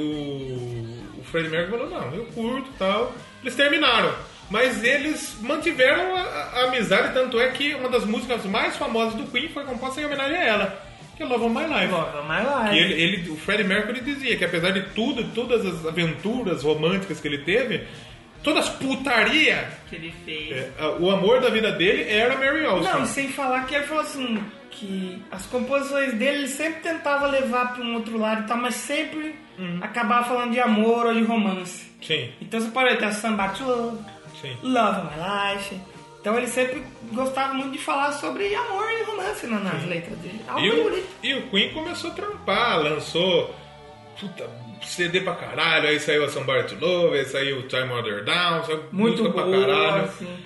[SPEAKER 2] o Fred Mercury falou, não, eu curto e tal. Eles terminaram. Mas eles mantiveram a, a amizade, tanto é que uma das músicas mais famosas do Queen foi composta em homenagem a ela, que é Love of My Life.
[SPEAKER 1] Agora, mais lá.
[SPEAKER 2] Que ele, ele- o Freddie Mercury dizia que apesar de tudo, de todas as aventuras românticas que ele teve, todas putaria,
[SPEAKER 1] Que ele fez.
[SPEAKER 2] é, a- o amor da vida dele era Mary Austin.
[SPEAKER 1] Não, e sem falar que ele falou assim, que as composições dele ele sempre tentava levar para um outro lado e tal, mas sempre
[SPEAKER 2] Uhum.
[SPEAKER 1] acabava falando de amor ou de romance.
[SPEAKER 2] Sim,
[SPEAKER 1] Então você pode ter Samba to Love,
[SPEAKER 2] sim.
[SPEAKER 1] Love of My Life. Então ele sempre gostava muito de falar sobre amor e romance na- nas letras dele. Algo
[SPEAKER 2] E
[SPEAKER 1] muito
[SPEAKER 2] o,
[SPEAKER 1] bonito.
[SPEAKER 2] e o Queen começou a trampar, lançou puta, CD pra caralho, aí saiu a Somebody to Love, aí saiu Time Other Down, saiu
[SPEAKER 1] Muito
[SPEAKER 2] música
[SPEAKER 1] boa,
[SPEAKER 2] pra caralho.
[SPEAKER 1] assim.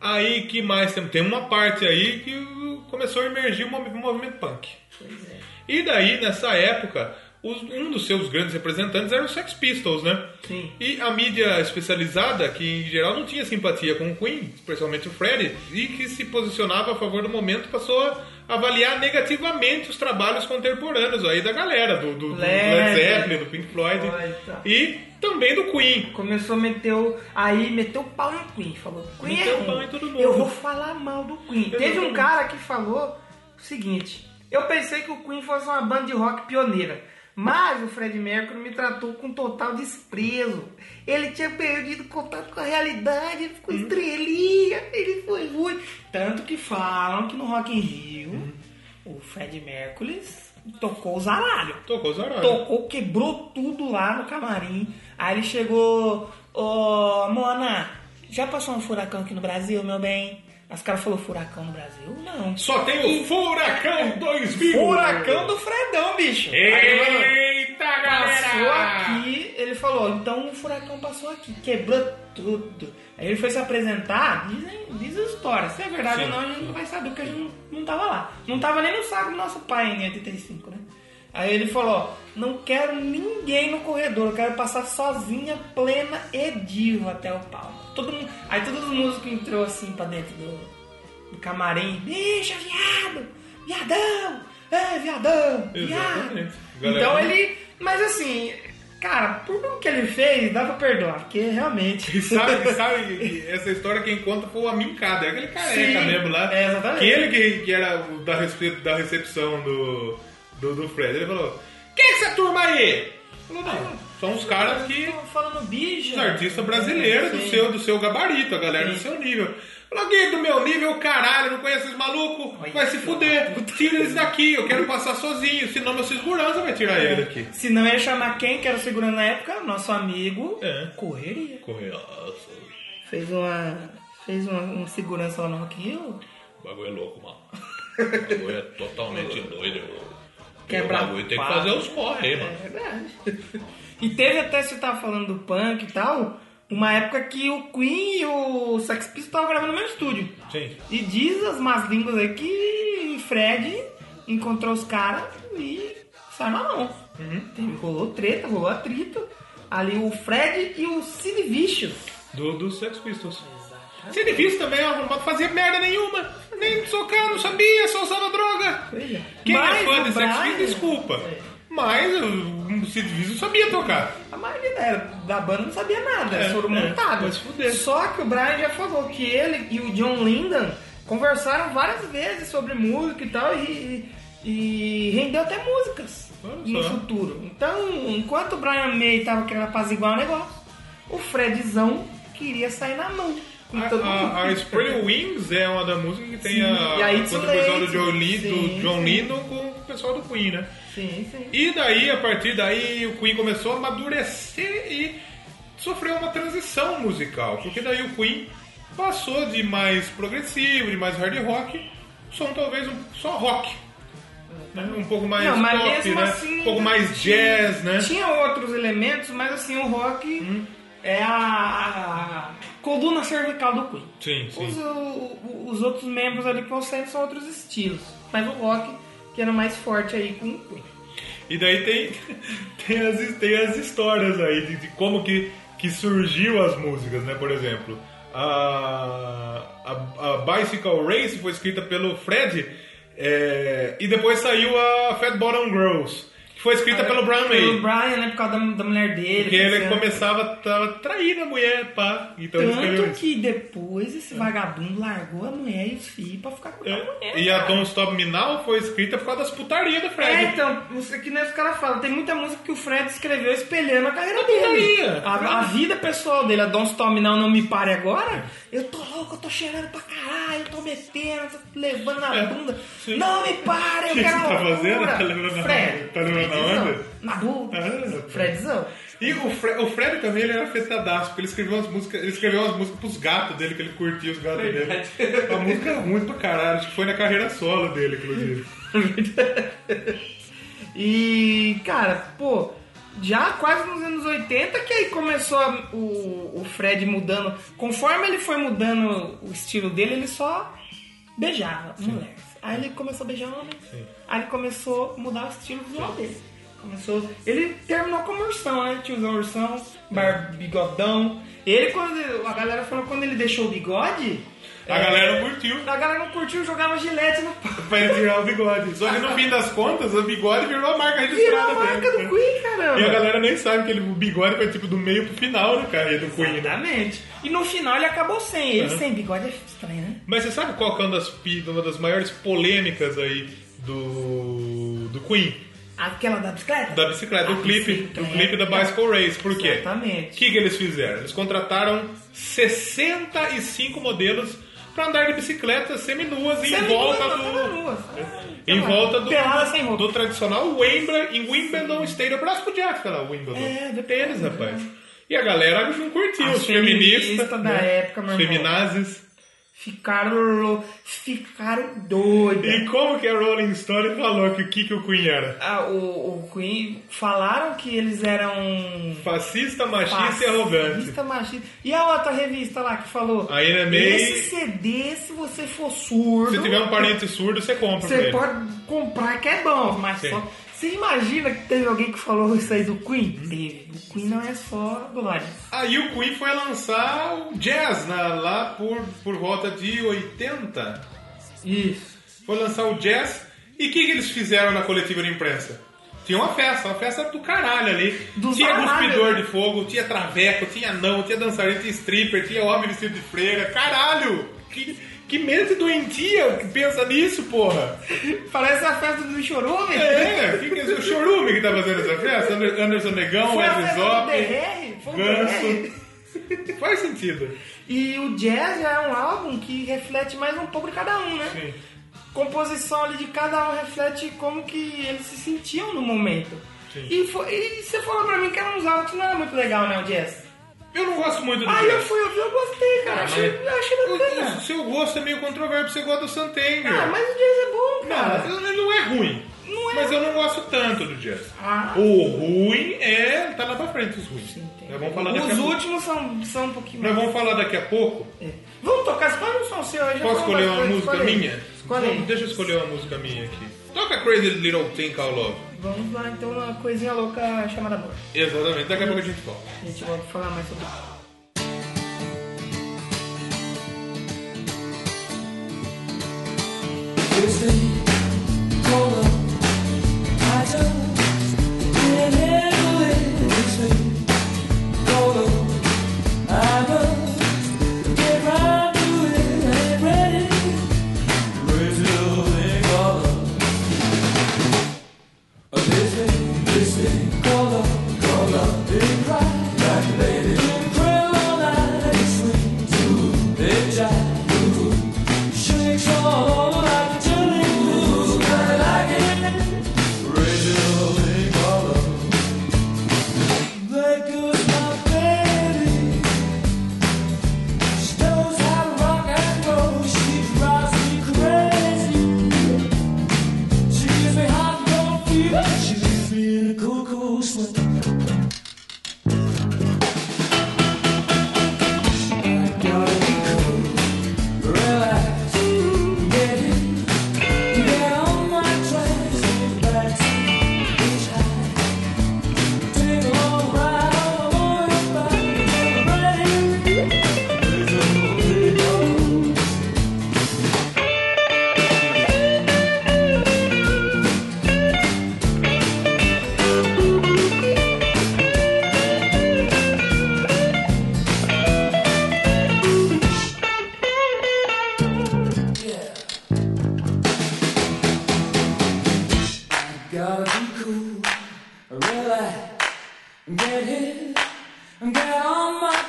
[SPEAKER 2] Aí que mais tem? Tem uma parte aí que o- começou a emergir o mov- movimento punk.
[SPEAKER 1] é.
[SPEAKER 2] E daí, nessa época, os- um dos seus grandes representantes era o Sex Pistols, né?
[SPEAKER 1] Sim.
[SPEAKER 2] E a mídia especializada, que em geral não tinha simpatia com o Queen, especialmente o Freddie, e que se posicionava a favor do momento, passou a avaliar negativamente os trabalhos contemporâneos aí da galera, do, do, do Led
[SPEAKER 1] Led
[SPEAKER 2] Zeppelin, do Pink Floyd,
[SPEAKER 1] Floyd, tá.
[SPEAKER 2] e também do Queen.
[SPEAKER 1] Começou a meter o. Aí meteu o pau no Queen. Falou: Queen
[SPEAKER 2] Meteu
[SPEAKER 1] é
[SPEAKER 2] o
[SPEAKER 1] ruim.
[SPEAKER 2] pau em todo mundo.
[SPEAKER 1] Eu vou falar mal do Queen. Teve um
[SPEAKER 2] Exatamente.
[SPEAKER 1] cara que falou o seguinte: Eu pensei que o Queen fosse uma banda de rock pioneira. Mas o Fred Mercury me tratou com total desprezo. Ele tinha perdido contato com a realidade, ele
[SPEAKER 2] Hum.
[SPEAKER 1] ficou estrelinha, ele foi ruim. Tanto que falam que no Rock in Rio,
[SPEAKER 2] Hum.
[SPEAKER 1] o Fred Mercury tocou o zaralho
[SPEAKER 2] Tocou os horários.
[SPEAKER 1] tocou, quebrou tudo lá no camarim. Aí ele chegou, ô Mona, já passou um furacão aqui no Brasil, meu bem? As caras falaram, furacão no Brasil? Não.
[SPEAKER 2] Só tem o Furacão 2000!
[SPEAKER 1] Furacão do Fredão, bicho. Aí ele falou,
[SPEAKER 2] Eita,
[SPEAKER 1] passou
[SPEAKER 2] galera!
[SPEAKER 1] aqui, ele falou, então o furacão passou aqui, quebrou tudo. Aí ele foi se apresentar, dizem, diz a história. Se é verdade ou
[SPEAKER 2] Sim.
[SPEAKER 1] não, a gente não vai saber, porque a gente não, não tava lá. Não tava nem no saco do nosso pai em 85, né? Aí ele falou, não quero ninguém no corredor, eu quero passar sozinha, plena e diva até o palco. Todo mundo, aí todos os músicos entrou assim pra dentro do, do camarim, bicho, viado, viadão, é, viadão, viado.
[SPEAKER 2] Exatamente. Galera,
[SPEAKER 1] Então
[SPEAKER 2] né?
[SPEAKER 1] ele e- mas assim, cara, por tudo que ele fez, dá pra perdoar, porque realmente.
[SPEAKER 2] E sabe, e sabe que essa história quem conta foi o Amincada, aquele careca
[SPEAKER 1] Sim,
[SPEAKER 2] mesmo lá.
[SPEAKER 1] é, exatamente.
[SPEAKER 2] Que ele que, que era o da, rece- da recepção do, do, do Fred. Ele falou: Quem é essa turma aí? Falou: Não, são os caras que.
[SPEAKER 1] Tão falando bicho.
[SPEAKER 2] Os artistas brasileiros um do
[SPEAKER 1] Sim.
[SPEAKER 2] seu, do seu gabarito, a galera do seu nível. Falou: Alguém do meu nível, caralho, não conhece esses malucos?
[SPEAKER 1] Olha
[SPEAKER 2] Vai se
[SPEAKER 1] que
[SPEAKER 2] fuder, tira eles daqui, eu quero passar sozinho, senão meu segurança vai tirar ele daqui.
[SPEAKER 1] Se não ia chamar quem que era o segurando na época, nosso amigo
[SPEAKER 2] É.
[SPEAKER 1] Correria.
[SPEAKER 2] Correaço,
[SPEAKER 1] Fez uma. Fez uma, um segurança lá no Rock in Rio.
[SPEAKER 2] o bagulho é louco, mano. O bagulho é totalmente doido.
[SPEAKER 1] Quebrar
[SPEAKER 2] O bagulho tem que
[SPEAKER 1] papo.
[SPEAKER 2] fazer os corre aí,
[SPEAKER 1] É
[SPEAKER 2] mano.
[SPEAKER 1] verdade. E teve até, você tava falando do punk e tal, uma época que o Queen e o Sex Pistols estavam gravando no mesmo estúdio.
[SPEAKER 2] Sim.
[SPEAKER 1] E diz as más línguas aí que Fred encontrou os caras e saiu na mão.
[SPEAKER 2] Uhum.
[SPEAKER 1] Teve- Rolou treta, rolou atrito. Ali o Fred e o Sid Vicious.
[SPEAKER 2] Do, do Sex Pistols. Você difícil também, ó, não fazia merda nenhuma. Nem socar, não sabia, só usava droga.
[SPEAKER 1] Pois é.
[SPEAKER 2] Quem é
[SPEAKER 1] Mas
[SPEAKER 2] fã
[SPEAKER 1] o
[SPEAKER 2] de Sex
[SPEAKER 1] Brian-
[SPEAKER 2] Pistols, desculpa.
[SPEAKER 1] É.
[SPEAKER 2] Mas o Sid Vicious sabia tocar.
[SPEAKER 1] A maioria da, da banda não sabia nada,
[SPEAKER 2] É,
[SPEAKER 1] foram
[SPEAKER 2] é,
[SPEAKER 1] montados.
[SPEAKER 2] vai se fuder.
[SPEAKER 1] Só que o Brian já falou que ele e o John Lyndon conversaram várias vezes sobre música e tal, e, e rendeu até músicas
[SPEAKER 2] Olha
[SPEAKER 1] no
[SPEAKER 2] só.
[SPEAKER 1] futuro. Então, enquanto o Brian May tava querendo apaziguar o negócio, o Fredzão queria sair na mão. com
[SPEAKER 2] A,
[SPEAKER 1] todo mundo.
[SPEAKER 2] a, a Spring Wings é uma da música que tem
[SPEAKER 1] Então tá Sim,
[SPEAKER 2] a,
[SPEAKER 1] e a It's
[SPEAKER 2] contribuição do
[SPEAKER 1] Late,
[SPEAKER 2] John, Lee,
[SPEAKER 1] sim,
[SPEAKER 2] do John
[SPEAKER 1] sim.
[SPEAKER 2] Lennon com o pessoal do Queen, né?
[SPEAKER 1] Sim, sim.
[SPEAKER 2] E daí, a partir daí, o Queen começou a amadurecer e sofreu uma transição musical. Porque daí o Queen passou de mais progressivo, de mais hard rock, som talvez um, só rock. né? Um pouco mais
[SPEAKER 1] Uhum. Não, mas
[SPEAKER 2] pop,
[SPEAKER 1] mesmo
[SPEAKER 2] né?
[SPEAKER 1] assim,
[SPEAKER 2] um pouco mais jazz, né? Uhum.
[SPEAKER 1] Tinha outros elementos, mas assim, o rock é a, a coluna cervical do Queen.
[SPEAKER 2] Sim,
[SPEAKER 1] Os,
[SPEAKER 2] sim.
[SPEAKER 1] o- os outros membros ali que eu sei são outros estilos. Mas o rock, que era mais forte aí com o Queen.
[SPEAKER 2] E daí tem, tem, as, tem as histórias aí de, de como que, que surgiu as músicas, né? Por exemplo, a, a, a Bicycle Race foi escrita pelo Fred é, e depois saiu a Fat Bottom Girls, que foi escrita É pelo Brian
[SPEAKER 1] Ah, Pelo
[SPEAKER 2] May.
[SPEAKER 1] Brian, né? Por causa da, da mulher dele. tá
[SPEAKER 2] Porque ele
[SPEAKER 1] etc.
[SPEAKER 2] começava a trair a mulher, pá. Então ele escreveu
[SPEAKER 1] Tanto
[SPEAKER 2] isso. É.
[SPEAKER 1] que depois esse vagabundo largou a mulher e os filhos pra ficar com a mulher.
[SPEAKER 2] É, E a
[SPEAKER 1] cara.
[SPEAKER 2] Don't Stop Me Now foi escrita por causa das putarias do Fred.
[SPEAKER 1] É, então, isso aqui nem os caras falam. Tem muita música que o Fred escreveu espelhando a carreira dele.
[SPEAKER 2] putaria.
[SPEAKER 1] A, a vida pessoal dele, a Don't Stop Me Now, Não Me Pare Agora. Eu tô louco, eu tô cheirando pra caralho, eu tô metendo, eu tô levando na
[SPEAKER 2] É,
[SPEAKER 1] bunda.
[SPEAKER 2] sim.
[SPEAKER 1] Não me pare, eu
[SPEAKER 2] O que
[SPEAKER 1] quero
[SPEAKER 2] você tá
[SPEAKER 1] loucura.
[SPEAKER 2] fazendo? Tá lembrando
[SPEAKER 1] Fred.
[SPEAKER 2] na- tá lembrando na
[SPEAKER 1] Fredzão.
[SPEAKER 2] onda?
[SPEAKER 1] Na bunda.
[SPEAKER 2] Ah,
[SPEAKER 1] Fredzão.
[SPEAKER 2] E o, Fre o Fred também ele era afetadaço, porque ele escreveu umas músicas, ele escreveu umas músicas pros gatos dele, que ele curtia os gatos dele. Uma música ruim pra caralho, acho que foi na carreira solo dele, inclusive.
[SPEAKER 1] E, cara, pô, já quase nos anos 80 que aí começou a- o, o Fred mudando. Conforme ele foi mudando o estilo dele, ele só beijava mulher. Aí ele começou a beijar homem. Aí ele começou a mudar o estilo visual dele. Começou, ele terminou como ursão, né? Tiozão ursão, bar, bigodão. Ele, quando a galera falou quando ele deixou o bigode, é,
[SPEAKER 2] A galera curtiu
[SPEAKER 1] a galera não curtiu, jogava gilete no pau.
[SPEAKER 2] pra ele tirar o bigode. Só que no fim das contas, o bigode virou a marca
[SPEAKER 1] Virou
[SPEAKER 2] registrada
[SPEAKER 1] a marca do
[SPEAKER 2] dele. né?
[SPEAKER 1] Queen, caramba.
[SPEAKER 2] E a galera nem sabe que ele, o bigode foi tipo do meio pro final da carreira do Queen, né?
[SPEAKER 1] Exatamente. E no final ele acabou sem. Ele
[SPEAKER 2] Uhum.
[SPEAKER 1] sem bigode é estranho, né?
[SPEAKER 2] Mas você sabe qual que é uma das, pi- uma das maiores polêmicas aí do, do Queen?
[SPEAKER 1] Aquela da bicicleta? é.
[SPEAKER 2] Da bicicleta, do clipe, do clipe da Bicycle Race. Por quê? O
[SPEAKER 1] Ah, Exatamente.
[SPEAKER 2] que, que eles fizeram? Eles contrataram 65 modelos pra andar de bicicleta seminuas em volta do. Em volta do,
[SPEAKER 1] Pelada Então, sem roupa.
[SPEAKER 2] do tradicional Wembley, em Wimbledon Stadium. Abraço pro Jack, tá lá, Wimbledon.
[SPEAKER 1] É, do
[SPEAKER 2] tênis, rapaz. E a galera não curtiu,
[SPEAKER 1] As
[SPEAKER 2] os feministas. né?
[SPEAKER 1] feministas da época, meu irmão.
[SPEAKER 2] Feminazes.
[SPEAKER 1] Ficaram lou- Ficaram doidos.
[SPEAKER 2] E como que a Rolling Stone falou que o que, que o Queen era?
[SPEAKER 1] Ah, o, o Queen falaram que eles eram.
[SPEAKER 2] Fascista, machista e arrogante.
[SPEAKER 1] Fascista, machista. E a outra revista lá que falou.
[SPEAKER 2] A Ira May-
[SPEAKER 1] Esse CD, se você for surdo.
[SPEAKER 2] Se tiver um parente surdo, você compra pra
[SPEAKER 1] Você
[SPEAKER 2] ele.
[SPEAKER 1] pode comprar que é bom, mas
[SPEAKER 2] É. Sim.
[SPEAKER 1] só. Você imagina que teve alguém que falou isso aí do Queen?
[SPEAKER 2] Uhum.
[SPEAKER 1] Teve. O Queen não é só glória.
[SPEAKER 2] Aí o Queen foi lançar o jazz né, lá por, por volta de 80.
[SPEAKER 1] Isso.
[SPEAKER 2] Foi lançar o jazz. E o que, que eles fizeram na coletiva de imprensa? Tinha uma festa, uma festa do caralho ali.
[SPEAKER 1] Dos
[SPEAKER 2] tinha
[SPEAKER 1] baralhos.
[SPEAKER 2] cuspidor de fogo, tinha traveco, tinha não, tinha dançarina, tinha stripper, tinha homem vestido de freira. Caralho! Que, que mente doentia que pensa nisso, porra!
[SPEAKER 1] Parece a festa do chorume.
[SPEAKER 2] É, que que é o Chorume que tá fazendo essa festa? Ander- Anderson Negão,
[SPEAKER 1] Foi a
[SPEAKER 2] Ed
[SPEAKER 1] festa do né?
[SPEAKER 2] Zop,
[SPEAKER 1] DR, foi o DR.
[SPEAKER 2] Ganso. Faz sentido.
[SPEAKER 1] E o jazz já é um álbum que reflete mais um pouco de cada um, né? Composição ali de cada um reflete como que eles se sentiam no momento.
[SPEAKER 2] Sim.
[SPEAKER 1] E, foi- e você falou pra mim que eram uns álbuns que não era muito legal, né, o jazz?
[SPEAKER 2] Eu não gosto muito do
[SPEAKER 1] Aí eu
[SPEAKER 2] jazz.
[SPEAKER 1] fui ouvir, eu gostei, cara.
[SPEAKER 2] Ah,
[SPEAKER 1] achei,
[SPEAKER 2] mas-
[SPEAKER 1] achei
[SPEAKER 2] O-
[SPEAKER 1] bacana.
[SPEAKER 2] O seu gosto é meio controverso, você gosta do Santenger.
[SPEAKER 1] Ah, mas o jazz é bom, cara.
[SPEAKER 2] Não, ele não é ruim.
[SPEAKER 1] Não é.
[SPEAKER 2] Mas eu não gosto tanto do jazz.
[SPEAKER 1] Ah.
[SPEAKER 2] O ruim é. tá lá pra frente os ruins.
[SPEAKER 1] Entendi.
[SPEAKER 2] Nós vamos É falar daqui
[SPEAKER 1] Os
[SPEAKER 2] a pouco.
[SPEAKER 1] últimos são, são um pouquinho
[SPEAKER 2] Nós
[SPEAKER 1] mais.
[SPEAKER 2] vamos falar daqui a pouco.
[SPEAKER 1] É. Vamos tocar, escolhe um som seu. eu já falo
[SPEAKER 2] Posso escolher uma
[SPEAKER 1] bastante,
[SPEAKER 2] música
[SPEAKER 1] escolhe aí.
[SPEAKER 2] minha?
[SPEAKER 1] Escolhe
[SPEAKER 2] Vamos-
[SPEAKER 1] aí.
[SPEAKER 2] Deixa eu escolher uma música minha aqui. Toca Crazy Little Thing Called Love.
[SPEAKER 1] Vamos lá, então, uma coisinha louca chamada amor.
[SPEAKER 2] Exatamente, daqui a pouco a gente volta.
[SPEAKER 1] A gente volta a falar mais sobre isso.
[SPEAKER 4] Get right to it, ain't ready.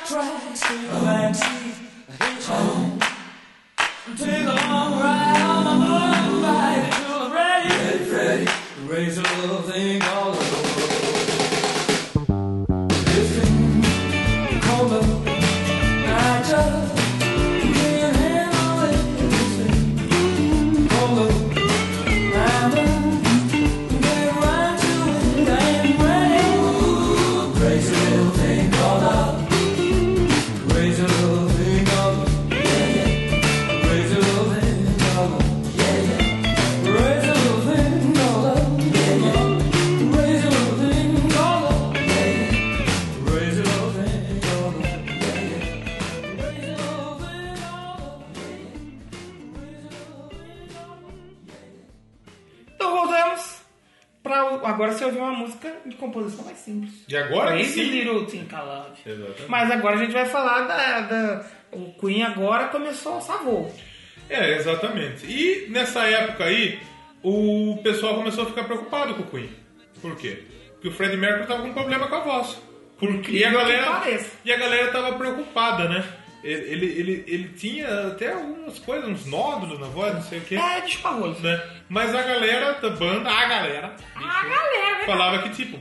[SPEAKER 4] cry, still cry, hate home. Take a long ride on my motorbike till I'm ready. Get ready, raise a little thing called love. Different color, I just can't handle it. Different color, I'm done. Get right to it, I am ready. Raise a little thing called love. Raise a little thing called love. Raise a little thing called love. Raise a little thing called love. Raise a little thing called love. Raise a little thing called love. Raise a little thing called love.
[SPEAKER 1] Então voltamos pra. o- Agora você ouviu uma música de composição mais simples.
[SPEAKER 2] E agora
[SPEAKER 1] Crazy
[SPEAKER 2] sim.
[SPEAKER 1] Little Thing Called.
[SPEAKER 2] Exatamente.
[SPEAKER 1] Mas agora a gente vai falar da. da- o Queen agora começou a alçar voo.
[SPEAKER 2] É, exatamente. E nessa época aí, o pessoal começou a ficar preocupado com o Queen. Por quê? Porque o Fred Mercury tava com problema com a voz. Porque e a
[SPEAKER 1] que
[SPEAKER 2] galera,
[SPEAKER 1] pareça.
[SPEAKER 2] e a galera tava preocupada, né? Ele, ele, ele, ele tinha até algumas coisas, uns nódulos na voz, não sei o quê.
[SPEAKER 1] É desparrolho.
[SPEAKER 2] Né? Mas a galera da banda, a galera,
[SPEAKER 1] A galera, né?
[SPEAKER 2] falava que, tipo,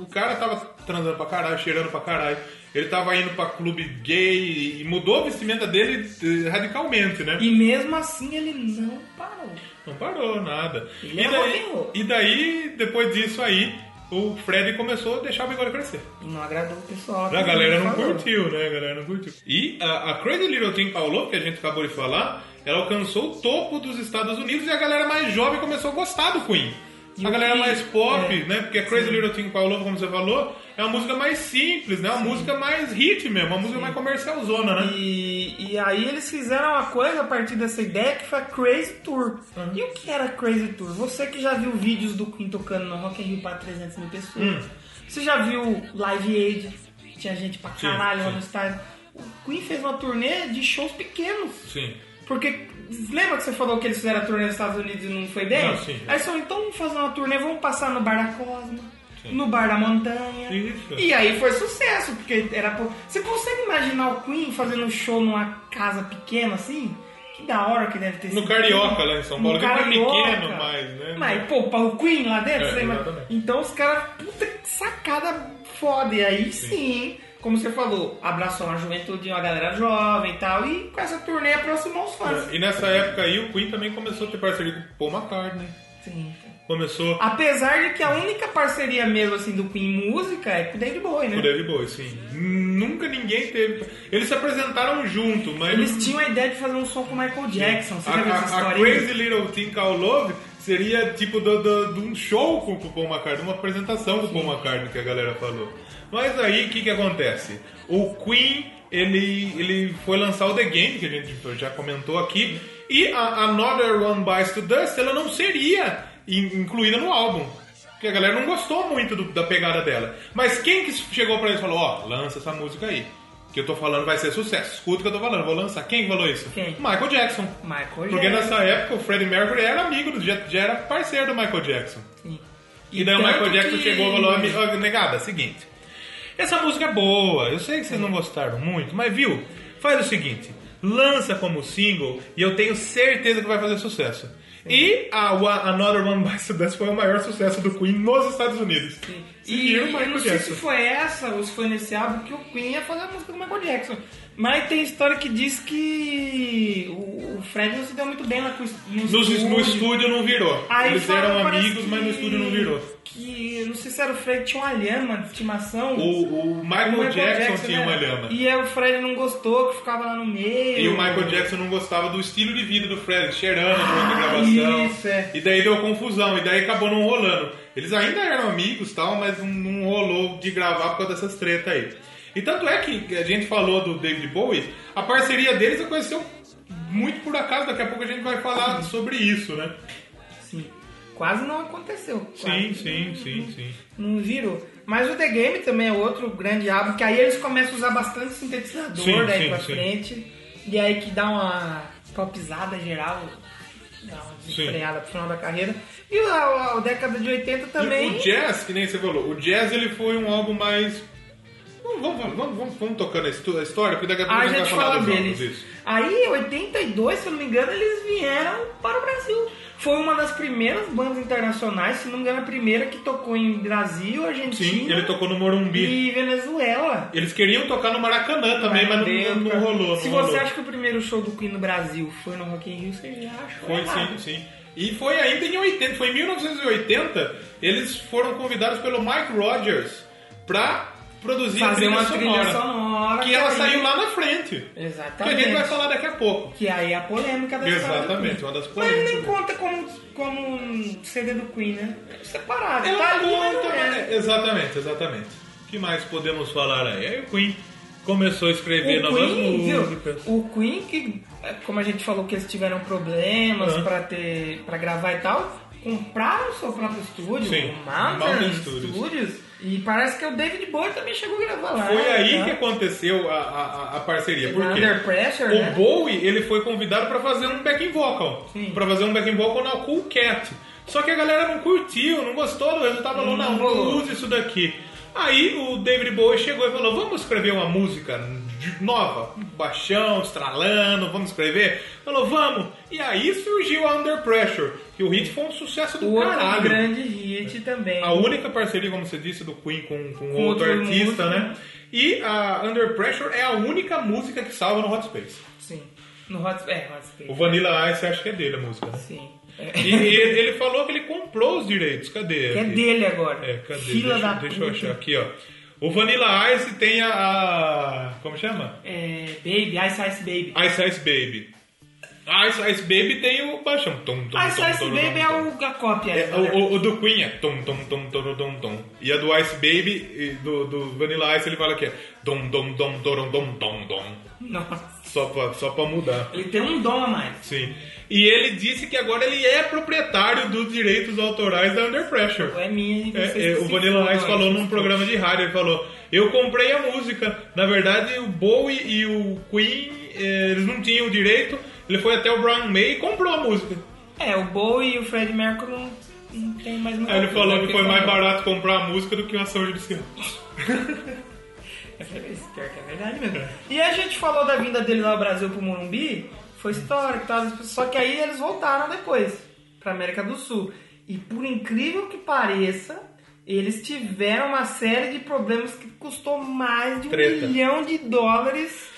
[SPEAKER 2] o cara tava transando pra caralho, cheirando pra caralho. Ele tava indo pra clube gay e mudou a vestimenta dele eh, radicalmente, né?
[SPEAKER 1] E mesmo assim ele não parou.
[SPEAKER 2] Não parou, nada.
[SPEAKER 1] Ele
[SPEAKER 2] e,
[SPEAKER 1] é
[SPEAKER 2] daí,
[SPEAKER 1] rock and roll.
[SPEAKER 2] e daí, depois disso aí, o Fred começou a deixar o bigode crescer.
[SPEAKER 1] E não agradou o pessoal.
[SPEAKER 2] A galera não
[SPEAKER 1] Falou.
[SPEAKER 2] curtiu, né? A galera não curtiu. E a, a Crazy Little Thing Paulo, que a gente acabou de falar, ela alcançou o topo dos Estados Unidos e a galera mais jovem começou a gostar do Queen.
[SPEAKER 1] E
[SPEAKER 2] a
[SPEAKER 1] o
[SPEAKER 2] galera
[SPEAKER 1] Queen,
[SPEAKER 2] mais pop,
[SPEAKER 1] é.
[SPEAKER 2] né? Porque a Crazy Little Thing Paulo, como você falou, é uma música mais simples, né? Uma música mais hit mesmo, uma música mais comercialzona, né?
[SPEAKER 1] E, e aí eles fizeram uma coisa a partir dessa ideia que foi a Crazy Tour.
[SPEAKER 2] Hum.
[SPEAKER 1] E o que era a Crazy Tour? Você que já viu vídeos do Queen tocando no Rock in Rio para 300 mil pessoas.
[SPEAKER 2] Hum.
[SPEAKER 1] Você já viu Live Aid? Tinha gente pra
[SPEAKER 2] Sim,
[SPEAKER 1] caralho lá
[SPEAKER 2] sim.
[SPEAKER 1] no estádio. O Queen fez uma turnê de shows pequenos.
[SPEAKER 2] Sim.
[SPEAKER 1] Porque lembra que você falou que eles fizeram a turnê nos Estados Unidos e não foi bem?
[SPEAKER 2] Não, sim.
[SPEAKER 1] Aí só então vamos fazer uma turnê, vamos passar no Bar da Cosma, no Bar da Montanha.
[SPEAKER 2] Isso.
[SPEAKER 1] E aí foi sucesso, porque era pou- Você consegue imaginar o Queen fazendo um show numa casa pequena assim? Que da hora que deve ter
[SPEAKER 2] No
[SPEAKER 1] sido.
[SPEAKER 2] Carioca, lá em São
[SPEAKER 1] No
[SPEAKER 2] Paulo, que é
[SPEAKER 1] Carioca.
[SPEAKER 2] pequeno, mas, né?
[SPEAKER 1] Mas, pô, pra o Queen lá dentro,
[SPEAKER 2] É,
[SPEAKER 1] você ima-
[SPEAKER 2] exatamente.
[SPEAKER 1] Então os caras, puta que sacada foda. E aí sim, hein? como você falou, abraçou uma juventude, uma galera jovem e tal. E com essa turnê aproximou os fãs.
[SPEAKER 2] E nessa época aí, o Queen também começou a ter parceria com o Paul McCartney.
[SPEAKER 1] Sim.
[SPEAKER 2] Começou
[SPEAKER 1] Apesar de que a única parceria mesmo assim do Queen em música é com o David Bowie,
[SPEAKER 2] com o
[SPEAKER 1] né?
[SPEAKER 2] David Bowie, sim. Nunca ninguém teve... Eles se apresentaram junto, mas...
[SPEAKER 1] Eles tinham a ideia de fazer um som com o Michael Jackson. Você
[SPEAKER 2] a,
[SPEAKER 1] já viu
[SPEAKER 2] a-
[SPEAKER 1] essa
[SPEAKER 2] a
[SPEAKER 1] história? aí?
[SPEAKER 2] Crazy Little Thing Called Love seria tipo do- do- de um show com o Paul McCartney, uma apresentação com o Paul McCartney que a galera falou. Mas aí, o que que acontece? O Queen, ele, ele foi lançar o The Game, que a gente já comentou aqui, e a Another One Bites to Dust, ela não seria in- incluída no álbum. Porque a galera não gostou muito do- da pegada dela. Mas quem que chegou pra ele e falou, ó, lança essa música aí. Que eu tô falando vai ser sucesso. Escuta o que eu tô falando, vou lançar. Quem que falou isso?
[SPEAKER 1] Quem?
[SPEAKER 2] Michael Jackson.
[SPEAKER 1] Michael
[SPEAKER 2] Porque
[SPEAKER 1] Jackson.
[SPEAKER 2] nessa época o Freddie Mercury era amigo, do- já, já era parceiro do Michael Jackson.
[SPEAKER 1] Sim.
[SPEAKER 2] E, daí o
[SPEAKER 1] tanto
[SPEAKER 2] Michael Jackson
[SPEAKER 1] que-
[SPEAKER 2] chegou e falou: "Ami- ó, negada, é seguinte. Essa música é boa, eu sei que vocês não gostaram muito, mas viu? Faz o seguinte: lança como single e eu tenho certeza que vai fazer sucesso. E a Wa- Another One Bites the Dust foi o maior sucesso do Queen nos Estados Unidos.
[SPEAKER 1] E
[SPEAKER 2] Seguiu o
[SPEAKER 1] eu
[SPEAKER 2] é Michael
[SPEAKER 1] não sei se
[SPEAKER 2] Jackson.
[SPEAKER 1] foi essa ou se foi nesse álbum que o Queen ia fazer a música do Michael Jackson. Mas tem história que diz que o o Fred não se deu muito bem lá com o es- no,
[SPEAKER 2] Nos- no estúdio não virou.
[SPEAKER 1] Aí
[SPEAKER 2] Eles
[SPEAKER 1] fala,
[SPEAKER 2] eram
[SPEAKER 1] parece
[SPEAKER 2] amigos, mas no
[SPEAKER 1] que-
[SPEAKER 2] estúdio não virou.
[SPEAKER 1] Que eu não sei se era o Fred que tinha uma lhama de estimação.
[SPEAKER 2] O, o Michael, Jackson, tinha
[SPEAKER 1] né?
[SPEAKER 2] uma lhama.
[SPEAKER 1] E aí o Fred não gostou, que ficava lá no meio.
[SPEAKER 2] E o Michael Jackson não gostava do estilo de vida do Fred, cheirando durante a gravação.
[SPEAKER 1] Ah, isso, é.
[SPEAKER 2] E daí deu confusão, e daí acabou não rolando. Eles ainda eram amigos e tal, mas não, não rolou de gravar por causa dessas tretas aí. E tanto é que a gente falou do David Bowie, a parceria deles aconteceu muito por acaso, daqui a pouco a gente vai falar sobre isso, né?
[SPEAKER 1] Sim. Assim, Quase não aconteceu.
[SPEAKER 2] Sim,
[SPEAKER 1] Quase.
[SPEAKER 2] sim, sim, sim.
[SPEAKER 1] Não virou. Mas o The Game também é outro grande álbum, que aí eles começam a usar bastante sintetizador
[SPEAKER 2] Sim,
[SPEAKER 1] daí
[SPEAKER 2] sim,
[SPEAKER 1] pra
[SPEAKER 2] sim.
[SPEAKER 1] frente. E aí que dá uma popizada geral, dá uma desenfreada pro final da carreira. E a, a- a década de 80
[SPEAKER 2] E
[SPEAKER 1] também.
[SPEAKER 2] O jazz, que nem você falou, o jazz ele foi um álbum mais Vamos, vamos, vamos, vamos, vamos tocando a histó- a história, porque daqui a pouco
[SPEAKER 1] Aí
[SPEAKER 2] gente
[SPEAKER 1] Ah, já
[SPEAKER 2] vai
[SPEAKER 1] te
[SPEAKER 2] falar
[SPEAKER 1] fala
[SPEAKER 2] dos jogos,
[SPEAKER 1] deles.
[SPEAKER 2] isso.
[SPEAKER 1] Aí, em 82, se eu não me engano, eles vieram para o Brasil. Foi uma das primeiras bandas internacionais, se não me engano, a primeira que tocou em Brasil, Argentina
[SPEAKER 2] Sim, ele tocou no Morumbi.
[SPEAKER 1] e Venezuela.
[SPEAKER 2] Eles queriam tocar no Maracanã também, mas não, não,
[SPEAKER 1] Dentro.
[SPEAKER 2] rolou.
[SPEAKER 1] Se
[SPEAKER 2] não
[SPEAKER 1] você
[SPEAKER 2] rolou.
[SPEAKER 1] acha que o primeiro show do Queen no Brasil foi no Rock in Rio, você já achou
[SPEAKER 2] Foi
[SPEAKER 1] tá errado.
[SPEAKER 2] sim, sim. E foi ainda em 80, foi em 1980, eles foram convidados pelo Mike Rogers pra produzir
[SPEAKER 1] Fazer
[SPEAKER 2] a trilha
[SPEAKER 1] uma
[SPEAKER 2] sonora,
[SPEAKER 1] trilha sonora.
[SPEAKER 2] Que ela
[SPEAKER 1] aí-
[SPEAKER 2] saiu lá na frente. Que a
[SPEAKER 1] Exatamente.
[SPEAKER 2] gente vai falar daqui a pouco.
[SPEAKER 1] Que aí é a polêmica da história do
[SPEAKER 2] Exatamente,
[SPEAKER 1] Queen.
[SPEAKER 2] uma das
[SPEAKER 1] Mas
[SPEAKER 2] polêmicas.
[SPEAKER 1] nem conta como, como um CD do Queen, né? É separado.
[SPEAKER 2] Ela
[SPEAKER 1] tá ali, mas
[SPEAKER 2] conta,
[SPEAKER 1] não é.
[SPEAKER 2] né? Exatamente, exatamente. O que mais podemos falar aí? Aí o Queen começou a escrever
[SPEAKER 1] O
[SPEAKER 2] novas
[SPEAKER 1] Queen,
[SPEAKER 2] músicas.
[SPEAKER 1] viu? O Queen, que, como a gente falou que eles tiveram problemas
[SPEAKER 2] Aham.
[SPEAKER 1] pra ter para gravar e tal, compraram o seu próprio estúdio,
[SPEAKER 2] Sim,
[SPEAKER 1] o Mountain,
[SPEAKER 2] Mountain Studios.
[SPEAKER 1] Studios. E parece que o David Bowie também chegou a gravar lá.
[SPEAKER 2] Foi aí
[SPEAKER 1] tá?
[SPEAKER 2] que aconteceu a, a, a parceria. Por quê?
[SPEAKER 1] Under Pressure,
[SPEAKER 2] O
[SPEAKER 1] né?
[SPEAKER 2] Bowie, ele foi convidado pra fazer um backing vocal.
[SPEAKER 1] Sim.
[SPEAKER 2] Pra fazer um backing vocal na Cool Cat. Só que a galera não curtiu, não gostou do resultado. Falou, não, não
[SPEAKER 1] rolou.
[SPEAKER 2] use isso daqui. Aí o David Bowie chegou e falou, vamos escrever uma música de- nova. Baixão, estralando, vamos escrever? Falou, vamos. E aí surgiu a Under Pressure. Que o hit foi um sucesso do
[SPEAKER 1] O outro
[SPEAKER 2] caralho.
[SPEAKER 1] grande hit também.
[SPEAKER 2] A única parceria, como você disse, do Queen com, com
[SPEAKER 1] Com
[SPEAKER 2] outro
[SPEAKER 1] outro
[SPEAKER 2] artista,
[SPEAKER 1] músico,
[SPEAKER 2] né?
[SPEAKER 1] né?
[SPEAKER 2] E a Under Pressure é a única música que salva no Hot Space.
[SPEAKER 1] Sim. No Hot, é, Hot Space.
[SPEAKER 2] O Vanilla Ice acho que é dele a música. né?
[SPEAKER 1] Sim.
[SPEAKER 2] E
[SPEAKER 1] É,
[SPEAKER 2] e ele, ele falou que ele comprou os direitos. Cadê?
[SPEAKER 1] é
[SPEAKER 2] Aqui.
[SPEAKER 1] dele agora.
[SPEAKER 2] É, cadê?
[SPEAKER 1] Fila
[SPEAKER 2] deixa,
[SPEAKER 1] da
[SPEAKER 2] deixa eu
[SPEAKER 1] puta.
[SPEAKER 2] achar aqui, ó. O Vanilla Ice tem a, a- Como chama?
[SPEAKER 1] É, Baby, Ice Ice Baby.
[SPEAKER 2] Ice Ice Baby. Ice Ice Baby tem o baixão. Tom, tom,
[SPEAKER 1] Ice
[SPEAKER 2] tom,
[SPEAKER 1] Ice
[SPEAKER 2] tom,
[SPEAKER 1] Baby
[SPEAKER 2] tom,
[SPEAKER 1] é
[SPEAKER 2] tom.
[SPEAKER 1] o, a cópia.
[SPEAKER 2] É,
[SPEAKER 1] né?
[SPEAKER 2] o, o- o do Queen é tom, tom, tom, tom, tom, tom. E a do Ice Baby, e do, do Vanilla Ice, ele fala que é dom, dom, dom, dorom, dom, dom, dom.
[SPEAKER 1] Nossa.
[SPEAKER 2] Só pra, só pra mudar.
[SPEAKER 1] Ele tem um dom a mais.
[SPEAKER 2] Sim. E ele disse que agora ele é proprietário dos direitos autorais da Under Pressure.
[SPEAKER 1] É minha.
[SPEAKER 2] É,
[SPEAKER 1] vocês
[SPEAKER 2] é, o
[SPEAKER 1] se
[SPEAKER 2] Vanilla Ice
[SPEAKER 1] fodam,
[SPEAKER 2] falou
[SPEAKER 1] vocês
[SPEAKER 2] num
[SPEAKER 1] se
[SPEAKER 2] programa de rádio, ele falou, eu comprei a música. Na verdade, o Bowie e o Queen, eh, eles não tinham direito. Ele foi até o Brian May e comprou a música.
[SPEAKER 1] É, o Bowie e o Fred Mercury não, não tem mais muita
[SPEAKER 2] Aí ele
[SPEAKER 1] coisa,
[SPEAKER 2] falou
[SPEAKER 1] né?
[SPEAKER 2] que foi mais
[SPEAKER 1] Porque
[SPEAKER 2] barato comprar a música do que uma ação judicial.
[SPEAKER 1] É pior que é verdade mesmo. E a gente falou da vinda dele lá ao Brasil pro Morumbi, foi histórico, e tal, só que aí eles voltaram depois pra América do Sul. E por incrível que pareça, eles tiveram uma série de problemas que custou mais de um
[SPEAKER 2] Treta.
[SPEAKER 1] milhão de dólares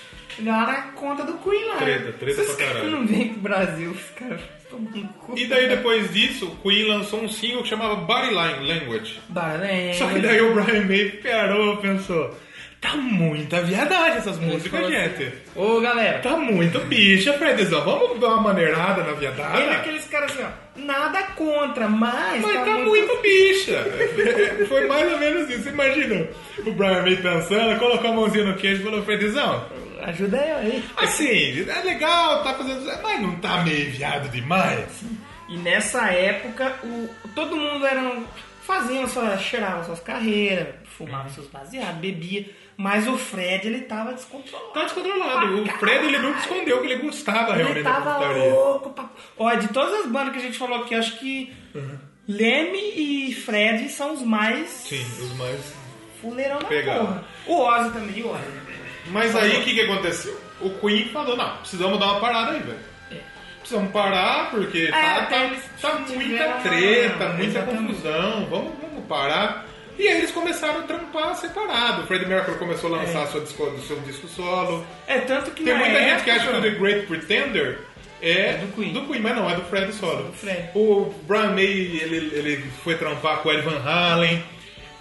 [SPEAKER 1] lá na conta do Queen lá.
[SPEAKER 2] Treta, treta
[SPEAKER 1] Esses
[SPEAKER 2] pra
[SPEAKER 1] caras
[SPEAKER 2] caralho.
[SPEAKER 1] não vêm pro Brasil, os caras tomam cu.
[SPEAKER 2] E daí depois disso, o Queen lançou um single que chamava Body Line Language.
[SPEAKER 1] Bahrein,
[SPEAKER 2] Só que daí o Brian May piarou, pensou. Tá muita viadagem essas músicas, gente.
[SPEAKER 1] Ô galera,
[SPEAKER 2] Tá muito bicha, Fredzão. Vamos dar uma maneirada na viadagem.
[SPEAKER 1] ele é aqueles caras assim, ó, nada contra, mas.
[SPEAKER 2] Mas tá muito bicha. Foi mais ou menos isso. Imagina o Brian May pensando, colocou a mãozinha no queijo e falou, Fredzão,
[SPEAKER 1] Ajuda eu aí.
[SPEAKER 2] assim, é legal, tá fazendo... Mas não tá meio viado demais?
[SPEAKER 1] E nessa época, o, todo mundo era. um- Fazia sua, cheirava suas carreiras,
[SPEAKER 2] Uhum.
[SPEAKER 1] fumava seus baseados, bebia. Mas o Fred, ele tava descontrolado.
[SPEAKER 2] Tá descontrolado. O Fred, ele nunca escondeu que ele gostava
[SPEAKER 1] Ele
[SPEAKER 2] realmente é da
[SPEAKER 1] tava
[SPEAKER 2] putaria.
[SPEAKER 1] louco. Pra... Ó, de todas as bandas que a gente falou aqui, acho que
[SPEAKER 2] Uhum.
[SPEAKER 1] Leme e Fred são os mais
[SPEAKER 2] Sim, os mais...
[SPEAKER 1] fuleirão da
[SPEAKER 2] Pegado.
[SPEAKER 1] porra. O Ozzy também, o Ozzy.
[SPEAKER 2] Mas aí, o que que aconteceu? O Queen falou, não, precisamos dar uma parada aí, velho. Precisamos parar, porque tá,
[SPEAKER 1] até
[SPEAKER 2] tá-
[SPEAKER 1] É, eles
[SPEAKER 2] tá muita
[SPEAKER 1] tiveram uma-
[SPEAKER 2] treta, muita
[SPEAKER 1] Exatamente.
[SPEAKER 2] confusão, vamos, vamos parar. E aí eles começaram a trampar separado. O Fred Mercury começou a lançar sua disco, o seu disco solo.
[SPEAKER 1] É tanto que
[SPEAKER 2] Tem
[SPEAKER 1] na
[SPEAKER 2] muita gente que acha
[SPEAKER 1] época-
[SPEAKER 2] que o The Great Pretender é,
[SPEAKER 1] É do Queen.
[SPEAKER 2] mas não, é do Fred solo.
[SPEAKER 1] Fred.
[SPEAKER 2] O Brian May, ele, ele foi trampar com o Ed Van Halen.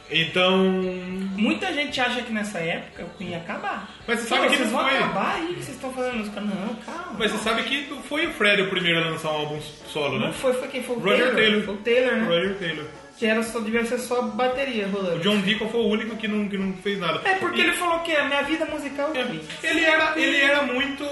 [SPEAKER 2] Então,
[SPEAKER 1] Muita gente acha que nessa época o Queen ia acabar.
[SPEAKER 2] Mas você sabe
[SPEAKER 1] Pô,
[SPEAKER 2] que
[SPEAKER 1] vocês
[SPEAKER 2] não
[SPEAKER 1] vão
[SPEAKER 2] foi.
[SPEAKER 1] acabar aí, vocês estão fazendo música. Não, calma.
[SPEAKER 2] Mas você sabe que não foi o Fred o primeiro a lançar um álbum solo,
[SPEAKER 1] Não
[SPEAKER 2] né?
[SPEAKER 1] foi, foi quem? Foi o
[SPEAKER 2] Roger Taylor.
[SPEAKER 1] Foi o Taylor, né?
[SPEAKER 2] Roger Taylor.
[SPEAKER 1] Que era só, devia ser só bateria
[SPEAKER 2] O
[SPEAKER 1] rolando.
[SPEAKER 2] John Deacon foi o único que não, que não fez nada.
[SPEAKER 1] É porque
[SPEAKER 2] E-
[SPEAKER 1] ele falou que a minha vida musical é o Queen.
[SPEAKER 2] Ele era, ele era muito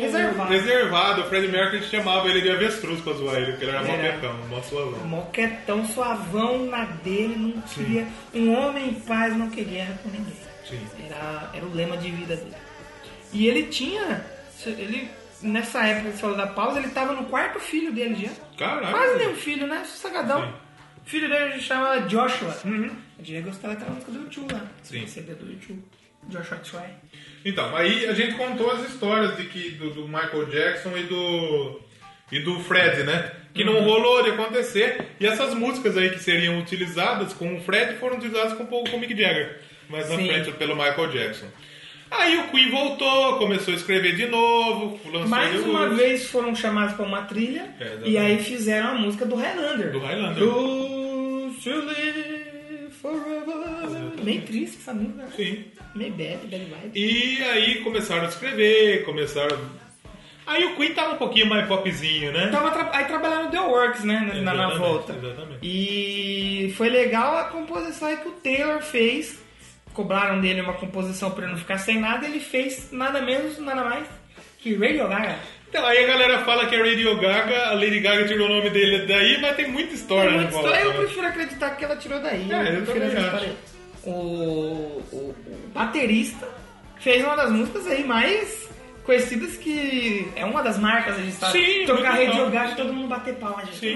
[SPEAKER 1] Reservado.
[SPEAKER 2] reservado. O Fred Mercury chamava ele de avestruz pra zoar ele, porque ele era mó
[SPEAKER 1] Era.
[SPEAKER 2] pecão, mó suavão.
[SPEAKER 1] Moquetão, suavão na dele, não queria. Um homem em paz não quer guerra com ninguém.
[SPEAKER 2] Sim.
[SPEAKER 1] Era, era o lema de vida dele. E ele tinha. Ele, nessa época que você falou da pausa, ele tava no quarto filho dele já.
[SPEAKER 2] Caralho.
[SPEAKER 1] Quase nenhum filho, né? Sossegadão.
[SPEAKER 2] Sim.
[SPEAKER 1] O filho dele chama Joshua. Uhum. A gente gostava daquela música do YouTube lá.
[SPEAKER 2] Sim.
[SPEAKER 1] CD do YouTube. Joshua Tsui.
[SPEAKER 2] Então, aí a gente contou as histórias de que, do, do Michael Jackson e do, e do Fred, né? Que
[SPEAKER 1] Uhum.
[SPEAKER 2] não rolou de acontecer. E essas músicas aí que seriam utilizadas com o Fred foram utilizadas com, o Paul- com o Mick Jagger. Mas na
[SPEAKER 1] Sim.
[SPEAKER 2] frente pelo Michael Jackson. Aí o Queen voltou, começou a escrever de novo, lançou
[SPEAKER 1] Mais
[SPEAKER 2] o-
[SPEAKER 1] uma vez foram chamados para uma trilha
[SPEAKER 2] É, exatamente.
[SPEAKER 1] e aí fizeram a música do Highlander.
[SPEAKER 2] Do Highlander.
[SPEAKER 1] Do To Live Forever. Bem triste essa música. né?
[SPEAKER 2] Sim.
[SPEAKER 1] Meio bad, bad vibe.
[SPEAKER 2] E aí começaram a escrever, começaram. Aí o Queen tava um pouquinho mais popzinho, né?
[SPEAKER 1] Tava tra- aí trabalharam The Works, né? Na, na- na
[SPEAKER 2] Exatamente,
[SPEAKER 1] volta.
[SPEAKER 2] exatamente.
[SPEAKER 1] E foi legal a composição aí que o Taylor fez. Cobraram dele uma composição pra ele não ficar sem nada. Ele fez nada menos, nada mais que Radio Gaga.
[SPEAKER 2] Então, aí a galera fala que é Radio Gaga, a Lady Gaga tirou o nome dele daí, mas tem muita história
[SPEAKER 1] Tem
[SPEAKER 2] né,
[SPEAKER 1] muita
[SPEAKER 2] Paulo?
[SPEAKER 1] história. Eu prefiro acreditar que ela tirou daí.
[SPEAKER 2] É, eu
[SPEAKER 1] prefiro
[SPEAKER 2] também
[SPEAKER 1] essa
[SPEAKER 2] acho.
[SPEAKER 1] história. O, o- o baterista fez uma das músicas aí mais conhecidas que é uma das marcas registradas.
[SPEAKER 2] Sim,
[SPEAKER 1] Tocar
[SPEAKER 2] muito
[SPEAKER 1] Radio
[SPEAKER 2] legal.
[SPEAKER 1] Gaga e todo mundo bater palma. gente.
[SPEAKER 2] Sim,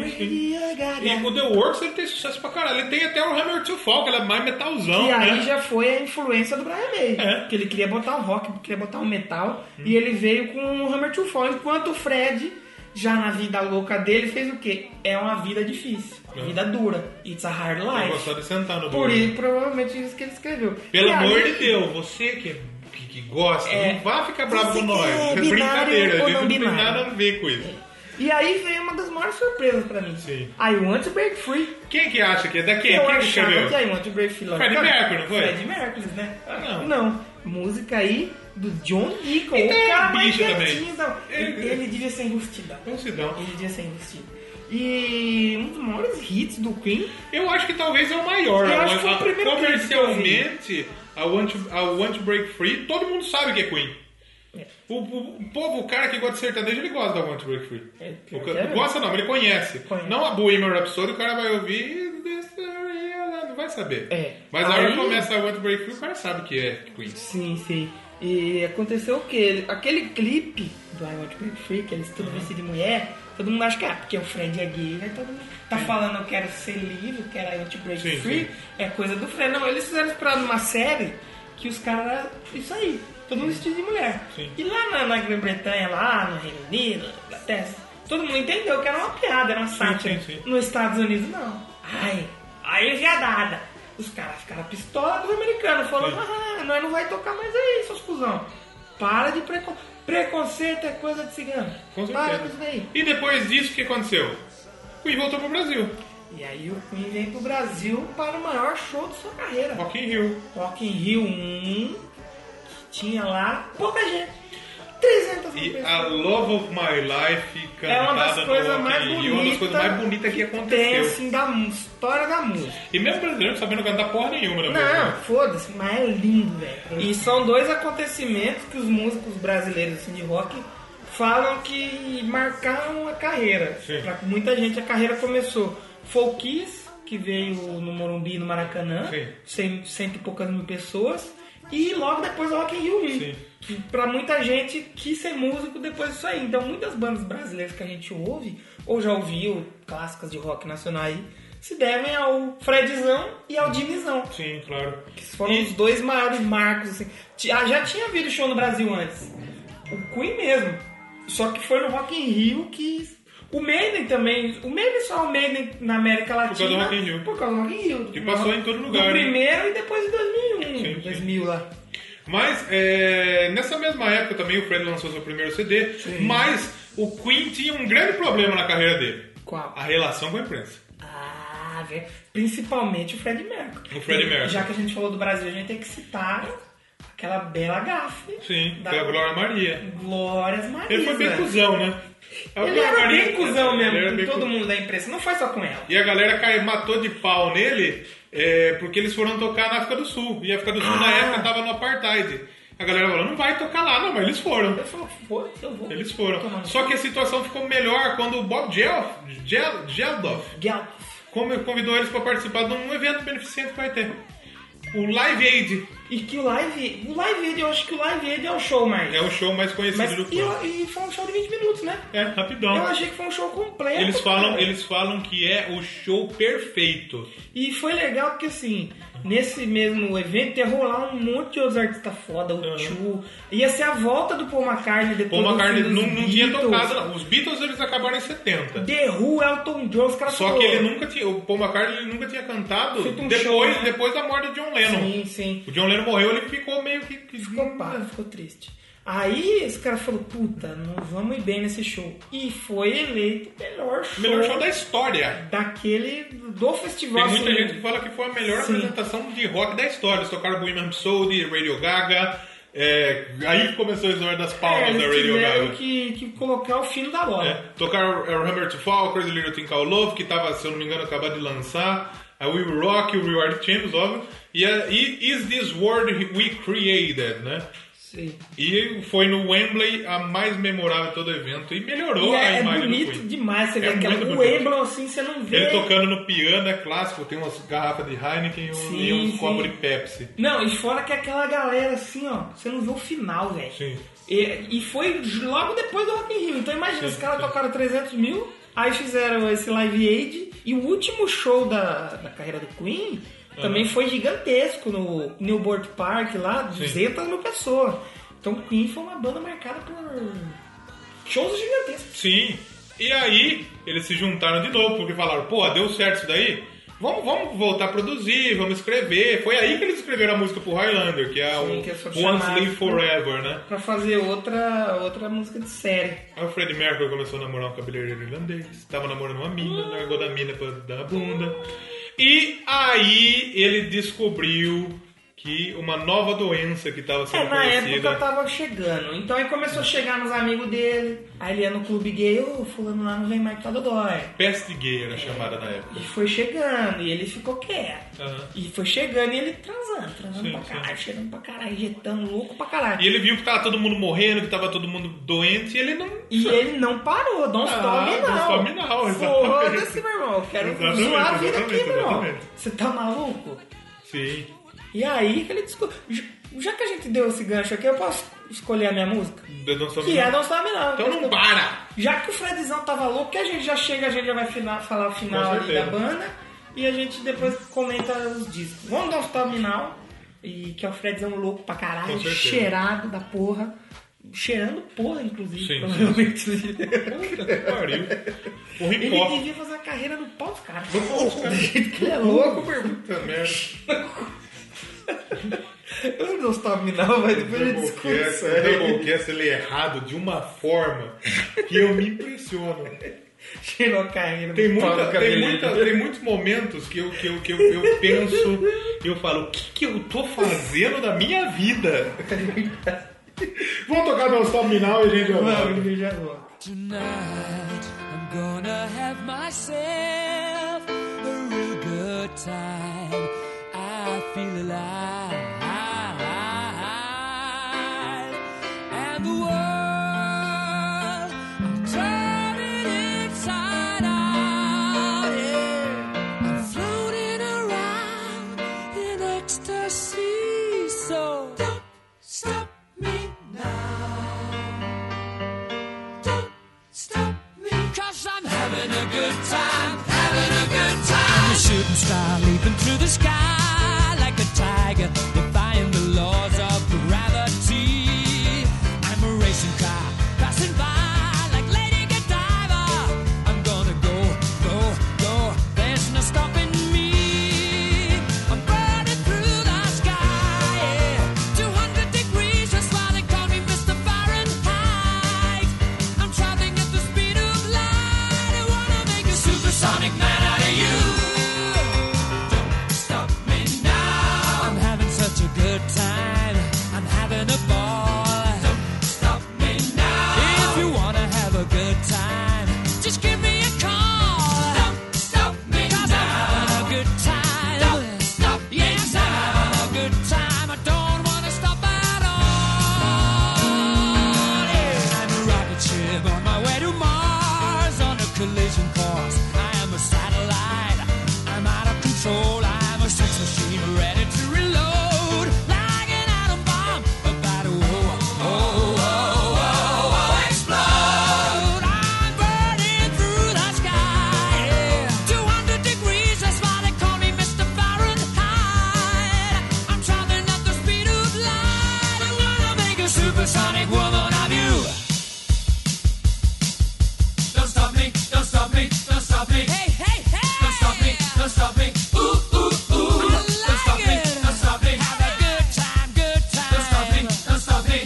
[SPEAKER 1] Radio Gaga.
[SPEAKER 2] E o The Works ele tem sucesso pra caralho. Ele tem até o Hammer to Fall, que ele é mais metalzão.
[SPEAKER 1] E aí
[SPEAKER 2] né?
[SPEAKER 1] já é foi a influência do Brian May.
[SPEAKER 2] É. Hum.
[SPEAKER 1] Que ele queria botar um rock, queria botar um metal. E ele veio com o Hammer to Fall. Enquanto o Fred, já na vida louca dele, fez o quê? É uma vida difícil. Vida dura. It's a hard
[SPEAKER 2] É. Eu
[SPEAKER 1] life.
[SPEAKER 2] gostava de sentar no
[SPEAKER 1] Por
[SPEAKER 2] banco.
[SPEAKER 1] isso, provavelmente isso que ele escreveu.
[SPEAKER 2] né? Pelo
[SPEAKER 1] E aí,
[SPEAKER 2] amor de Deus, você que, que, que gosta,
[SPEAKER 1] É.
[SPEAKER 2] não vá ficar bravo
[SPEAKER 1] Você
[SPEAKER 2] com
[SPEAKER 1] que
[SPEAKER 2] nós.
[SPEAKER 1] é
[SPEAKER 2] É
[SPEAKER 1] binário ou
[SPEAKER 2] brincadeira, a gente
[SPEAKER 1] não
[SPEAKER 2] não tem
[SPEAKER 1] binário. É.
[SPEAKER 2] nada a ver com isso.
[SPEAKER 1] E aí veio uma das maiores surpresas pra mim.
[SPEAKER 2] Sim.
[SPEAKER 1] I Want to Break Free.
[SPEAKER 2] Quem que acha que é? Da quem?
[SPEAKER 1] eu
[SPEAKER 2] quem que
[SPEAKER 1] achava
[SPEAKER 2] escreveu?
[SPEAKER 1] que é I Want to Break Free lá
[SPEAKER 2] Freddie
[SPEAKER 1] no cara-
[SPEAKER 2] Mercury, não foi?
[SPEAKER 1] Freddie Mercury, né?
[SPEAKER 2] Ah, não.
[SPEAKER 1] Música aí do John Deacon.
[SPEAKER 2] Então
[SPEAKER 1] o
[SPEAKER 2] é
[SPEAKER 1] cara mais
[SPEAKER 2] bicho também.
[SPEAKER 1] quietinho. da- Ele,
[SPEAKER 2] Ele-
[SPEAKER 1] ele devia ser enrustidão.
[SPEAKER 2] Não se dão.
[SPEAKER 1] Ele devia ser enrustido. E um dos maiores hits do Queen.
[SPEAKER 2] Eu acho que talvez é o maior.
[SPEAKER 1] Eu
[SPEAKER 2] A-
[SPEAKER 1] acho que foi o
[SPEAKER 2] a-
[SPEAKER 1] primeiro clipe que eu vi.
[SPEAKER 2] Comercialmente, a Want, to, a Want to Break Free, todo mundo sabe que é Queen. O, o- o povo, o cara que gosta de sertanejo, ele gosta da Want to Break Free.
[SPEAKER 1] É, pior
[SPEAKER 2] O
[SPEAKER 1] que
[SPEAKER 2] ca-
[SPEAKER 1] é.
[SPEAKER 2] gosta não, ele conhece.
[SPEAKER 1] Conhece.
[SPEAKER 2] Não a Bohemian Rhapsody, o cara vai ouvir... This is real, não vai saber.
[SPEAKER 1] É.
[SPEAKER 2] Mas a hora
[SPEAKER 1] Aí-
[SPEAKER 2] que começa a Want to Break Free, o cara sabe que é Queen.
[SPEAKER 1] Sim, sim. E aconteceu o quê? Aquele clipe do I Want to Break Free, que eles
[SPEAKER 2] Uhum.
[SPEAKER 1] tudo vestido de mulher, todo mundo acha que ah, porque o Fred é gay, né? Todo mundo tá falando eu quero ser livre, eu quero I Want to Break
[SPEAKER 2] Sim,
[SPEAKER 1] Free,
[SPEAKER 2] sim.
[SPEAKER 1] é coisa do Fred. Não, eles fizeram esperar numa série que os caras. Isso aí, todo mundo vestido de mulher.
[SPEAKER 2] Sim.
[SPEAKER 1] E lá na, na Grã-Bretanha, lá no Reino Unido, na Inglaterra, todo mundo entendeu que era uma piada, era uma sátira.
[SPEAKER 2] Tá, sim, sim.
[SPEAKER 1] Nos Estados Unidos, não. Ai, aí viadada. Os caras ficaram pistola do americano, falando, ah, nós não vai tocar mais aí, seus cuzão. Para de precon... preconceito, é coisa de cigano.
[SPEAKER 2] Com
[SPEAKER 1] Para com isso
[SPEAKER 2] certeza.
[SPEAKER 1] daí.
[SPEAKER 2] E depois disso, o que aconteceu? Queen voltou pro Brasil.
[SPEAKER 1] E aí o Queen vem pro Brasil para o maior show de sua carreira.
[SPEAKER 2] Rock in Rio.
[SPEAKER 1] Rock in Rio 1, que tinha lá pouca gente. 300 mil
[SPEAKER 2] E
[SPEAKER 1] pessoas.
[SPEAKER 2] a Love of My Life cantada
[SPEAKER 1] É uma das
[SPEAKER 2] no
[SPEAKER 1] coisas
[SPEAKER 2] Rock
[SPEAKER 1] mais
[SPEAKER 2] in Rio, é uma das coisas mais bonitas que
[SPEAKER 1] Tem
[SPEAKER 2] aconteceu.
[SPEAKER 1] assim da mu- história da música.
[SPEAKER 2] E mesmo brasileiro não sabendo cantar porra nenhuma, né?
[SPEAKER 1] Não, foda-se, mas é lindo, velho. E são dois acontecimentos que os músicos brasileiros assim, de rock falam que marcaram a carreira.
[SPEAKER 2] Sim.
[SPEAKER 1] Pra muita gente a carreira começou. Foi o Kiss, que veio no Morumbi, no Maracanã,
[SPEAKER 2] Sim.
[SPEAKER 1] cem- cento e poucas mil pessoas. E logo depois o Rock in Rio.
[SPEAKER 2] Sim.
[SPEAKER 1] Que pra muita gente quis ser músico depois disso aí. Então muitas bandas brasileiras que a gente ouve, ou já ouviu, clássicas de rock nacional aí, se devem ao Fredzão e ao Dinizão.
[SPEAKER 2] Sim, claro.
[SPEAKER 1] Que foram os dois maiores marcos, assim. Ti- ah, Já tinha havido show no Brasil antes. O Queen mesmo. Só que foi no Rock in Rio que... O Maiden também. O Maiden só é o Maiden na América Latina.
[SPEAKER 2] do Rock in Rio.
[SPEAKER 1] Por causa do Rock in Rio.
[SPEAKER 2] Que passou em todo lugar,
[SPEAKER 1] Do
[SPEAKER 2] né?
[SPEAKER 1] primeiro e depois em 2001.
[SPEAKER 2] Sim, sim.
[SPEAKER 1] 2000 lá.
[SPEAKER 2] Mas é, nessa mesma época também o Fred lançou seu primeiro CD, mas o Queen tinha um grande problema na carreira dele.
[SPEAKER 1] Qual?
[SPEAKER 2] A relação com a imprensa.
[SPEAKER 1] Ah, velho. Principalmente o Fred Mercury.
[SPEAKER 2] O Freddie
[SPEAKER 1] E,
[SPEAKER 2] Mercury.
[SPEAKER 1] Já que a gente falou do Brasil, a gente tem que citar aquela bela gafe.
[SPEAKER 2] Sim,
[SPEAKER 1] da
[SPEAKER 2] foi a Glória Maria.
[SPEAKER 1] Glórias Maria.
[SPEAKER 2] Ele foi bem cuzão, né? A
[SPEAKER 1] Ele
[SPEAKER 2] Glória
[SPEAKER 1] era
[SPEAKER 2] Maria-
[SPEAKER 1] bem cuzão
[SPEAKER 2] Ele era
[SPEAKER 1] mesmo
[SPEAKER 2] bem
[SPEAKER 1] com todo
[SPEAKER 2] cu-
[SPEAKER 1] mundo da imprensa. Não foi só com ela.
[SPEAKER 2] E a galera cai- matou de pau nele é, porque eles foram tocar na África do Sul. E a África do Sul na
[SPEAKER 1] Ah.
[SPEAKER 2] época tava no apartheid. A galera falou, não vai tocar lá, não, mas eles foram.
[SPEAKER 1] Eu falo, pô, eu vou.
[SPEAKER 2] Eles
[SPEAKER 1] Tomar
[SPEAKER 2] foram.
[SPEAKER 1] no
[SPEAKER 2] Só
[SPEAKER 1] cu.
[SPEAKER 2] que a situação ficou melhor quando o Bob Geldof, Gel, Geldof
[SPEAKER 1] Gal-
[SPEAKER 2] como- convidou eles para participar de um evento beneficente que vai ter. O Live Aid
[SPEAKER 1] E que o live. O live Aid, eu acho que o live Aid é o show mais.
[SPEAKER 2] é o show mais conhecido
[SPEAKER 1] Mas,
[SPEAKER 2] do
[SPEAKER 1] e,
[SPEAKER 2] Queen.
[SPEAKER 1] eu- e foi um show de 20 minutos, né?
[SPEAKER 2] É, rapidão.
[SPEAKER 1] Eu achei que foi um show completo.
[SPEAKER 2] Eles falam,
[SPEAKER 1] cara.
[SPEAKER 2] eles falam que é o show perfeito.
[SPEAKER 1] E foi legal porque assim, Nesse mesmo evento ia rolar um monte de outros artistas foda, o
[SPEAKER 2] Aham.
[SPEAKER 1] Tio. Ia ser a volta do Paul McCartney depois
[SPEAKER 2] Paul McCartney
[SPEAKER 1] do fim dos
[SPEAKER 2] não, não tinha
[SPEAKER 1] Beatles.
[SPEAKER 2] tocado, não. Os Beatles eles acabaram em 70.
[SPEAKER 1] The Who, Elton John, os caras
[SPEAKER 2] Só
[SPEAKER 1] falaram,
[SPEAKER 2] que ele nunca tinha. O Paul McCartney ele nunca tinha cantado
[SPEAKER 1] Feito um
[SPEAKER 2] depois,
[SPEAKER 1] show, né?
[SPEAKER 2] depois da morte do John Lennon.
[SPEAKER 1] Sim, sim.
[SPEAKER 2] O John Lennon morreu, ele ficou meio que. que
[SPEAKER 1] Ficou pá, ficou triste. Aí os caras falaram, puta, não vamos ir bem nesse show. E foi eleito o melhor show,
[SPEAKER 2] Melhor show da história.
[SPEAKER 1] daquele, do festival.
[SPEAKER 2] Tem muita
[SPEAKER 1] assim,
[SPEAKER 2] gente que fala que foi a melhor
[SPEAKER 1] Sim.
[SPEAKER 2] apresentação de rock da história. Eles tocaram Bohemian Rhapsody, Radio Gaga. é, aí que começou a história das
[SPEAKER 1] É,
[SPEAKER 2] palmas
[SPEAKER 1] eles
[SPEAKER 2] da Radio
[SPEAKER 1] tiveram
[SPEAKER 2] Gaga.
[SPEAKER 1] que, que colocar o fino da bola.
[SPEAKER 2] É, tocaram é, Hammer to Fall, Crazy Little Thing Called Love, que tava, se eu não me engano, acabado de lançar. A We Will Rock, o We Are The Champions, óbvio. E, a, e Is This World We Created, né?
[SPEAKER 1] Sim.
[SPEAKER 2] E foi no Wembley a mais memorável de todo o evento. E melhorou
[SPEAKER 1] E
[SPEAKER 2] a
[SPEAKER 1] é, é
[SPEAKER 2] imagem do
[SPEAKER 1] bonito
[SPEAKER 2] Queen.
[SPEAKER 1] demais, você
[SPEAKER 2] É
[SPEAKER 1] vê aquela
[SPEAKER 2] muito
[SPEAKER 1] o
[SPEAKER 2] bonito.
[SPEAKER 1] Emblem assim, você não vê.
[SPEAKER 2] Ele tocando no piano é clássico, tem umas garrafas de Heineken e um,
[SPEAKER 1] Sim,
[SPEAKER 2] e uns
[SPEAKER 1] sim.
[SPEAKER 2] copos de Pepsi.
[SPEAKER 1] Não, e fora que é aquela galera assim, ó, você não vê o final, velho.
[SPEAKER 2] Sim.
[SPEAKER 1] E, e foi logo depois do Rock in Rio. Então imagina, os caras tocaram 300 mil, aí fizeram esse Live Aid, e o último show da, da carreira do Queen também foi gigantesco no Newport Park lá, 200 mil pessoas. Então o Queen foi uma banda marcada por shows gigantescos.
[SPEAKER 2] Sim. E aí, eles se juntaram de novo, porque falaram, pô, deu certo isso daí? Vamos, vamos voltar a produzir, vamos escrever. Foi aí que eles escreveram a música pro Highlander, que é
[SPEAKER 1] Sim,
[SPEAKER 2] um
[SPEAKER 1] que é só
[SPEAKER 2] Once
[SPEAKER 1] chamar-
[SPEAKER 2] Live Forever, né?
[SPEAKER 1] Pra fazer outra, outra música de série.
[SPEAKER 2] Aí o Fred Mercury começou a namorar um cabeleireiro irlandês, tava namorando uma mina, largou da mina pra dar a bunda. E aí ele descobriu que uma nova doença que tava
[SPEAKER 1] É,
[SPEAKER 2] sendo
[SPEAKER 1] na
[SPEAKER 2] conhecida.
[SPEAKER 1] época eu tava chegando. Então aí começou a chegar nos amigos dele. Aí ele ia no clube gay, ô, fulano lá não vem mais que tá dodói.
[SPEAKER 2] Peste gay
[SPEAKER 1] É.
[SPEAKER 2] era chamada na época.
[SPEAKER 1] E foi chegando, e ele ficou quieto.
[SPEAKER 2] Aham.
[SPEAKER 1] E foi chegando e ele transando, transando
[SPEAKER 2] Sim,
[SPEAKER 1] pra
[SPEAKER 2] sim.
[SPEAKER 1] caralho, cheirando pra caralho, injetando louco pra caralho.
[SPEAKER 2] E ele viu que tava todo mundo morrendo, que tava todo mundo doente, e ele não.
[SPEAKER 1] E ele não parou, don't
[SPEAKER 2] Ah,
[SPEAKER 1] stop me
[SPEAKER 2] don't
[SPEAKER 1] não.
[SPEAKER 2] stop me não, exatamente.
[SPEAKER 1] Foda-se, meu irmão. Eu quero
[SPEAKER 2] Exatamente,
[SPEAKER 1] zoar a vida aqui,
[SPEAKER 2] exatamente,
[SPEAKER 1] meu irmão.
[SPEAKER 2] exatamente.
[SPEAKER 1] Você tá maluco?
[SPEAKER 2] Sim.
[SPEAKER 1] E aí que ele descobriu. Já que a gente deu esse gancho aqui, eu posso escolher a minha música?
[SPEAKER 2] Não soube
[SPEAKER 1] Que é
[SPEAKER 2] não.
[SPEAKER 1] Don't Stop Me Now.
[SPEAKER 2] Então não para!
[SPEAKER 1] Já que o Fredzão tava louco, que a gente já chega, a gente já vai fina- falar o final
[SPEAKER 2] Com
[SPEAKER 1] ali da
[SPEAKER 2] certeza.
[SPEAKER 1] banda e a gente depois comenta os discos. Vamos dar um stop final, e que é o Fredzão louco pra caralho,
[SPEAKER 2] Com certeza.
[SPEAKER 1] cheirado da porra. Cheirando porra, inclusive,
[SPEAKER 2] Sim,
[SPEAKER 1] provavelmente.
[SPEAKER 2] Puta que pariu. O
[SPEAKER 1] Ele
[SPEAKER 2] Ricó.
[SPEAKER 1] devia fazer a carreira no pau dos caras.
[SPEAKER 2] No pau dos caras.
[SPEAKER 1] Do jeito que ele é louco, meu irmão.
[SPEAKER 2] Puta merda.
[SPEAKER 1] Eu não dou stop final, mas depois ele discute.
[SPEAKER 2] Doublecast,
[SPEAKER 1] isso aí.
[SPEAKER 2] Doublecast, ele é errado de uma forma que eu me impressiono.
[SPEAKER 1] Cheirou a carreira
[SPEAKER 2] Tem,
[SPEAKER 1] no pau
[SPEAKER 2] muita,
[SPEAKER 1] do
[SPEAKER 2] tem,
[SPEAKER 1] cabelinho.
[SPEAKER 2] muita, tem muitos momentos que eu, que eu, que eu, eu penso e eu falo, o que, que eu tô fazendo da minha vida? Vamos tocar meu stop final e a gente vai.
[SPEAKER 1] Vamos, ele já é volta.
[SPEAKER 3] Tonight I'm gonna have myself a real good time. I feel alive, and the world I'm turning inside out. Yeah. I'm floating around in ecstasy, so don't stop me now. Don't stop me, cause I'm having a good time, having a good time. I'm a shooting star leaping through the sky like a tiger, defying the laws of gravity. I'm a race
[SPEAKER 5] big woman of you. Don't stop me, don't stop me, don't stop me.
[SPEAKER 3] Hey, hey, hey!
[SPEAKER 5] Don't stop me, don't stop me. Ooh, ooh,
[SPEAKER 3] I
[SPEAKER 5] ooh. Don't stop
[SPEAKER 3] like
[SPEAKER 5] me,
[SPEAKER 3] it.
[SPEAKER 5] don't stop me.
[SPEAKER 3] Have a good time, good time.
[SPEAKER 5] Don't stop me, don't stop me.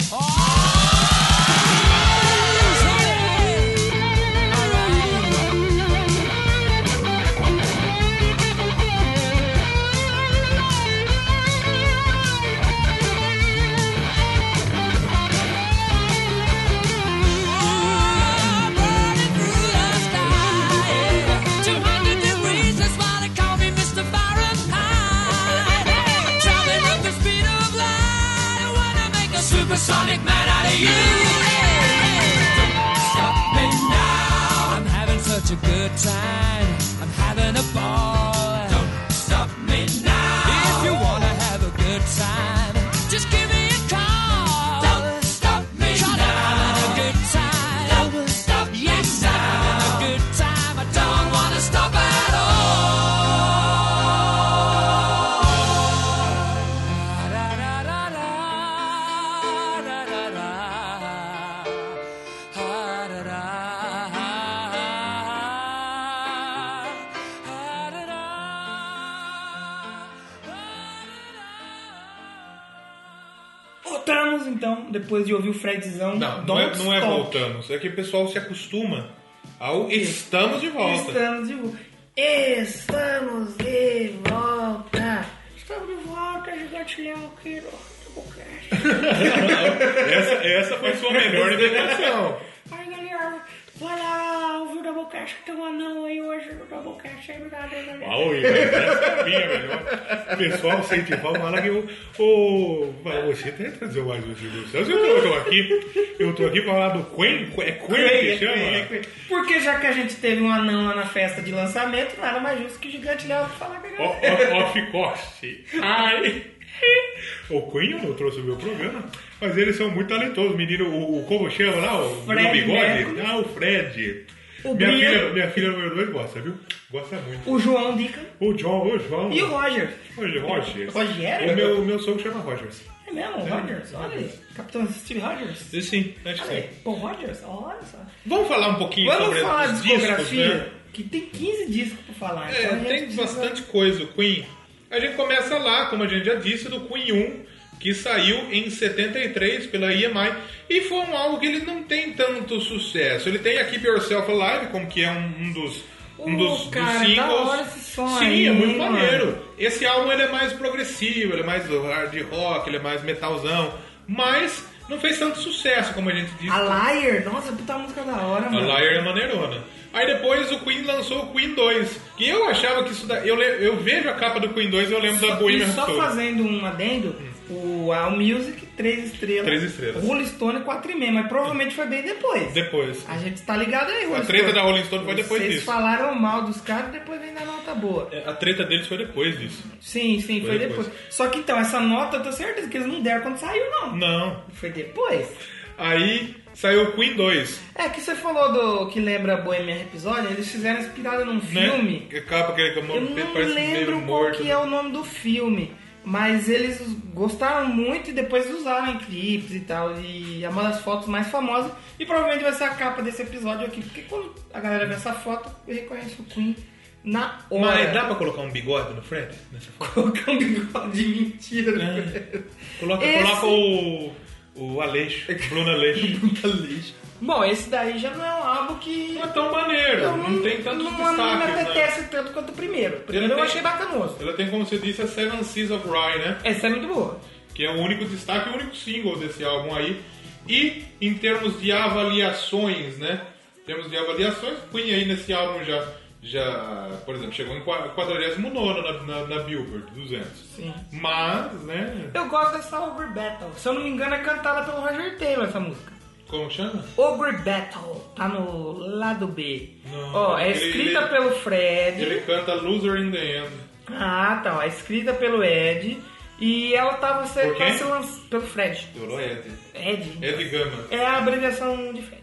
[SPEAKER 3] Sonic
[SPEAKER 5] Man out of you. Stop me now.
[SPEAKER 3] I'm having such a good time. I'm having a ball.
[SPEAKER 5] Don't stop me now.
[SPEAKER 3] If you wanna have a good time, just give me a call.
[SPEAKER 5] Don't stop me
[SPEAKER 3] Try to
[SPEAKER 5] now.
[SPEAKER 3] have a good time.
[SPEAKER 5] Don't stop yes now.
[SPEAKER 3] A good time. I don't
[SPEAKER 5] Don't wanna stop at all.
[SPEAKER 1] Voltamos então, depois de ouvir o Fredzão.
[SPEAKER 2] Não, não é,
[SPEAKER 1] Don't
[SPEAKER 2] não é
[SPEAKER 1] Stop.
[SPEAKER 2] voltamos. É que o pessoal se acostuma ao estamos de volta.
[SPEAKER 1] Estamos de volta. Estamos de volta. Estamos de volta, gigantilhão, querido.
[SPEAKER 2] Essa, essa foi sua melhor imitação.
[SPEAKER 1] Aí galera, vai lá ouvir o Doublecast que tem um anão aí hoje no Doublecast. Aí, é obrigado, galera.
[SPEAKER 2] Uau, Igor, essa é a minha melhor. O pessoal sente mal, fala que eu. Ô, mas você tenta trazer mais um Silvio Santos? Eu tô, eu tô aqui. Eu tô aqui pra falar do Queen. É Queen que chama?
[SPEAKER 1] é Porque já que a gente teve um anão lá na festa de lançamento, nada mais justo que o Gigante Léo falar com a
[SPEAKER 2] O-
[SPEAKER 1] galera.
[SPEAKER 2] o- Off cost. Ai. O Queen eu não trouxe o meu programa, mas eles são muito talentosos. Menino, o, o como chama lá? O do
[SPEAKER 1] Fred
[SPEAKER 2] bigode?
[SPEAKER 1] Mercury.
[SPEAKER 2] Ah, o Fred.
[SPEAKER 1] O
[SPEAKER 2] minha,
[SPEAKER 1] Brian.
[SPEAKER 2] filha, minha filha número 2 gosta, viu? Gosta muito.
[SPEAKER 1] O João Dica
[SPEAKER 2] O John, o João.
[SPEAKER 1] e o Roger.
[SPEAKER 2] Olha, Rogers.
[SPEAKER 1] Rogério?
[SPEAKER 2] O meu, o meu sogro chama Rogers.
[SPEAKER 1] É mesmo, o Rogers, olha aí. Capitão Steve Rogers.
[SPEAKER 2] Sim, acho que
[SPEAKER 1] Olha aí.
[SPEAKER 2] sim.
[SPEAKER 1] Pô, Rogers, olha só.
[SPEAKER 2] Vamos falar um pouquinho
[SPEAKER 1] Vamos
[SPEAKER 2] sobre
[SPEAKER 1] falar de
[SPEAKER 2] os discos,
[SPEAKER 1] discografia,
[SPEAKER 2] né?
[SPEAKER 1] que tem 15 discos pra falar.
[SPEAKER 2] É,
[SPEAKER 1] então a gente
[SPEAKER 2] tem
[SPEAKER 1] precisa-
[SPEAKER 2] bastante coisa o Queen. A gente começa lá, como a gente já disse, do Queen 1, que saiu em 73 pela EMI. E foi um álbum que ele não tem tanto sucesso. Ele tem a Keep Yourself Alive, como que é um, um dos... Um
[SPEAKER 1] Ô,
[SPEAKER 2] dos, dos
[SPEAKER 1] cara, da
[SPEAKER 2] singles.
[SPEAKER 1] hora esse som
[SPEAKER 2] Sim,
[SPEAKER 1] aí,
[SPEAKER 2] é muito
[SPEAKER 1] hein,
[SPEAKER 2] maneiro.
[SPEAKER 1] mano?
[SPEAKER 2] Esse álbum ele é mais progressivo, ele é mais hard rock, ele é mais metalzão. Mas não fez tanto sucesso, como a gente disse.
[SPEAKER 1] A Liar, nossa, puta música da hora,
[SPEAKER 2] A
[SPEAKER 1] mano.
[SPEAKER 2] Liar é maneirona. Aí depois o Queen lançou o Queen 2, que eu achava que isso da... eu, le- eu vejo a capa do Queen 2 e eu lembro é da
[SPEAKER 1] Só,
[SPEAKER 2] Bohemian
[SPEAKER 1] e só
[SPEAKER 2] Rhapsody.
[SPEAKER 1] fazendo um adendo, o All Music, 3 estrelas.
[SPEAKER 2] Três estrelas.
[SPEAKER 1] Rolling Stone, 4,5, mas provavelmente foi bem depois.
[SPEAKER 2] Depois.
[SPEAKER 1] A gente tá ligado aí, Rolling
[SPEAKER 2] A treta
[SPEAKER 1] Stone.
[SPEAKER 2] da Rolling Stone foi depois
[SPEAKER 1] Vocês
[SPEAKER 2] disso.
[SPEAKER 1] falaram mal dos caras, depois vem da nota boa.
[SPEAKER 2] É, A treta deles foi depois disso.
[SPEAKER 1] Sim, sim, foi,
[SPEAKER 2] Foi depois.
[SPEAKER 1] depois. Só que então, essa nota eu tô certeza que eles não deram quando saiu, não.
[SPEAKER 2] Não.
[SPEAKER 1] Foi depois.
[SPEAKER 2] Aí saiu o Queen 2,
[SPEAKER 1] É que você falou do que lembra Bohemian Rhapsody, eles fizeram inspirado num
[SPEAKER 2] né?
[SPEAKER 1] filme.
[SPEAKER 2] Que capa que ele tomou,
[SPEAKER 1] Eu não
[SPEAKER 2] parece meio
[SPEAKER 1] lembro qual
[SPEAKER 2] morto. né?
[SPEAKER 1] que é o nome do filme, mas eles gostaram muito e depois usaram em clipes e tal. E é uma das fotos mais famosas. E provavelmente vai ser a capa desse episódio aqui, porque quando a galera vê essa foto, reconhece o Queen na hora.
[SPEAKER 2] Mas dá pra colocar um bigode no Fred? Nessa foto?
[SPEAKER 1] Colocar um bigode de mentira. né?
[SPEAKER 2] É. Coloca,
[SPEAKER 1] Esse-
[SPEAKER 2] coloca o, o Aleixo, o Bruno Aleixo.
[SPEAKER 1] Bom, esse daí já não é um álbum que...
[SPEAKER 2] não é tão maneiro,
[SPEAKER 1] eu
[SPEAKER 2] não, tem tanto
[SPEAKER 1] não,
[SPEAKER 2] destaque.
[SPEAKER 1] não me
[SPEAKER 2] né?
[SPEAKER 1] apetece tanto quanto o primeiro. O
[SPEAKER 2] Ele
[SPEAKER 1] primeiro eu
[SPEAKER 2] tem-
[SPEAKER 1] achei bacanoso.
[SPEAKER 2] Ela tem, como você disse, a Seven Seas of Rye, né?
[SPEAKER 1] Essa é muito boa.
[SPEAKER 2] que é o único destaque, o único single desse álbum aí. E em termos de avaliações, né? Em termos de avaliações, Queen aí nesse álbum já, já por exemplo, chegou em qua- 49 na, na, na Billboard 200.
[SPEAKER 1] Sim.
[SPEAKER 2] Mas, né?
[SPEAKER 1] Eu gosto dessa Ogre Battle. Se eu não me engano, é cantada pelo Roger Taylor essa música.
[SPEAKER 2] Como chama?
[SPEAKER 1] Ogre Battle. Tá no lado B.
[SPEAKER 2] Não,
[SPEAKER 1] Ó, é
[SPEAKER 2] ele-
[SPEAKER 1] escrita
[SPEAKER 2] ele-
[SPEAKER 1] pelo Fred.
[SPEAKER 2] Ele canta Loser in the End.
[SPEAKER 1] Ah, tá. ó, É escrita pelo Ed. E ela tava sendo
[SPEAKER 2] Por quem?
[SPEAKER 1] pelo Fred.
[SPEAKER 2] Durou Ed.
[SPEAKER 1] Ed.
[SPEAKER 2] Ed Gama.
[SPEAKER 1] É a abreviação de Fred.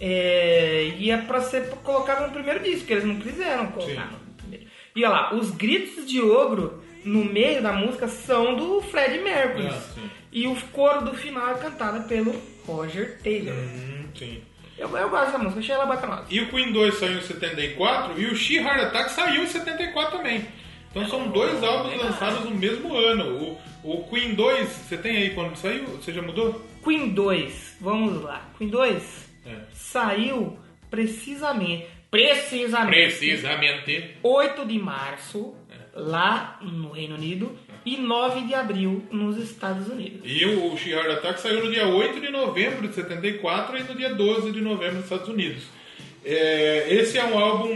[SPEAKER 1] É, e é pra ser colocado no primeiro disco, que eles não quiseram colocar
[SPEAKER 2] Sim.
[SPEAKER 1] no primeiro. E olha lá, os gritos de ogro no meio da música são do Fred Mercury.
[SPEAKER 2] Ah, sim.
[SPEAKER 1] e o coro do final é cantado pelo Roger Taylor.
[SPEAKER 2] Hum, sim.
[SPEAKER 1] Eu, eu gosto da música, achei ela bacana.
[SPEAKER 2] E o Queen 2 saiu em 74 e o She Heart Attack saiu em 74 também. Então são dois álbuns lançados no mesmo ano. O, o Queen 2, você tem aí quando saiu? Você já mudou?
[SPEAKER 1] Queen 2, vamos lá. Queen 2
[SPEAKER 2] É.
[SPEAKER 1] saiu precisamente, precisamente,
[SPEAKER 2] Precisamente.
[SPEAKER 1] 8 de março lá no Reino Unido e 9 de abril nos Estados Unidos.
[SPEAKER 2] E o She Heart Attack saiu no dia 8 de novembro de 74 e no dia 12 de novembro nos Estados Unidos. É, esse é um álbum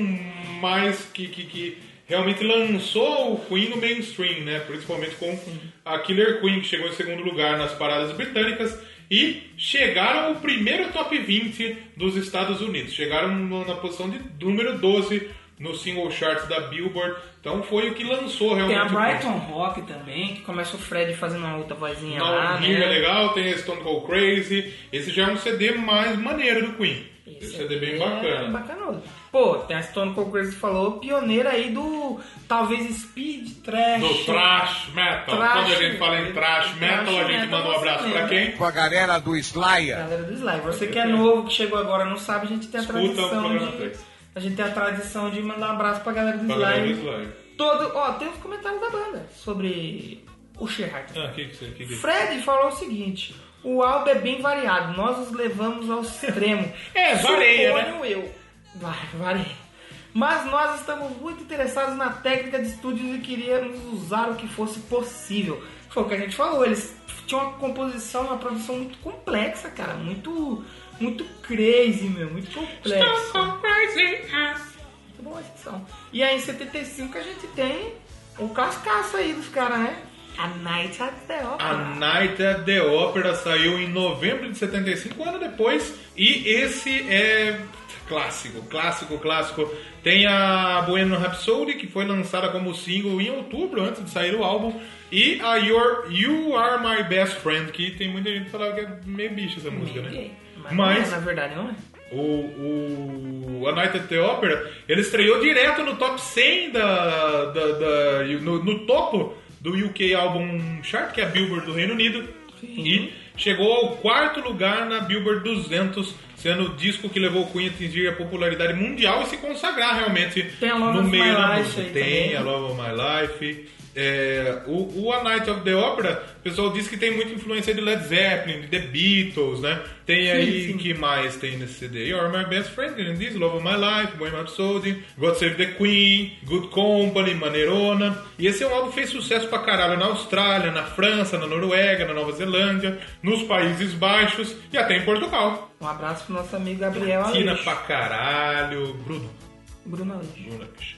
[SPEAKER 2] mais que, que, que realmente lançou o Queen no mainstream, né? Principalmente com a Killer Queen, que chegou em segundo lugar nas paradas britânicas. E chegaram ao primeiro top 20 dos Estados Unidos. Chegaram no- na posição de número 12 no single charts da Billboard. Então foi o que lançou realmente.
[SPEAKER 1] Tem a
[SPEAKER 2] o Queen.
[SPEAKER 1] Brighton Rock também, que começa o Fred fazendo uma outra vozinha lá,
[SPEAKER 2] Não,
[SPEAKER 1] né?
[SPEAKER 2] Rio é legal, tem esse Stone Cold Crazy. Esse já é um CD mais maneiro do Queen. Esse, CD bem
[SPEAKER 1] É,
[SPEAKER 2] bacana.
[SPEAKER 1] bacanoso. Pô, tem a Stone Cold Crazy falou, pioneira aí do talvez speed trash.
[SPEAKER 2] Do thrash metal.
[SPEAKER 1] Thrash.
[SPEAKER 2] Quando a gente fala em thrash metal,
[SPEAKER 1] Thrash
[SPEAKER 2] a gente
[SPEAKER 1] metal, é
[SPEAKER 2] manda um
[SPEAKER 1] você
[SPEAKER 2] abraço
[SPEAKER 1] lembra.
[SPEAKER 2] pra quem?
[SPEAKER 6] Com a galera do Slayer.
[SPEAKER 1] Galera do Sly, você que é novo, que chegou agora, não sabe, a gente tem a
[SPEAKER 2] Escuta o
[SPEAKER 1] tradição
[SPEAKER 2] programa
[SPEAKER 1] de
[SPEAKER 2] três.
[SPEAKER 1] a gente tem a tradição de mandar um abraço pra galera do
[SPEAKER 2] Pra galera do
[SPEAKER 1] Sly.
[SPEAKER 2] Slayer.
[SPEAKER 1] Todo, ó, tem os comentários da banda sobre o Sheehart.
[SPEAKER 2] Ah, que que você que que-
[SPEAKER 1] Fred falou o seguinte: o álbum é bem variado, nós os levamos ao extremo.
[SPEAKER 2] É, vareia, né?
[SPEAKER 1] Suponho eu. Vai, vareia. Mas nós estamos muito interessados na técnica de estúdios e queríamos usar o que fosse possível. Foi o que a gente falou, eles tinham uma composição, uma produção muito complexa, cara. Muito. Muito crazy, meu. Muito complexo. Muito boa essa edição. E aí em 75 a gente tem o cascaço aí dos caras, né? A Night at the Opera.
[SPEAKER 2] A Night at the Opera saiu em novembro de 75, um ano depois. E esse é clássico, clássico, clássico. Tem a Bueno Rhapsody, que foi lançada como single em outubro, antes de sair o álbum. E a Your, You Are My Best Friend, que tem muita gente que falava que é meio bicho essa música, né?
[SPEAKER 1] Mas, não é,
[SPEAKER 2] Mas
[SPEAKER 1] na verdade não é.
[SPEAKER 2] o, o A Night at the Opera, ele estreou direto no top 100 da, da, da- no, no topo do UK Album Chart, que é a Billboard do Reino Unido,
[SPEAKER 1] Uhum.
[SPEAKER 2] e chegou ao quarto lugar na Billboard 200, sendo o disco que levou o Queen a atingir a popularidade mundial e se consagrar realmente
[SPEAKER 1] Tem a Love
[SPEAKER 2] no
[SPEAKER 1] of My
[SPEAKER 2] meio da
[SPEAKER 1] Life
[SPEAKER 2] música.
[SPEAKER 1] aí
[SPEAKER 2] Tem
[SPEAKER 1] também.
[SPEAKER 2] a Love of My Life. É, o, o A Night of the Opera, o pessoal diz que tem muita influência de Led Zeppelin, de The Beatles, né? Tem aí
[SPEAKER 1] sim.
[SPEAKER 2] que mais tem nesse CD? You're My Best Friend, Green Diz, Love of My Life, Bohemian Rhapsody, God Save the Queen, Good Company, Maneirona. E esse é um álbum que fez sucesso pra caralho na Austrália, na França, na Noruega, na Nova Zelândia, nos Países Baixos e até em Portugal.
[SPEAKER 1] Um abraço pro nosso amigo Gabriel
[SPEAKER 2] Tina
[SPEAKER 1] Aleixo.
[SPEAKER 2] pra caralho, Bruno.
[SPEAKER 1] Bruno Aleixo.
[SPEAKER 2] Bruno Aleixo.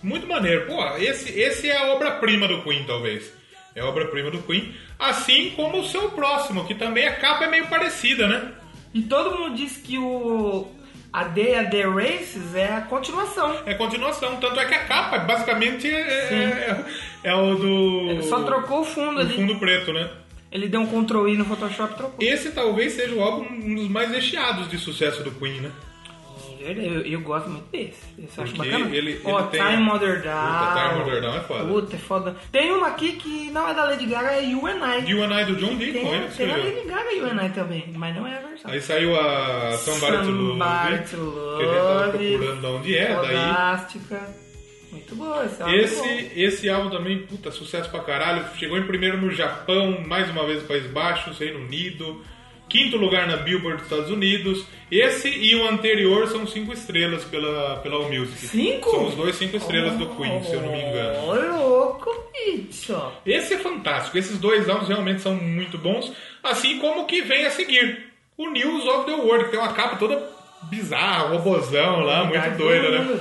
[SPEAKER 2] Muito maneiro, pô, esse, esse é a obra-prima do Queen, talvez. É a obra-prima do Queen, assim como o seu próximo, que também a capa é meio parecida, né?
[SPEAKER 1] E todo mundo diz que o a Day at the Races é a continuação.
[SPEAKER 2] É continuação, tanto é que a capa basicamente é, é- é o do.
[SPEAKER 1] Ele só trocou o fundo
[SPEAKER 2] o
[SPEAKER 1] ali.
[SPEAKER 2] fundo preto, né?
[SPEAKER 1] Ele deu um Ctrl I no Photoshop e trocou.
[SPEAKER 2] Esse talvez seja o álbum um dos mais recheados de sucesso do Queen, né?
[SPEAKER 1] Eu, eu gosto muito desse. Esse eu acho
[SPEAKER 2] Porque
[SPEAKER 1] bacana.
[SPEAKER 2] ele-
[SPEAKER 1] Ó,
[SPEAKER 2] ele tem-
[SPEAKER 1] Time Mother Down.
[SPEAKER 2] Puta, Time Mother Down é foda.
[SPEAKER 1] Puta, é foda. Tem uma aqui que não é da Lady Gaga, é You and I.
[SPEAKER 2] E o Anai do John Deacon,
[SPEAKER 1] Tem,
[SPEAKER 2] ele
[SPEAKER 1] a-
[SPEAKER 2] que
[SPEAKER 1] tem a
[SPEAKER 2] escreveu.
[SPEAKER 1] Lady Gaga e You and I também, mas não é a versão.
[SPEAKER 2] Aí saiu a Somebody to Love,
[SPEAKER 1] Somebody to
[SPEAKER 2] que a gente tava
[SPEAKER 1] Love.
[SPEAKER 2] procurando de onde é, daí
[SPEAKER 1] Fodástica. Muito boa esse álbum é bom.
[SPEAKER 2] Esse, esse álbum também, puta, sucesso pra caralho. Chegou em primeiro no Japão, mais uma vez País Baixos, Reino Unido. Quinto lugar na Billboard dos Estados Unidos. Esse e o anterior são cinco estrelas pela, pela All Music.
[SPEAKER 1] Cinco?
[SPEAKER 2] São os dois cinco estrelas do Queen, se eu não me engano.
[SPEAKER 1] Ô, louco, bicho.
[SPEAKER 2] Esse é fantástico. Esses dois álbuns realmente são muito bons. Assim como o que vem a seguir. O News of the World, que tem uma capa toda bizarra, robozão lá, muito
[SPEAKER 1] Verdade,
[SPEAKER 2] doida, né?
[SPEAKER 1] lindo.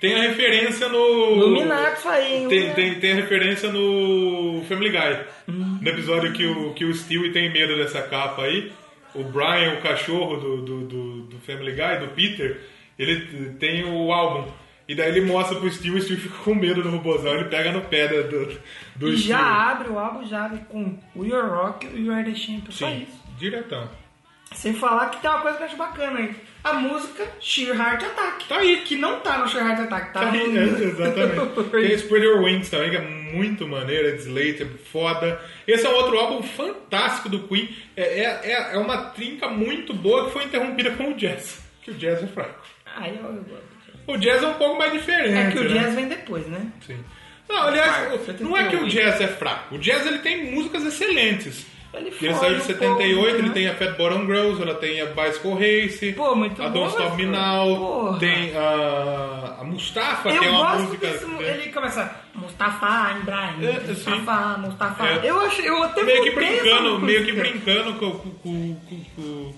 [SPEAKER 2] Tem a referência no...
[SPEAKER 1] Luminato aí, hein?
[SPEAKER 2] Tem, tem, tem referência no Family Guy. No episódio que o, que o Stewie tem medo dessa capa aí. O Brian, o cachorro do, do, do, do Family Guy, do Peter, ele t- tem o álbum. E daí ele mostra pro Stewie, o Stewie fica com medo do robôzão, ele pega no pé do, do, do
[SPEAKER 1] E já
[SPEAKER 2] Stewie.
[SPEAKER 1] abre o álbum, já abre com We Are Rock e We Are The Champions. Só
[SPEAKER 2] Sim,
[SPEAKER 1] é isso.
[SPEAKER 2] diretão.
[SPEAKER 1] Sem falar que tem uma coisa que eu acho bacana aí. A música Sheer Heart Attack.
[SPEAKER 2] Tá aí.
[SPEAKER 1] Que não tá no Sheer Heart Attack, tá,
[SPEAKER 2] Tá aí,
[SPEAKER 1] no...
[SPEAKER 2] né? Exatamente. Tem Spread Your Wings também, que é muito maneiro, é de Slater, foda. Esse é um outro álbum fantástico do Queen. É, é, é- é uma trinca muito boa que foi interrompida com o jazz. Que o jazz é fraco.
[SPEAKER 1] Ah, eu, eu gosto.
[SPEAKER 2] O jazz é um pouco mais diferente.
[SPEAKER 1] É que o
[SPEAKER 2] né?
[SPEAKER 1] jazz vem depois, né?
[SPEAKER 2] Sim. Não, aliás,
[SPEAKER 1] Quarto,
[SPEAKER 2] o- não é que
[SPEAKER 1] 78.
[SPEAKER 2] o jazz é fraco. O jazz ele tem músicas excelentes.
[SPEAKER 1] Ele
[SPEAKER 2] Ele,
[SPEAKER 1] foge
[SPEAKER 2] saiu
[SPEAKER 1] um
[SPEAKER 2] de 78,
[SPEAKER 1] pouco,
[SPEAKER 2] ele
[SPEAKER 1] né?
[SPEAKER 2] tem a Fat Bottom Girls, ela tem a Bicycle Race,
[SPEAKER 1] Pô, muito
[SPEAKER 2] a
[SPEAKER 1] boa,
[SPEAKER 2] Don't Stop Me
[SPEAKER 1] cara.
[SPEAKER 2] Now,
[SPEAKER 1] Porra.
[SPEAKER 2] tem a, a Mustafa, que é
[SPEAKER 1] eu
[SPEAKER 2] uma
[SPEAKER 1] gosto
[SPEAKER 2] música.
[SPEAKER 1] desse.
[SPEAKER 2] né?
[SPEAKER 1] Ele começa Mustafa, Ibrahim,
[SPEAKER 2] É, sim.
[SPEAKER 1] Mustafa, Mustafa.
[SPEAKER 2] É.
[SPEAKER 1] Eu, acho, eu até
[SPEAKER 2] meio que
[SPEAKER 1] mudei essa
[SPEAKER 2] brincando, meio que
[SPEAKER 1] música.
[SPEAKER 2] brincando com, com, com, com- com-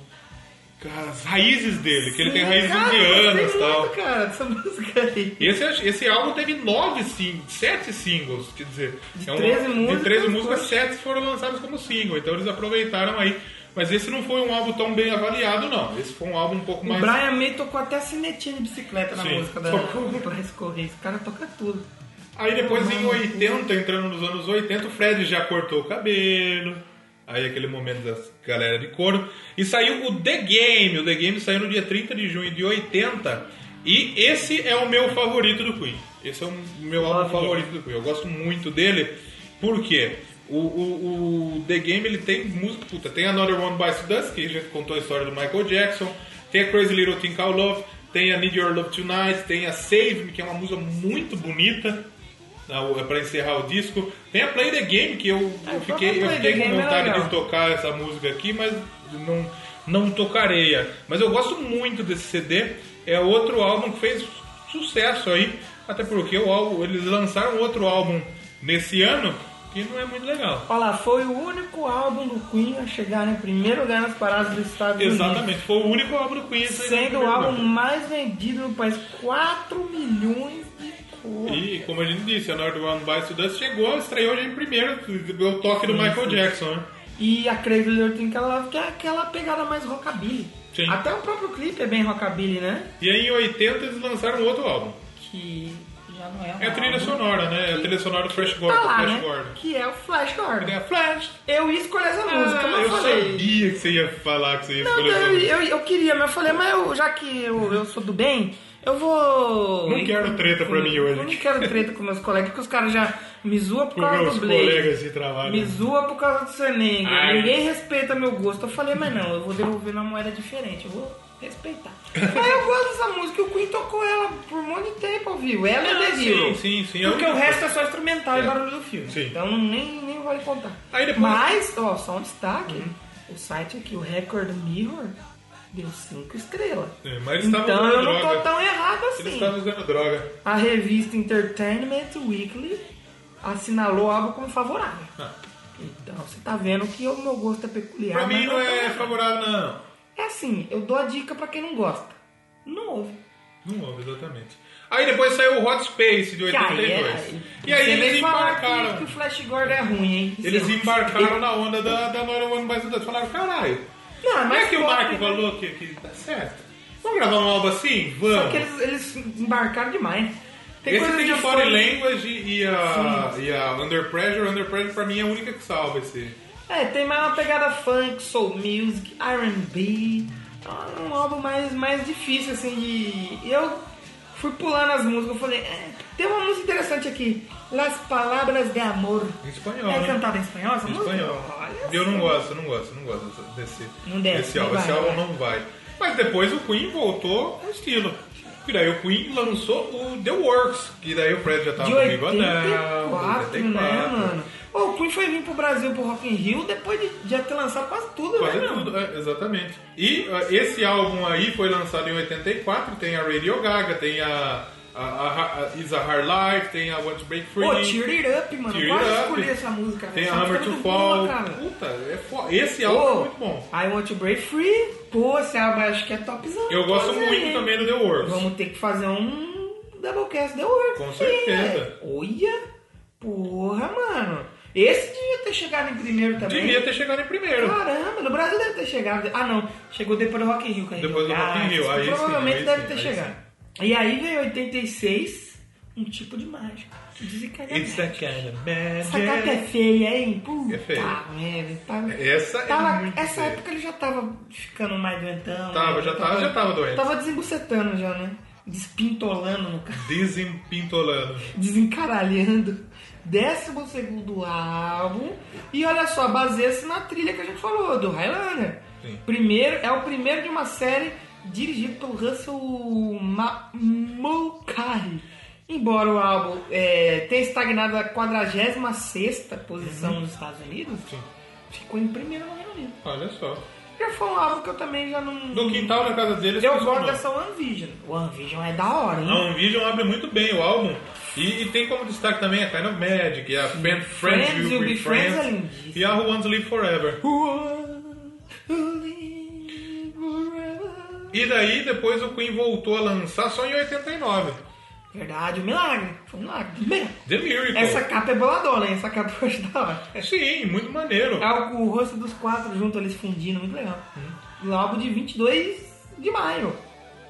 [SPEAKER 2] com as raízes dele, que ele tem
[SPEAKER 1] Sim,
[SPEAKER 2] raízes
[SPEAKER 1] cara, eu gostei
[SPEAKER 2] indianas e tal.
[SPEAKER 1] muito, cara, dessa música aí.
[SPEAKER 2] Esse, esse álbum teve nove sing sete singles, quer dizer, é
[SPEAKER 1] 13
[SPEAKER 2] de
[SPEAKER 1] músicas,
[SPEAKER 2] 13 músicas,
[SPEAKER 1] poxa.
[SPEAKER 2] sete foram lançadas como single, então eles aproveitaram aí. Mas esse não foi um álbum tão bem avaliado, não. Esse foi um álbum um pouco
[SPEAKER 1] O
[SPEAKER 2] mais.
[SPEAKER 1] Brian May tocou até a sinetinha de bicicleta na
[SPEAKER 2] Sim.
[SPEAKER 1] música da
[SPEAKER 2] Tocou.
[SPEAKER 1] pra escorrer. Esse cara toca tudo.
[SPEAKER 2] Aí depois em 80, entrando nos anos 80, o Fred já cortou o cabelo. Aí aquele momento das galera de couro. E saiu o The Game. O The Game saiu no dia 30 de junho de 80. E esse é o meu favorito do Queen. Esse é o meu álbum
[SPEAKER 1] Love
[SPEAKER 2] favorito do Queen. Eu gosto muito dele. Por quê? O, o- o The Game ele tem música puta. Tem Another One Bites the Dust, que a gente contou a história do Michael Jackson. Tem a Crazy Little Thing Called Love. Tem a Need Your Love Tonight. Tem a Save Me, que é uma música muito bonita para encerrar o disco. Tem a Play the Game, que eu,
[SPEAKER 1] Ah,
[SPEAKER 2] eu
[SPEAKER 1] eu
[SPEAKER 2] fiquei,
[SPEAKER 1] toco
[SPEAKER 2] eu
[SPEAKER 1] Play the
[SPEAKER 2] fiquei com
[SPEAKER 1] Game, é
[SPEAKER 2] vontade
[SPEAKER 1] legal.
[SPEAKER 2] de tocar essa música aqui, mas não, não tocarei. Mas eu gosto muito desse CD. É outro álbum que fez sucesso aí, até porque o álbum, eles lançaram outro álbum nesse ano que não é muito legal.
[SPEAKER 1] Olha lá, foi o único álbum do Queen a chegar em primeiro lugar nas paradas dos Estados Unidos.
[SPEAKER 2] Exatamente, é foi o único álbum do Queen. a sair no
[SPEAKER 1] Sendo o
[SPEAKER 2] primeiro
[SPEAKER 1] Uhum. álbum
[SPEAKER 2] lugar.
[SPEAKER 1] mais vendido no país. 4 milhões de cores.
[SPEAKER 2] E como a gente disse, a North One Bites the Dust chegou, estreou já em primeiro, o toque do Michael Jackson, né?
[SPEAKER 1] E a Crazy Little Thing Called Love, que é aquela pegada mais rockabilly.
[SPEAKER 2] Sim.
[SPEAKER 1] Até o próprio clipe é bem rockabilly, né?
[SPEAKER 2] E aí em 80 eles lançaram outro álbum.
[SPEAKER 1] Que já não é um
[SPEAKER 2] É a trilha
[SPEAKER 1] álbum.
[SPEAKER 2] sonora, né? É a trilha sonora do Fresh Gordon.
[SPEAKER 1] Tá lá,
[SPEAKER 2] Flash
[SPEAKER 1] né?
[SPEAKER 2] Gordon.
[SPEAKER 1] Que é o Flash Gordon.
[SPEAKER 2] É a Flash.
[SPEAKER 1] Eu ia escolher essa música,
[SPEAKER 2] Ah,
[SPEAKER 1] mas
[SPEAKER 2] eu
[SPEAKER 1] eu falei...
[SPEAKER 2] sabia que você ia falar que você ia
[SPEAKER 1] assim? Não,
[SPEAKER 2] escolher essa
[SPEAKER 1] eu,
[SPEAKER 2] música.
[SPEAKER 1] eu, eu queria, mas eu falei, mas eu, já que eu, eu sou do bem, eu vou.
[SPEAKER 2] Não quero treta pra mim hoje.
[SPEAKER 1] Eu não quero treta com meus colegas, porque os caras já me zoam por
[SPEAKER 2] Com
[SPEAKER 1] causa
[SPEAKER 2] meus
[SPEAKER 1] do Blade.
[SPEAKER 2] colegas de trabalho.
[SPEAKER 1] Me zoa por causa do Senenga.
[SPEAKER 2] Ai.
[SPEAKER 1] Ninguém respeita meu gosto. Eu falei, mas não, eu vou devolver numa moeda diferente. Eu vou respeitar. mas eu gosto dessa música. O Queen tocou ela por um monte de tempo ao vivo. Ela é
[SPEAKER 2] Ah,
[SPEAKER 1] The
[SPEAKER 2] sim,
[SPEAKER 1] Hero.
[SPEAKER 2] sim, sim.
[SPEAKER 1] Porque
[SPEAKER 2] Eu-
[SPEAKER 1] o resto é só instrumental
[SPEAKER 2] É.
[SPEAKER 1] e barulho do filme.
[SPEAKER 2] Sim.
[SPEAKER 1] Então nem, nem vale contar.
[SPEAKER 2] Aí depois- Uhum.
[SPEAKER 1] Mas, ó, só um destaque. O site aqui, o Record Mirror, deu 5 estrelas.
[SPEAKER 2] É, mas eles estavam
[SPEAKER 1] então
[SPEAKER 2] usando
[SPEAKER 1] eu não tô
[SPEAKER 2] droga.
[SPEAKER 1] tão errado assim.
[SPEAKER 2] Eles estavam usando droga.
[SPEAKER 1] A revista Entertainment Weekly assinalou algo como favorável.
[SPEAKER 2] Ah.
[SPEAKER 1] Então você tá vendo que o meu gosto é peculiar.
[SPEAKER 2] Pra
[SPEAKER 1] mas
[SPEAKER 2] mim não é
[SPEAKER 1] tão-
[SPEAKER 2] favorável, não.
[SPEAKER 1] É assim, eu dou a dica pra quem não gosta. Não ouve.
[SPEAKER 2] Não houve, exatamente. Aí depois saiu o Hot Space de
[SPEAKER 1] Cara,
[SPEAKER 2] 82.
[SPEAKER 1] é-
[SPEAKER 2] E aí
[SPEAKER 1] você
[SPEAKER 2] eles
[SPEAKER 1] vem falar
[SPEAKER 2] embarcaram.
[SPEAKER 1] Que, que o Flash Gordon é ruim, hein?
[SPEAKER 2] Eles
[SPEAKER 1] Seu-
[SPEAKER 2] embarcaram na onda da, da Nora One by the Dust. Falaram, caralho.
[SPEAKER 1] Não, é
[SPEAKER 2] Não
[SPEAKER 1] mais
[SPEAKER 2] é que o
[SPEAKER 1] pop,
[SPEAKER 2] Marco
[SPEAKER 1] né?
[SPEAKER 2] falou que, que tá certo? Vamos gravar um álbum assim? Vamos.
[SPEAKER 1] Só que eles, eles embarcaram demais. Tem
[SPEAKER 2] esse
[SPEAKER 1] coisa
[SPEAKER 2] tem
[SPEAKER 1] de
[SPEAKER 2] a Body
[SPEAKER 1] fã-
[SPEAKER 2] Language e a, e a Under Pressure. Under Pressure pra mim é a única que salva esse.
[SPEAKER 1] É, tem mais uma pegada funk, soul music, R&B. É um álbum mais, mais difícil, assim, de... e Eu fui pulando as músicas, eu falei... "É, tem uma música interessante aqui. Las Palabras de Amor.
[SPEAKER 2] Em espanhol.
[SPEAKER 1] É
[SPEAKER 2] né?
[SPEAKER 1] cantada em espanhol essa
[SPEAKER 2] Em
[SPEAKER 1] música?
[SPEAKER 2] espanhol.
[SPEAKER 1] Olha
[SPEAKER 2] E eu não
[SPEAKER 1] só.
[SPEAKER 2] gosto, não gosto, não gosto dessa- desse,
[SPEAKER 1] Não desce,
[SPEAKER 2] desse
[SPEAKER 1] não
[SPEAKER 2] álbum.
[SPEAKER 1] vai,
[SPEAKER 2] Esse
[SPEAKER 1] não
[SPEAKER 2] álbum
[SPEAKER 1] vai.
[SPEAKER 2] não vai. Mas depois o Queen voltou com estilo. E daí o Queen lançou o The Works. Que daí o Fred já tava
[SPEAKER 1] De
[SPEAKER 2] comigo ah, não,
[SPEAKER 1] 84, né, mano? Ô, o Queen foi vir pro Brasil, pro Rock in Rio, depois de já ter lançado quase tudo,
[SPEAKER 2] Fazer
[SPEAKER 1] né, meu?
[SPEAKER 2] tudo, é, exatamente. E ah, esse álbum aí foi lançado em 84, tem a Radio Gaga, tem a, a, a, a Is a Hard Life, tem a Want to Break Free.
[SPEAKER 1] Pô, Tear It Up, mano.
[SPEAKER 2] Tear
[SPEAKER 1] Quase
[SPEAKER 2] It Up,
[SPEAKER 1] escolhi essa música. velho.
[SPEAKER 2] Tem a
[SPEAKER 1] Essa
[SPEAKER 2] Hammer
[SPEAKER 1] música
[SPEAKER 2] to
[SPEAKER 1] é muito
[SPEAKER 2] Fall.
[SPEAKER 1] boa, cara.
[SPEAKER 2] Puta, é fo- esse
[SPEAKER 1] Pô,
[SPEAKER 2] álbum é muito bom.
[SPEAKER 1] I Want to Break Free. Pô, esse álbum acho que é topzão.
[SPEAKER 2] Eu gosto
[SPEAKER 1] Topzão,
[SPEAKER 2] muito
[SPEAKER 1] hein?
[SPEAKER 2] também do The Works.
[SPEAKER 1] Vamos ter que fazer um Doublecast The Works.
[SPEAKER 2] Com
[SPEAKER 1] hein,
[SPEAKER 2] certeza.
[SPEAKER 1] velho. Olha, porra, mano. Esse devia ter chegado em primeiro também.
[SPEAKER 2] Devia ter chegado em primeiro.
[SPEAKER 1] Caramba, no Brasil deve ter chegado. Ah, não. Chegou depois do Rock in Rio. que a gente Ah,
[SPEAKER 2] Depois do
[SPEAKER 1] jogava.
[SPEAKER 2] Rock in Rio, aí sim,
[SPEAKER 1] Provavelmente
[SPEAKER 2] aí
[SPEAKER 1] deve
[SPEAKER 2] sim,
[SPEAKER 1] ter
[SPEAKER 2] aí
[SPEAKER 1] chegado. E aí veio 86, um tipo de mágica. Que dizem que é
[SPEAKER 2] It's
[SPEAKER 1] da
[SPEAKER 2] that
[SPEAKER 1] merda.
[SPEAKER 2] kind of
[SPEAKER 1] Essa capa é
[SPEAKER 2] magic.
[SPEAKER 1] feia, hein? Puta
[SPEAKER 2] É feia.
[SPEAKER 1] merda. ele Tava,
[SPEAKER 2] Essa é
[SPEAKER 1] tava-
[SPEAKER 2] muito
[SPEAKER 1] essa
[SPEAKER 2] feia.
[SPEAKER 1] época ele já tava ficando mais doentão.
[SPEAKER 2] Tava,
[SPEAKER 1] né?
[SPEAKER 2] já tava- já tava doente.
[SPEAKER 1] Tava desembucetando já, né? Despintolando no cara.
[SPEAKER 2] Desimpintolando.
[SPEAKER 1] Desencaralhando. Décimo segundo álbum. E olha só, baseia-se na trilha que a gente falou, do Highlander.
[SPEAKER 2] Sim.
[SPEAKER 1] Primeiro, é o primeiro de uma série dirigido pelo Russell Ma Mulcahy. Embora o álbum é, tenha estagnado na 46 posição nos Estados Unidos, ficou em primeiro no Reino Unido.
[SPEAKER 2] Olha só.
[SPEAKER 1] Já foi um álbum que eu também já não.
[SPEAKER 2] No quintal na casa deles.
[SPEAKER 1] Eu
[SPEAKER 2] eles
[SPEAKER 1] gosto
[SPEAKER 2] não.
[SPEAKER 1] dessa One Vision. One Vision é da hora, hein?
[SPEAKER 2] A Unvision abre muito bem o álbum. E, e tem como destaque também a Kind of Magic, e a Friend, Friends, Will, Be Friends,
[SPEAKER 1] é lindíssimo.
[SPEAKER 2] e a Who Wants to Live Forever. E daí depois o Queen voltou a lançar só em 89.
[SPEAKER 1] Verdade, um milagre. Foi um milagre. Bem,
[SPEAKER 2] The Miracle.
[SPEAKER 1] essa capa é boladona, hein? Essa capa eu acho da hora.
[SPEAKER 2] Sim, muito maneiro.
[SPEAKER 1] É o, o rosto dos quatro junto, eles fundindo, muito legal. O álbum de 22 de maio.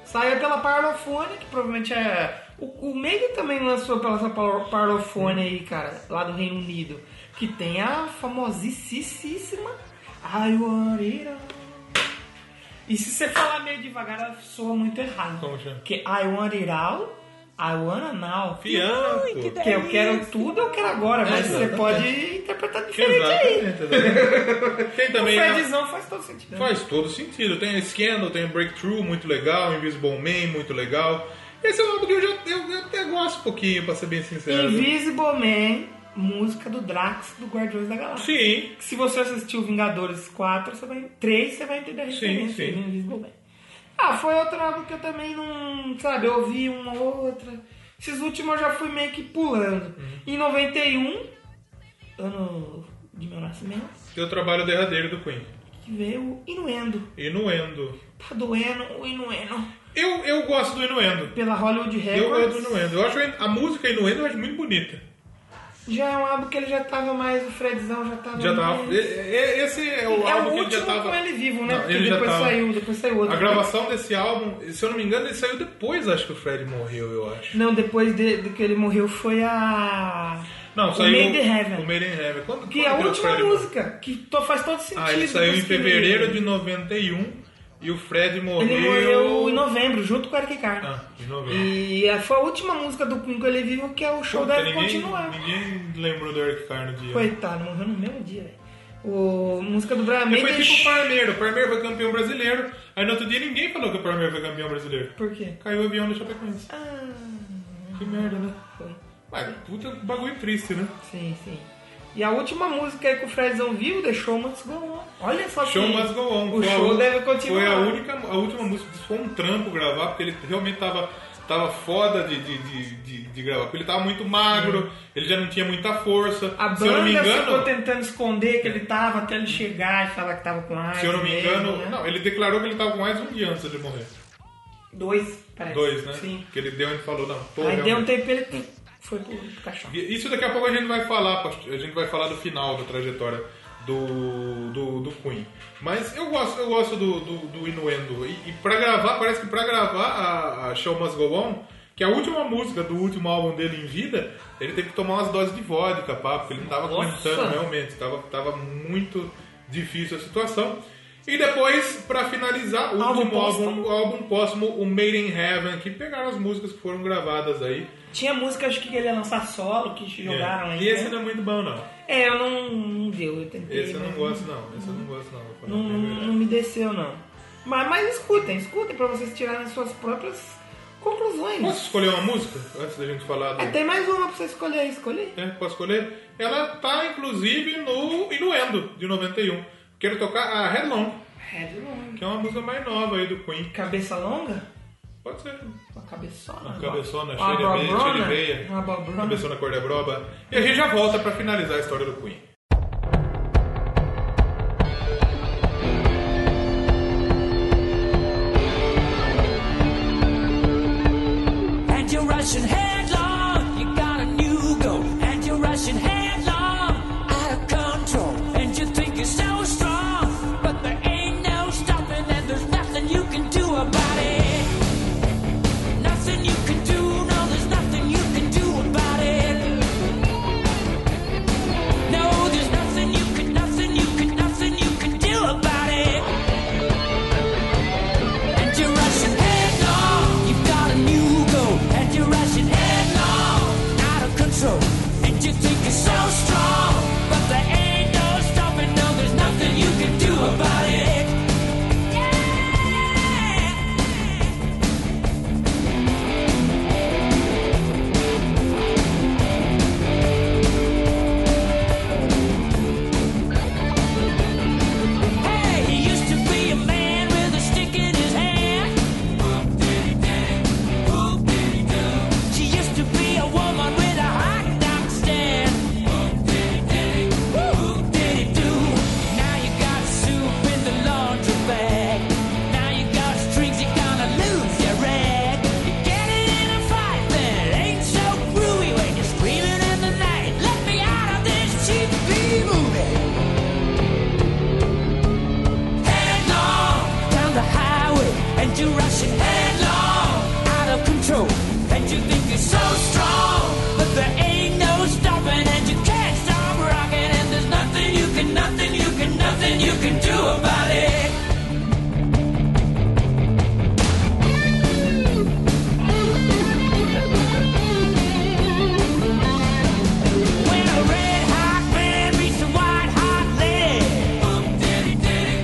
[SPEAKER 1] Saiu pela Parlophone, que provavelmente é. O, o Megan também lançou pela essa Par- Parlophone aí, cara, lá do Reino Unido. Que tem a famosíssima I Want It All. E se você falar meio devagar, ela soa muito errado.
[SPEAKER 2] Como chama?
[SPEAKER 1] Que I Want It All, I Want Now.
[SPEAKER 2] Fianco.
[SPEAKER 1] Que eu quero tudo, eu quero agora. Mas você
[SPEAKER 2] É, Exatamente.
[SPEAKER 1] pode interpretar diferente aí.
[SPEAKER 2] Exatamente. exatamente. tem
[SPEAKER 1] O
[SPEAKER 2] também... a-
[SPEAKER 1] Fredzão faz todo sentido.
[SPEAKER 2] Faz um- todo sentido. Tem Scandal, tem Breakthrough, muito legal. Invisible Man, muito legal. Esse é um álbum que eu, já, eu, eu até gosto um pouquinho, pra ser bem sincero.
[SPEAKER 1] Invisible Man, música do Drax do Guardiões da Galáxia.
[SPEAKER 2] Sim.
[SPEAKER 1] Se você assistiu Vingadores 4, você vai, 3, você vai entender a referência
[SPEAKER 2] sim.
[SPEAKER 1] do Invisible Man. Ah, foi outro álbum que eu também não. Sabe, eu ouvi uma ou outra. Esses últimos eu já fui meio que pulando.
[SPEAKER 2] Uhum.
[SPEAKER 1] Em 91, ano de meu nascimento,
[SPEAKER 2] Tem o trabalho derradeiro do Queen.
[SPEAKER 1] que veio o Inuendo.
[SPEAKER 2] Inuendo.
[SPEAKER 1] Tá doendo o Inuendo.
[SPEAKER 2] Eu, eu gosto do Inuendo.
[SPEAKER 1] Pela Hollywood
[SPEAKER 2] Eu
[SPEAKER 1] Records.
[SPEAKER 2] gosto do Inuendo. Eu acho a música Inuendo eu acho muito bonita.
[SPEAKER 1] Já é um álbum que ele já tava mais. O Fredzão já tava.
[SPEAKER 2] Já tava.
[SPEAKER 1] mais-
[SPEAKER 2] e- e- Esse é o
[SPEAKER 1] é
[SPEAKER 2] álbum
[SPEAKER 1] o
[SPEAKER 2] que ele já
[SPEAKER 1] último
[SPEAKER 2] tava.
[SPEAKER 1] com ele vivo, né?
[SPEAKER 2] Não,
[SPEAKER 1] Porque
[SPEAKER 2] ele já
[SPEAKER 1] depois
[SPEAKER 2] tava-
[SPEAKER 1] saiu, depois saiu outro.
[SPEAKER 2] A gravação desse álbum, se eu não me engano, ele saiu depois, acho que o Fred morreu, eu acho.
[SPEAKER 1] Não, depois de, de que ele morreu foi a.
[SPEAKER 2] Não,
[SPEAKER 1] o
[SPEAKER 2] saiu.
[SPEAKER 1] Made in Heaven.
[SPEAKER 2] O Made in Heaven. Quando,
[SPEAKER 1] Que
[SPEAKER 2] quando
[SPEAKER 1] é a
[SPEAKER 2] o
[SPEAKER 1] última
[SPEAKER 2] Fred
[SPEAKER 1] música, que to- faz todo sentido. né?
[SPEAKER 2] Morreu? Ah, ele saiu em
[SPEAKER 1] depois que
[SPEAKER 2] fevereiro de 91 e o Fred morreu.
[SPEAKER 1] Ele morreu em novembro, junto com o Eric Carr.
[SPEAKER 2] um. Ah, de novembro.
[SPEAKER 1] E a- foi a última música do Queen que ele vivo, que é o show
[SPEAKER 2] Puta,
[SPEAKER 1] deve
[SPEAKER 2] ninguém,
[SPEAKER 1] continuar.
[SPEAKER 2] Ninguém lembrou do Eric Carr no dia.
[SPEAKER 1] Coitado, morreu no mesmo dia, velho. O música do Brian
[SPEAKER 2] Ele
[SPEAKER 1] May né,
[SPEAKER 2] foi
[SPEAKER 1] deixou-
[SPEAKER 2] tipo o Parmeiro. O Parmeiro foi campeão brasileiro. Aí no outro dia ninguém falou que o Parmeiro foi campeão brasileiro.
[SPEAKER 1] Por quê?
[SPEAKER 2] Caiu o avião do Chapecoense.
[SPEAKER 1] Ah,
[SPEAKER 2] Que merda, né?
[SPEAKER 1] foi.
[SPEAKER 2] Ué, puta bagulho triste, né?
[SPEAKER 1] Sim, sim. E a última música aí que o Fredzão viu, The Show Must Go On. Olha só
[SPEAKER 2] Show
[SPEAKER 1] que...
[SPEAKER 2] must go on.
[SPEAKER 1] O
[SPEAKER 2] Foi a
[SPEAKER 1] show
[SPEAKER 2] ú-
[SPEAKER 1] deve continuar.
[SPEAKER 2] Foi a única, a última música. que Foi um trampo gravar, porque ele realmente tava, tava foda de, de, de, de- de gravar. Porque ele tava muito magro, ele já não tinha muita força.
[SPEAKER 1] Hum. A
[SPEAKER 2] se eu não me
[SPEAKER 1] banda ficou
[SPEAKER 2] engano.
[SPEAKER 1] tentando esconder que ele tava até ele chegar e falar que tava com AIDS.
[SPEAKER 2] Se eu não me
[SPEAKER 1] mesmo,
[SPEAKER 2] engano.
[SPEAKER 1] né?
[SPEAKER 2] Não, ele declarou que ele tava com mais um dia antes de morrer.
[SPEAKER 1] Dois, parece.
[SPEAKER 2] Dois, né?
[SPEAKER 1] É, Sim.
[SPEAKER 2] Que ele deu e falou, não, pô,
[SPEAKER 1] Aí deu um
[SPEAKER 2] realmente.
[SPEAKER 1] tempo ele pum, foi pro pro caixão.
[SPEAKER 2] E Isso daqui a pouco a gente vai falar, pastor. a gente vai falar do final da trajetória do, do, do Queen. Mas eu gosto, eu gosto do, do, do Inuendo. E, e pra gravar, parece que pra gravar a, a Show Must Go On, que é a última música do último álbum dele em vida, ele teve que tomar umas doses de vodka, pá, porque ele não tava
[SPEAKER 1] Nossa.
[SPEAKER 2] aguentando realmente, tava, tava muito difícil a situação. E depois, pra finalizar, o
[SPEAKER 1] Álbum
[SPEAKER 2] último
[SPEAKER 1] póstumo.
[SPEAKER 2] álbum, o álbum póstumo, o Made in Heaven, que pegaram as músicas que foram gravadas aí.
[SPEAKER 1] Tinha música, acho que ele ia lançar solo, que jogaram
[SPEAKER 2] É.
[SPEAKER 1] aí.
[SPEAKER 2] E esse
[SPEAKER 1] né?
[SPEAKER 2] não é muito bom, não.
[SPEAKER 1] É, eu não, não deu, eu tentei.
[SPEAKER 2] Esse eu não
[SPEAKER 1] mas
[SPEAKER 2] gosto, não. Esse eu não gosto, não. Vou falar
[SPEAKER 1] Não,
[SPEAKER 2] a
[SPEAKER 1] não, não
[SPEAKER 2] verdade.
[SPEAKER 1] me desceu, não. Mas, mas escutem, escutem pra vocês tirarem suas próprias conclusões.
[SPEAKER 2] Posso escolher uma música? Antes da gente falar do.
[SPEAKER 1] É, tem mais uma pra você escolher aí, escolhe aí.
[SPEAKER 2] É, posso escolher? Ela tá, inclusive, no Inuendo, de 91. Quero tocar a Headlong,
[SPEAKER 1] Headlong.
[SPEAKER 2] que é uma música mais nova aí do Queen.
[SPEAKER 1] Cabeça longa?
[SPEAKER 2] Pode ser.
[SPEAKER 1] Uma cabeçona?
[SPEAKER 2] Uma cabeçona
[SPEAKER 1] Uma
[SPEAKER 2] cheia de veia, cheia de
[SPEAKER 1] abobrona?
[SPEAKER 2] veia.
[SPEAKER 1] Uma abobrona?
[SPEAKER 2] Cabeçona cor de broba. E a gente já volta pra finalizar a história do Queen.
[SPEAKER 4] And you're rushing headlong, you got a new goal. And you're rushing headlong, out of control. And you think you're so strong, but there ain't no stopping, and there's nothing you can do about it. Nothing you can do, no, there's nothing you can do and you rush it headlong, out of control. And you think you're so strong, but there ain't no stopping, and you can't stop rocking. And there's nothing you can, nothing you can, nothing you can do about it. When a red hot man meets a white hot lead, boom diddy diddy,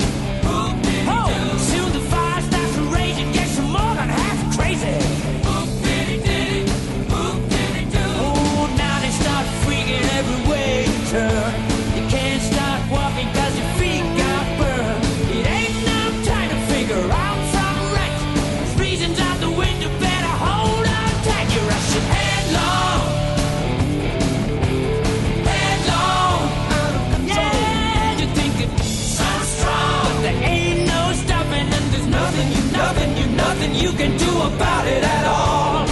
[SPEAKER 4] boom diddy do. Soon the fire starts to rage and gets more than half crazy. Boom diddy diddy, boom diddy do. Oh, now they start freaking every way you turn. You can't start walking 'cause your feet got burned. It ain't no time to figure out some right. Reasons out the window, better hold on tight. You're rushing headlong. Yeah, you think it's so strong, but there ain't no stopping, and there's nothing, you, nothing, you, nothing you can do about it at all.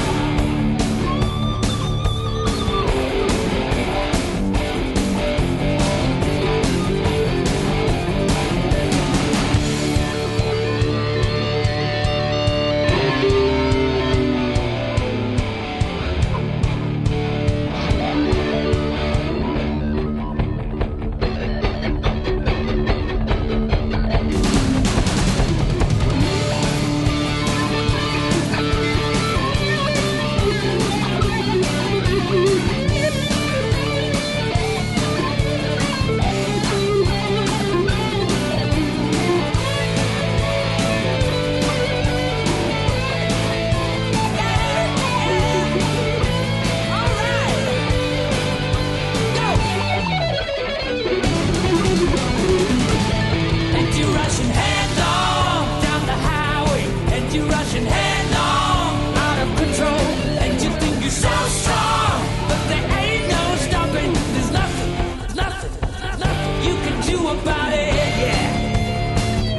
[SPEAKER 4] And you're rushing headlong down the highway. And you're rushing headlong out of control. And you think you're so strong, but there ain't no stopping. There's nothing, nothing, nothing you can do about it. Yeah.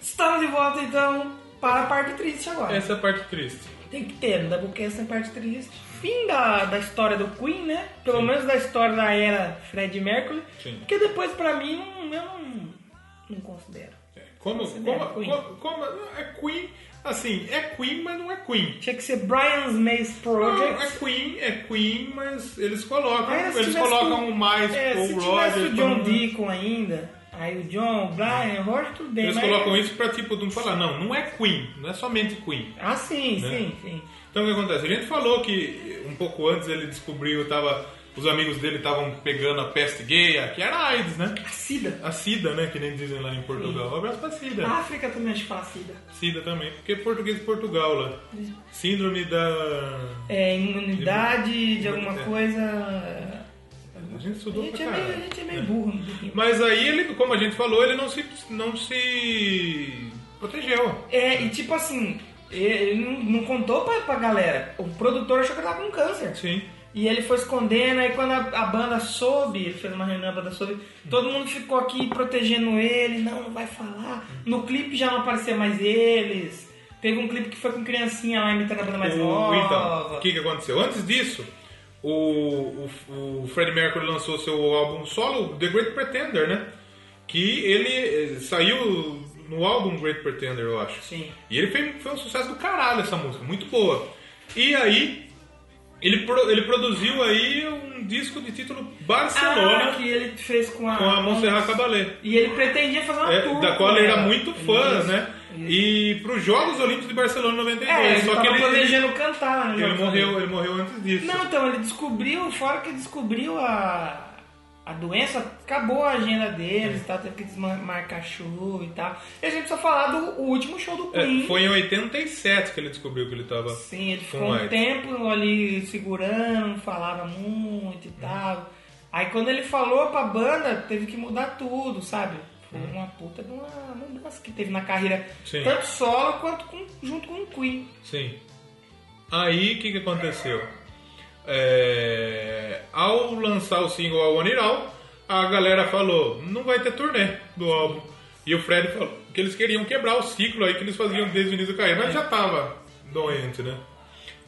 [SPEAKER 1] Estamos de volta então para a parte triste agora.
[SPEAKER 2] Essa é a parte triste.
[SPEAKER 1] Tem que ter, não dá porque essa é a parte triste. Fim da, da história do Queen, né? Pelo menos da história da era Fred Mercury.
[SPEAKER 2] Sim.
[SPEAKER 1] Porque depois, pra mim, não- eu não, não considero.
[SPEAKER 2] É, Como,
[SPEAKER 1] Considera
[SPEAKER 2] como,
[SPEAKER 1] Queen.
[SPEAKER 2] como, como- é Queen, assim, é Queen, mas não é Queen.
[SPEAKER 1] Tinha que ser Brian's Maze
[SPEAKER 2] Não, é
[SPEAKER 1] Project.
[SPEAKER 2] Queen, é Queen, mas eles colocam,
[SPEAKER 1] Aí, É, se
[SPEAKER 2] é eles
[SPEAKER 1] tivesse
[SPEAKER 2] colocam um
[SPEAKER 1] o-
[SPEAKER 2] mais
[SPEAKER 1] é,
[SPEAKER 2] Paul
[SPEAKER 1] Se
[SPEAKER 2] Rogers, então,
[SPEAKER 1] tivesse o
[SPEAKER 2] pra
[SPEAKER 1] John
[SPEAKER 2] não-
[SPEAKER 1] Deacon ainda, aí o John, o Brian, o Roger, tudo bem.
[SPEAKER 2] Eles
[SPEAKER 1] mas-
[SPEAKER 2] colocam isso pra tipo, não falar, não, não é Queen, não é somente Queen.
[SPEAKER 1] Ah, sim,
[SPEAKER 2] né?
[SPEAKER 1] sim, sim.
[SPEAKER 2] Então o que acontece? A gente falou que um pouco antes ele descobriu, tava, os amigos dele estavam pegando a peste gay, a- que era a AIDS, né?
[SPEAKER 1] A Sida.
[SPEAKER 2] A SIDA, né? Que nem dizem lá em Portugal. Um Abraço pra SIDA.
[SPEAKER 1] A África também acho que fala Sida.
[SPEAKER 2] SIDA também, porque é português de Portugal lá. Síndrome da.
[SPEAKER 1] É, imunidade de alguma
[SPEAKER 2] É.
[SPEAKER 1] coisa.
[SPEAKER 2] A gente
[SPEAKER 1] A
[SPEAKER 2] estudou pra
[SPEAKER 1] gente, é
[SPEAKER 2] caralho.
[SPEAKER 1] meio, a gente é meio burro. né?
[SPEAKER 2] Mas aí ele, como a gente falou, ele não se. não se. protegeu.
[SPEAKER 1] É, e tipo assim, ele não, não contou pra, pra galera. O produtor achou que ele tava com câncer.
[SPEAKER 2] Sim.
[SPEAKER 1] E ele foi escondendo, aí quando a, a banda soube, ele fez uma reunião, a banda
[SPEAKER 2] Hum.
[SPEAKER 1] soube, todo mundo ficou aqui protegendo ele, não, não vai falar.
[SPEAKER 2] Hum.
[SPEAKER 1] No clipe já não aparecia mais eles. Teve um clipe que foi com criancinha lá imitando a banda mais
[SPEAKER 2] O-
[SPEAKER 1] nova.
[SPEAKER 2] Então, o que, que aconteceu? Antes disso, o, o, o Freddie Mercury lançou seu álbum solo, The Great Pretender, né? Que ele eh, saiu no álbum Great Pretender, eu acho.
[SPEAKER 1] Sim.
[SPEAKER 2] E ele fez, foi um sucesso do caralho essa música, muito boa. E aí, ele, pro- ele produziu aí um disco de título Barcelona
[SPEAKER 1] Ah, que ele fez com a.
[SPEAKER 2] né? com a Montserrat Caballé.
[SPEAKER 1] E ele pretendia fazer uma
[SPEAKER 2] É,
[SPEAKER 1] tour.
[SPEAKER 2] da
[SPEAKER 1] com
[SPEAKER 2] qual ele era
[SPEAKER 1] ela.
[SPEAKER 2] muito fã,
[SPEAKER 1] Isso,
[SPEAKER 2] né?
[SPEAKER 1] isso.
[SPEAKER 2] E para os Jogos Olímpicos de Barcelona 92.
[SPEAKER 1] É, ele
[SPEAKER 2] só que
[SPEAKER 1] tava
[SPEAKER 2] ele,
[SPEAKER 1] planejando cantar, né?
[SPEAKER 2] ele
[SPEAKER 1] Jorge?
[SPEAKER 2] morreu, ele morreu antes disso.
[SPEAKER 1] Não, então, ele descobriu, fora que descobriu a, a A doença acabou a agenda deles, tá? teve que desmarcar show e tal. E a gente precisa falar do último show do
[SPEAKER 2] É,
[SPEAKER 1] Queen.
[SPEAKER 2] foi em 87 que ele descobriu que ele tava.
[SPEAKER 1] Sim, ele
[SPEAKER 2] com
[SPEAKER 1] ficou um
[SPEAKER 2] AIDS.
[SPEAKER 1] tempo ali segurando, não falava muito
[SPEAKER 2] Uhum.
[SPEAKER 1] e tal. Aí quando ele falou pra banda, teve que mudar tudo, sabe? Foi uma puta de uma mudança que teve na carreira,
[SPEAKER 2] Uhum. Sim.
[SPEAKER 1] tanto solo quanto com- junto com o Queen.
[SPEAKER 2] Sim. Aí o que, que aconteceu? É, ao lançar o single All One It All, a galera falou: não vai ter turnê do álbum. E o Fred falou que eles queriam quebrar o ciclo aí que eles faziam desde o início da carreira, mas já tava doente, né?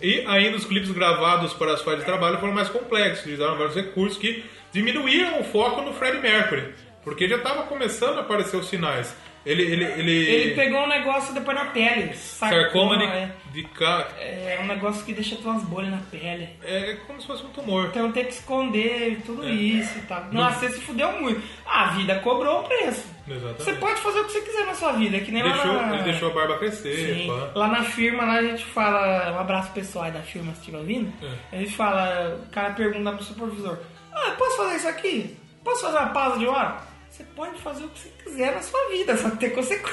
[SPEAKER 2] E ainda os clipes gravados para as fases de trabalho foram mais complexos, utilizaram vários recursos que diminuíram o foco no Fred Mercury, porque já estava começando a aparecer os sinais. Ele, ele, ele,
[SPEAKER 1] Ele pegou um negócio depois na pele.
[SPEAKER 2] sarcoma de,
[SPEAKER 1] é.
[SPEAKER 2] de ca-
[SPEAKER 1] É um negócio que deixa tuas bolhas na pele.
[SPEAKER 2] É como se fosse um tumor.
[SPEAKER 1] Então tem que esconder
[SPEAKER 2] É.
[SPEAKER 1] tudo isso e tal. Nossa, ele se fudeu muito. A vida cobrou um preço.
[SPEAKER 2] Exatamente.
[SPEAKER 1] Você pode fazer o que você quiser na sua vida, que nem
[SPEAKER 2] Deixou-
[SPEAKER 1] lá na...
[SPEAKER 2] Ele deixou a barba crescer.
[SPEAKER 1] Ah. Sim.
[SPEAKER 2] pá.
[SPEAKER 1] Lá na firma, lá a gente fala. Um abraço pessoal aí da firma se estiver ouvindo.
[SPEAKER 2] É.
[SPEAKER 1] A gente fala, o cara pergunta pro supervisor: Ah, posso fazer isso aqui? Posso fazer uma pausa de hora? Você pode fazer o que você quiser na sua vida, só que tem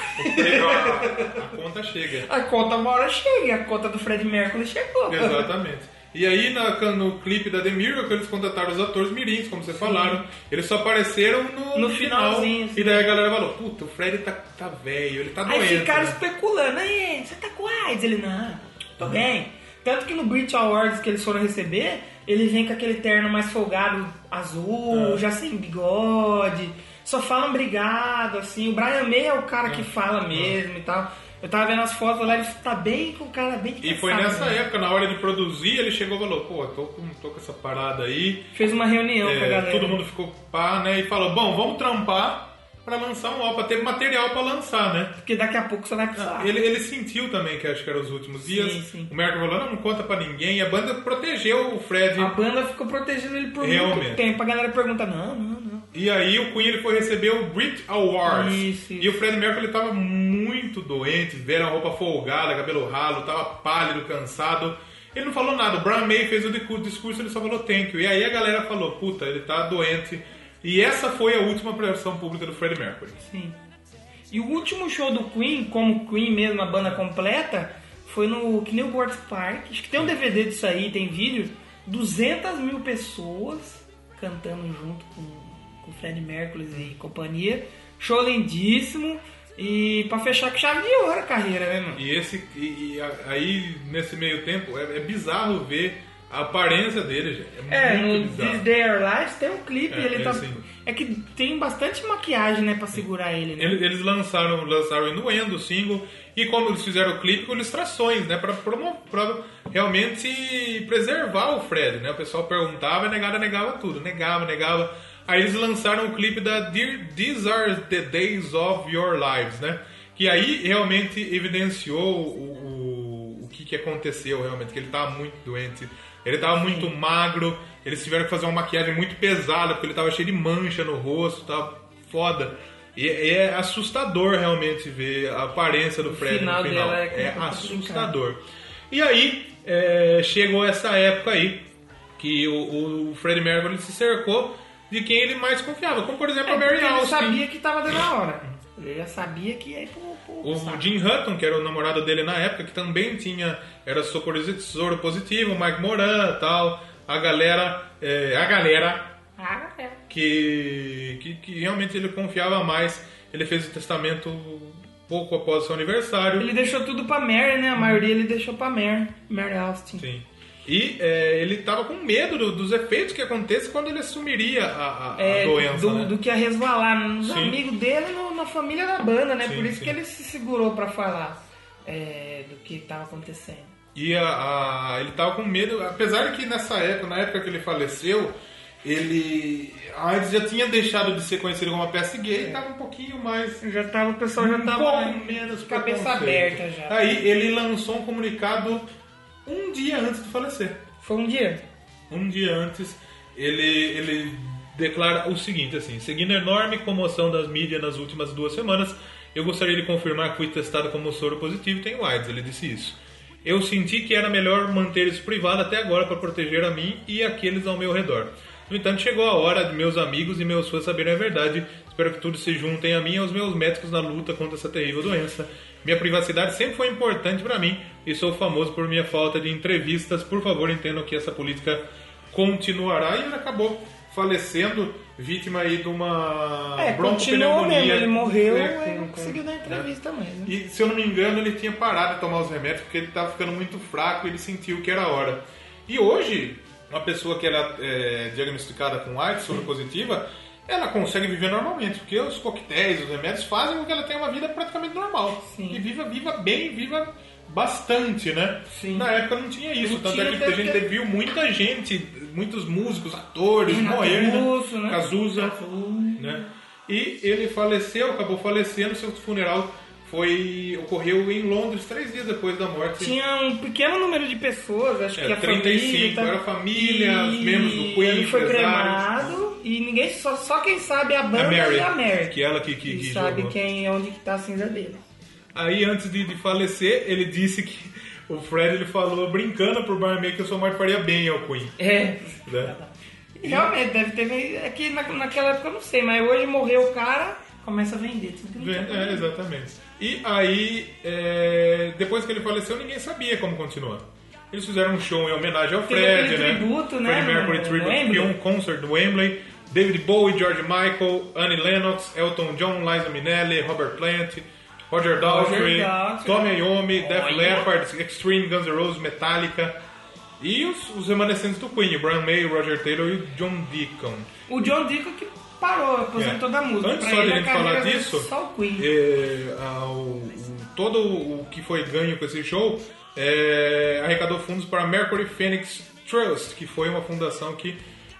[SPEAKER 1] consequência.
[SPEAKER 2] A, a conta chega.
[SPEAKER 1] A conta uma hora chega, a conta do Fred Mercury chegou.
[SPEAKER 2] Exatamente. E aí na- no clipe da The Miracle eles contrataram os atores mirins, como vocês falaram. Eles só apareceram no,
[SPEAKER 1] No finalzinho, sim.
[SPEAKER 2] E daí a galera falou, puta, o Fred tá, tá velho, ele tá
[SPEAKER 1] Aí
[SPEAKER 2] doente.
[SPEAKER 1] ficaram
[SPEAKER 2] né?
[SPEAKER 1] especulando, aí, você tá com AIDS? Ele, não, tô bem. Tanto que no Brit Awards que eles foram receber, ele vem com aquele terno mais folgado
[SPEAKER 2] Ah.
[SPEAKER 1] azul, já sem bigode, só falam obrigado, assim. O Brian May é o cara
[SPEAKER 2] Ah.
[SPEAKER 1] que fala mesmo e tal. Eu tava vendo as fotos lá, ele tá bem com o cara bem
[SPEAKER 2] E foi
[SPEAKER 1] cansado,
[SPEAKER 2] nessa
[SPEAKER 1] né?
[SPEAKER 2] época, na hora de produzir, ele chegou e falou, pô, tô com, tô com essa parada aí.
[SPEAKER 1] Fez uma reunião com a
[SPEAKER 2] É,
[SPEAKER 1] galera.
[SPEAKER 2] todo mundo ficou pá, né? E falou, bom, vamos trampar pra lançar um álbum, pra ter material pra lançar, né?
[SPEAKER 1] Porque daqui a pouco você vai precisar.
[SPEAKER 2] Ah, Ele, ele sentiu também que acho que eram os últimos dias.
[SPEAKER 1] sim.
[SPEAKER 2] O Mercury falou: não, não conta pra ninguém. E a banda protegeu o Fred.
[SPEAKER 1] A banda ficou protegendo ele por
[SPEAKER 2] Realmente.
[SPEAKER 1] muito tempo. A galera pergunta, não, não, não.
[SPEAKER 2] E aí o Queen ele foi receber o Brit Awards.
[SPEAKER 1] Isso, isso.
[SPEAKER 2] E o Fred Mercury ele tava muito doente, velho, uma roupa folgada, cabelo ralo, tava pálido, cansado. Ele não falou nada. O Brian May fez o dicu- discurso, ele só falou thank you. E aí a galera falou: puta, ele tá doente. E essa foi a última apresentação pública do Fred Mercury.
[SPEAKER 1] Sim. E o último show do Queen, como Queen mesmo, a banda completa, foi no Knilworth Park. Acho que tem um DVD disso aí, tem vídeo. 200 mil pessoas cantando junto com, com Fred Mercury e companhia. Show lindíssimo. E pra fechar com chave de ouro a carreira, né, mano?
[SPEAKER 2] E, esse, e, e a- aí, nesse meio tempo, é, é bizarro ver a aparência dele, gente. É,
[SPEAKER 1] É, no
[SPEAKER 2] muito bizarro.
[SPEAKER 1] This Day or Life tem um clipe,
[SPEAKER 2] É,
[SPEAKER 1] ele
[SPEAKER 2] é
[SPEAKER 1] tá.
[SPEAKER 2] assim.
[SPEAKER 1] É que tem bastante maquiagem, né, pra segurar ele, né?
[SPEAKER 2] Eles, eles lançaram, lançaram o Inuendo, o single, e como eles fizeram o clipe com ilustrações, né? Pra, promo- pra realmente preservar o Fred, né? O pessoal perguntava e negava, negava tudo. Negava, negava. Aí eles lançaram o clipe da Dear- These Are The Days Of Your Lives, né? Que aí realmente evidenciou o, o, o que, que aconteceu realmente, que ele tava muito doente. Ele tava muito magro, eles tiveram que fazer uma maquiagem muito pesada, porque ele tava cheio de mancha no rosto, tava foda. E e é assustador realmente ver a aparência do Fred
[SPEAKER 1] final
[SPEAKER 2] no final.
[SPEAKER 1] dela é complicado.
[SPEAKER 2] assustador. E aí é, chegou essa época aí que o, o Fred Mercury se cercou de quem ele mais confiava, como por exemplo
[SPEAKER 1] É,
[SPEAKER 2] a Mary
[SPEAKER 1] porque ele
[SPEAKER 2] Austin.
[SPEAKER 1] sabia que tava dando a hora. Ele já sabia que ia ir pro, pro
[SPEAKER 2] O
[SPEAKER 1] saco.
[SPEAKER 2] Jim Hutton, que era o namorado dele na época, que também tinha era socorro positivo, o Mike Moran, tal, a galera, é, a galera
[SPEAKER 1] Ah, é.
[SPEAKER 2] que, que, que realmente ele confiava mais. Ele fez o testamento pouco após seu aniversário.
[SPEAKER 1] Ele deixou tudo pra Mary, né? A maioria ele deixou pra Mary. Mary Austin.
[SPEAKER 2] Sim. E é, ele tava com medo do- dos efeitos que acontecem quando ele assumiria a, a- a
[SPEAKER 1] É,
[SPEAKER 2] doença.
[SPEAKER 1] do,
[SPEAKER 2] né?
[SPEAKER 1] do que ia resvalar nos
[SPEAKER 2] Sim.
[SPEAKER 1] amigos dele no- na família da banda, né?
[SPEAKER 2] Sim,
[SPEAKER 1] Por isso
[SPEAKER 2] sim.
[SPEAKER 1] que ele se segurou pra falar é, do que tava acontecendo.
[SPEAKER 2] E a, a- ele tava com medo, apesar de que nessa época, na época que ele faleceu, ele. A AIDS já tinha deixado de ser conhecido como uma peça gay e tava um pouquinho mais.
[SPEAKER 1] Já tava, o pessoal É. já
[SPEAKER 2] um
[SPEAKER 1] tava
[SPEAKER 2] pouco menos
[SPEAKER 1] cabeça
[SPEAKER 2] preconceito.
[SPEAKER 1] aberta já.
[SPEAKER 2] Aí ele lançou um comunicado um dia antes de falecer.
[SPEAKER 1] Foi um dia.
[SPEAKER 2] Um dia antes, ele, ele declara o seguinte, assim, seguindo a enorme comoção das mídias nas últimas duas semanas, eu gostaria de confirmar que fui testado como soro positivo e tenho AIDS, ele disse isso. Eu senti que era melhor manter isso privado até agora para proteger a mim e aqueles ao meu redor. No entanto, chegou a hora de meus amigos e meus fãs saberem a verdade. Espero que todos se juntem a mim e aos meus médicos na luta contra essa terrível doença. Minha privacidade sempre foi importante para mim e sou famoso por minha falta de entrevistas. Por favor, entendam que essa política continuará e ele acabou falecendo vítima aí de uma
[SPEAKER 1] É, continuou
[SPEAKER 2] broncopneumonia.
[SPEAKER 1] mesmo, ele morreu
[SPEAKER 2] É,
[SPEAKER 1] e
[SPEAKER 2] com-
[SPEAKER 1] não
[SPEAKER 2] com-
[SPEAKER 1] conseguiu dar
[SPEAKER 2] né?
[SPEAKER 1] entrevista mais. né?
[SPEAKER 2] E se eu não me engano, ele tinha parado de tomar os remédios porque ele estava ficando muito fraco e ele sentiu que era a hora. E hoje, uma pessoa que era é, diagnosticada com AIDS soropositiva, ela consegue viver normalmente, porque os coquetéis, os remédios fazem com que ela tenha uma vida praticamente normal.
[SPEAKER 1] Sim.
[SPEAKER 2] E viva, viva bem, viva bastante, né?
[SPEAKER 1] Sim.
[SPEAKER 2] Na época não tinha isso,
[SPEAKER 1] Não
[SPEAKER 2] tanto
[SPEAKER 1] tinha,
[SPEAKER 2] é que a gente
[SPEAKER 1] porque-
[SPEAKER 2] viu muita gente, muitos músicos, atores,
[SPEAKER 1] Renato
[SPEAKER 2] morreram, né?
[SPEAKER 1] Russo, né?
[SPEAKER 2] Cazuza, né? E ele faleceu, acabou falecendo, seu funeral foi ocorreu em Londres três dias depois da morte.
[SPEAKER 1] Tinha um pequeno número de pessoas, acho
[SPEAKER 2] É,
[SPEAKER 1] que a
[SPEAKER 2] 35,
[SPEAKER 1] família. e tal.
[SPEAKER 2] era a família, os membros do Queen,
[SPEAKER 1] Ele foi
[SPEAKER 2] empresários.
[SPEAKER 1] cremado e ninguém só, só quem sabe a
[SPEAKER 2] a
[SPEAKER 1] banda
[SPEAKER 2] Mary,
[SPEAKER 1] e a Mary.
[SPEAKER 2] que ela que, que,
[SPEAKER 1] E
[SPEAKER 2] que
[SPEAKER 1] sabe
[SPEAKER 2] jogou.
[SPEAKER 1] quem onde que tá a cinza dele.
[SPEAKER 2] Aí antes de, de falecer, ele disse que o Fred ele falou brincando pro barman que o seu morte faria bem ao Queen,
[SPEAKER 1] É.
[SPEAKER 2] né?
[SPEAKER 1] Realmente, deve ter. É que na, naquela época eu não sei, mas hoje morreu o cara, começa a vender. Tem que vender.
[SPEAKER 2] É, exatamente. E aí, é, depois que ele faleceu, ninguém sabia como continuar. Eles fizeram um show em homenagem ao
[SPEAKER 1] Teve
[SPEAKER 2] Fred,
[SPEAKER 1] aquele
[SPEAKER 2] né?
[SPEAKER 1] tributo, né,
[SPEAKER 2] Freddie Mercury
[SPEAKER 1] no- no
[SPEAKER 2] Tribute,
[SPEAKER 1] Wembley.
[SPEAKER 2] que é um concert do Wembley. David Bowie, George Michael, Annie Lennox, Elton John, Liza Minnelli, Robert Plant, Roger Daltrey,
[SPEAKER 1] Daltrey.
[SPEAKER 2] Tommy Iommi, Def Leppard, Extreme, Guns N' Roses, Metallica. E os, os remanescentes do Queen, o Brian May, o Roger Taylor e o John Deacon.
[SPEAKER 1] O John Deacon que parou, aposentou
[SPEAKER 2] É.
[SPEAKER 1] da música.
[SPEAKER 2] Antes
[SPEAKER 1] pra
[SPEAKER 2] só de
[SPEAKER 1] ele,
[SPEAKER 2] a gente
[SPEAKER 1] carreira
[SPEAKER 2] falar
[SPEAKER 1] dele é
[SPEAKER 2] disso,
[SPEAKER 1] Só o Queen.
[SPEAKER 2] é, ao- o- todo o que foi ganho com esse show é, arrecadou fundos para a Mercury Phoenix Trust, que foi uma fundação que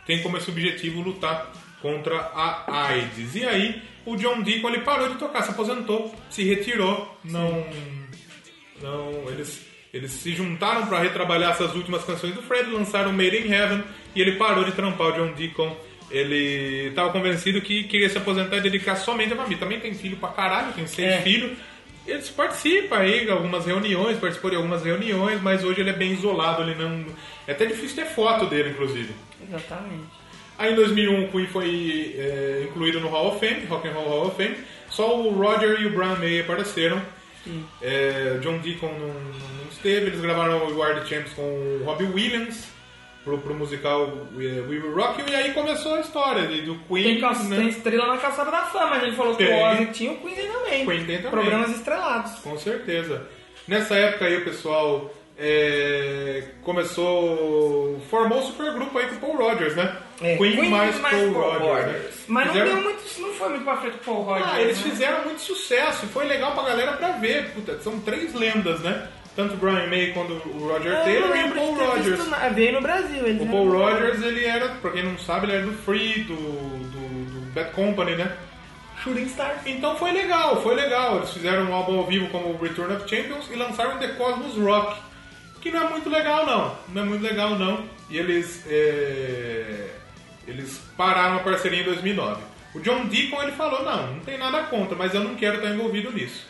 [SPEAKER 2] tem como esse objetivo lutar contra a AIDS. E aí o John Deacon ele parou de tocar, se aposentou, se retirou, não, não Então, eles eles se juntaram para retrabalhar essas últimas canções do Fred, lançaram Made in Heaven e ele parou de trampar o John Deacon. Ele estava convencido que queria se aposentar e dedicar somente a família. Também tem filho pra caralho, tem seis
[SPEAKER 1] É.
[SPEAKER 2] filhos. Ele participa aí de algumas reuniões, participou de algumas reuniões, mas hoje ele é bem isolado, ele não. É até difícil ter foto dele, inclusive.
[SPEAKER 1] Exatamente.
[SPEAKER 2] Aí em 2001 o um, Queen foi é, incluído no Hall of Fame, Rock and Roll Hall of Fame. Só o Roger e o Brian May apareceram. É, John Deacon não, não esteve. Eles gravaram o War the Champs com o Robbie Williams pro, pro musical é, We Will Rock You. E aí começou a história de- do Queen. né?
[SPEAKER 1] Tem, calça- tem estrela na caçada da fama, a gente falou que
[SPEAKER 2] Tem.
[SPEAKER 1] o Ozzy tinha, o Queen tem também.
[SPEAKER 2] Queen tem também.
[SPEAKER 1] Programas estrelados.
[SPEAKER 2] Com certeza. Nessa época aí o pessoal é, começou. formou o supergrupo aí com o Paul Rogers, né?
[SPEAKER 1] É,
[SPEAKER 2] Queen,
[SPEAKER 1] Queen
[SPEAKER 2] mais,
[SPEAKER 1] mais
[SPEAKER 2] Paul,
[SPEAKER 1] Paul
[SPEAKER 2] Rogers. né?
[SPEAKER 1] Mas não,
[SPEAKER 2] Fizeram-
[SPEAKER 1] deu muito, não foi muito pra frente com o Paul Rogers.
[SPEAKER 2] Ah, eles
[SPEAKER 1] né?
[SPEAKER 2] fizeram muito sucesso e foi legal pra galera pra ver. Puta, são três lendas, né? Tanto o Brian May quanto o Roger
[SPEAKER 1] Ah, Eu não
[SPEAKER 2] Taylor e o
[SPEAKER 1] lembro
[SPEAKER 2] Paul
[SPEAKER 1] de ter visto
[SPEAKER 2] Rogers.
[SPEAKER 1] nada. Veio no Brasil. Eles
[SPEAKER 2] O
[SPEAKER 1] né?
[SPEAKER 2] Paul Rogers, ele era, pra quem não sabe, ele era do Free, do, do, do Bad Company, né?
[SPEAKER 1] Shooting Star.
[SPEAKER 2] Então foi legal, foi legal. Eles fizeram um álbum ao vivo como Return of Champions e lançaram The Cosmos Rock. Que não é muito legal não, não é muito legal não. E eles, é, eles pararam a parceria em 2009. O John Deacon ele falou, não, não tem nada contra, mas eu não quero estar envolvido nisso.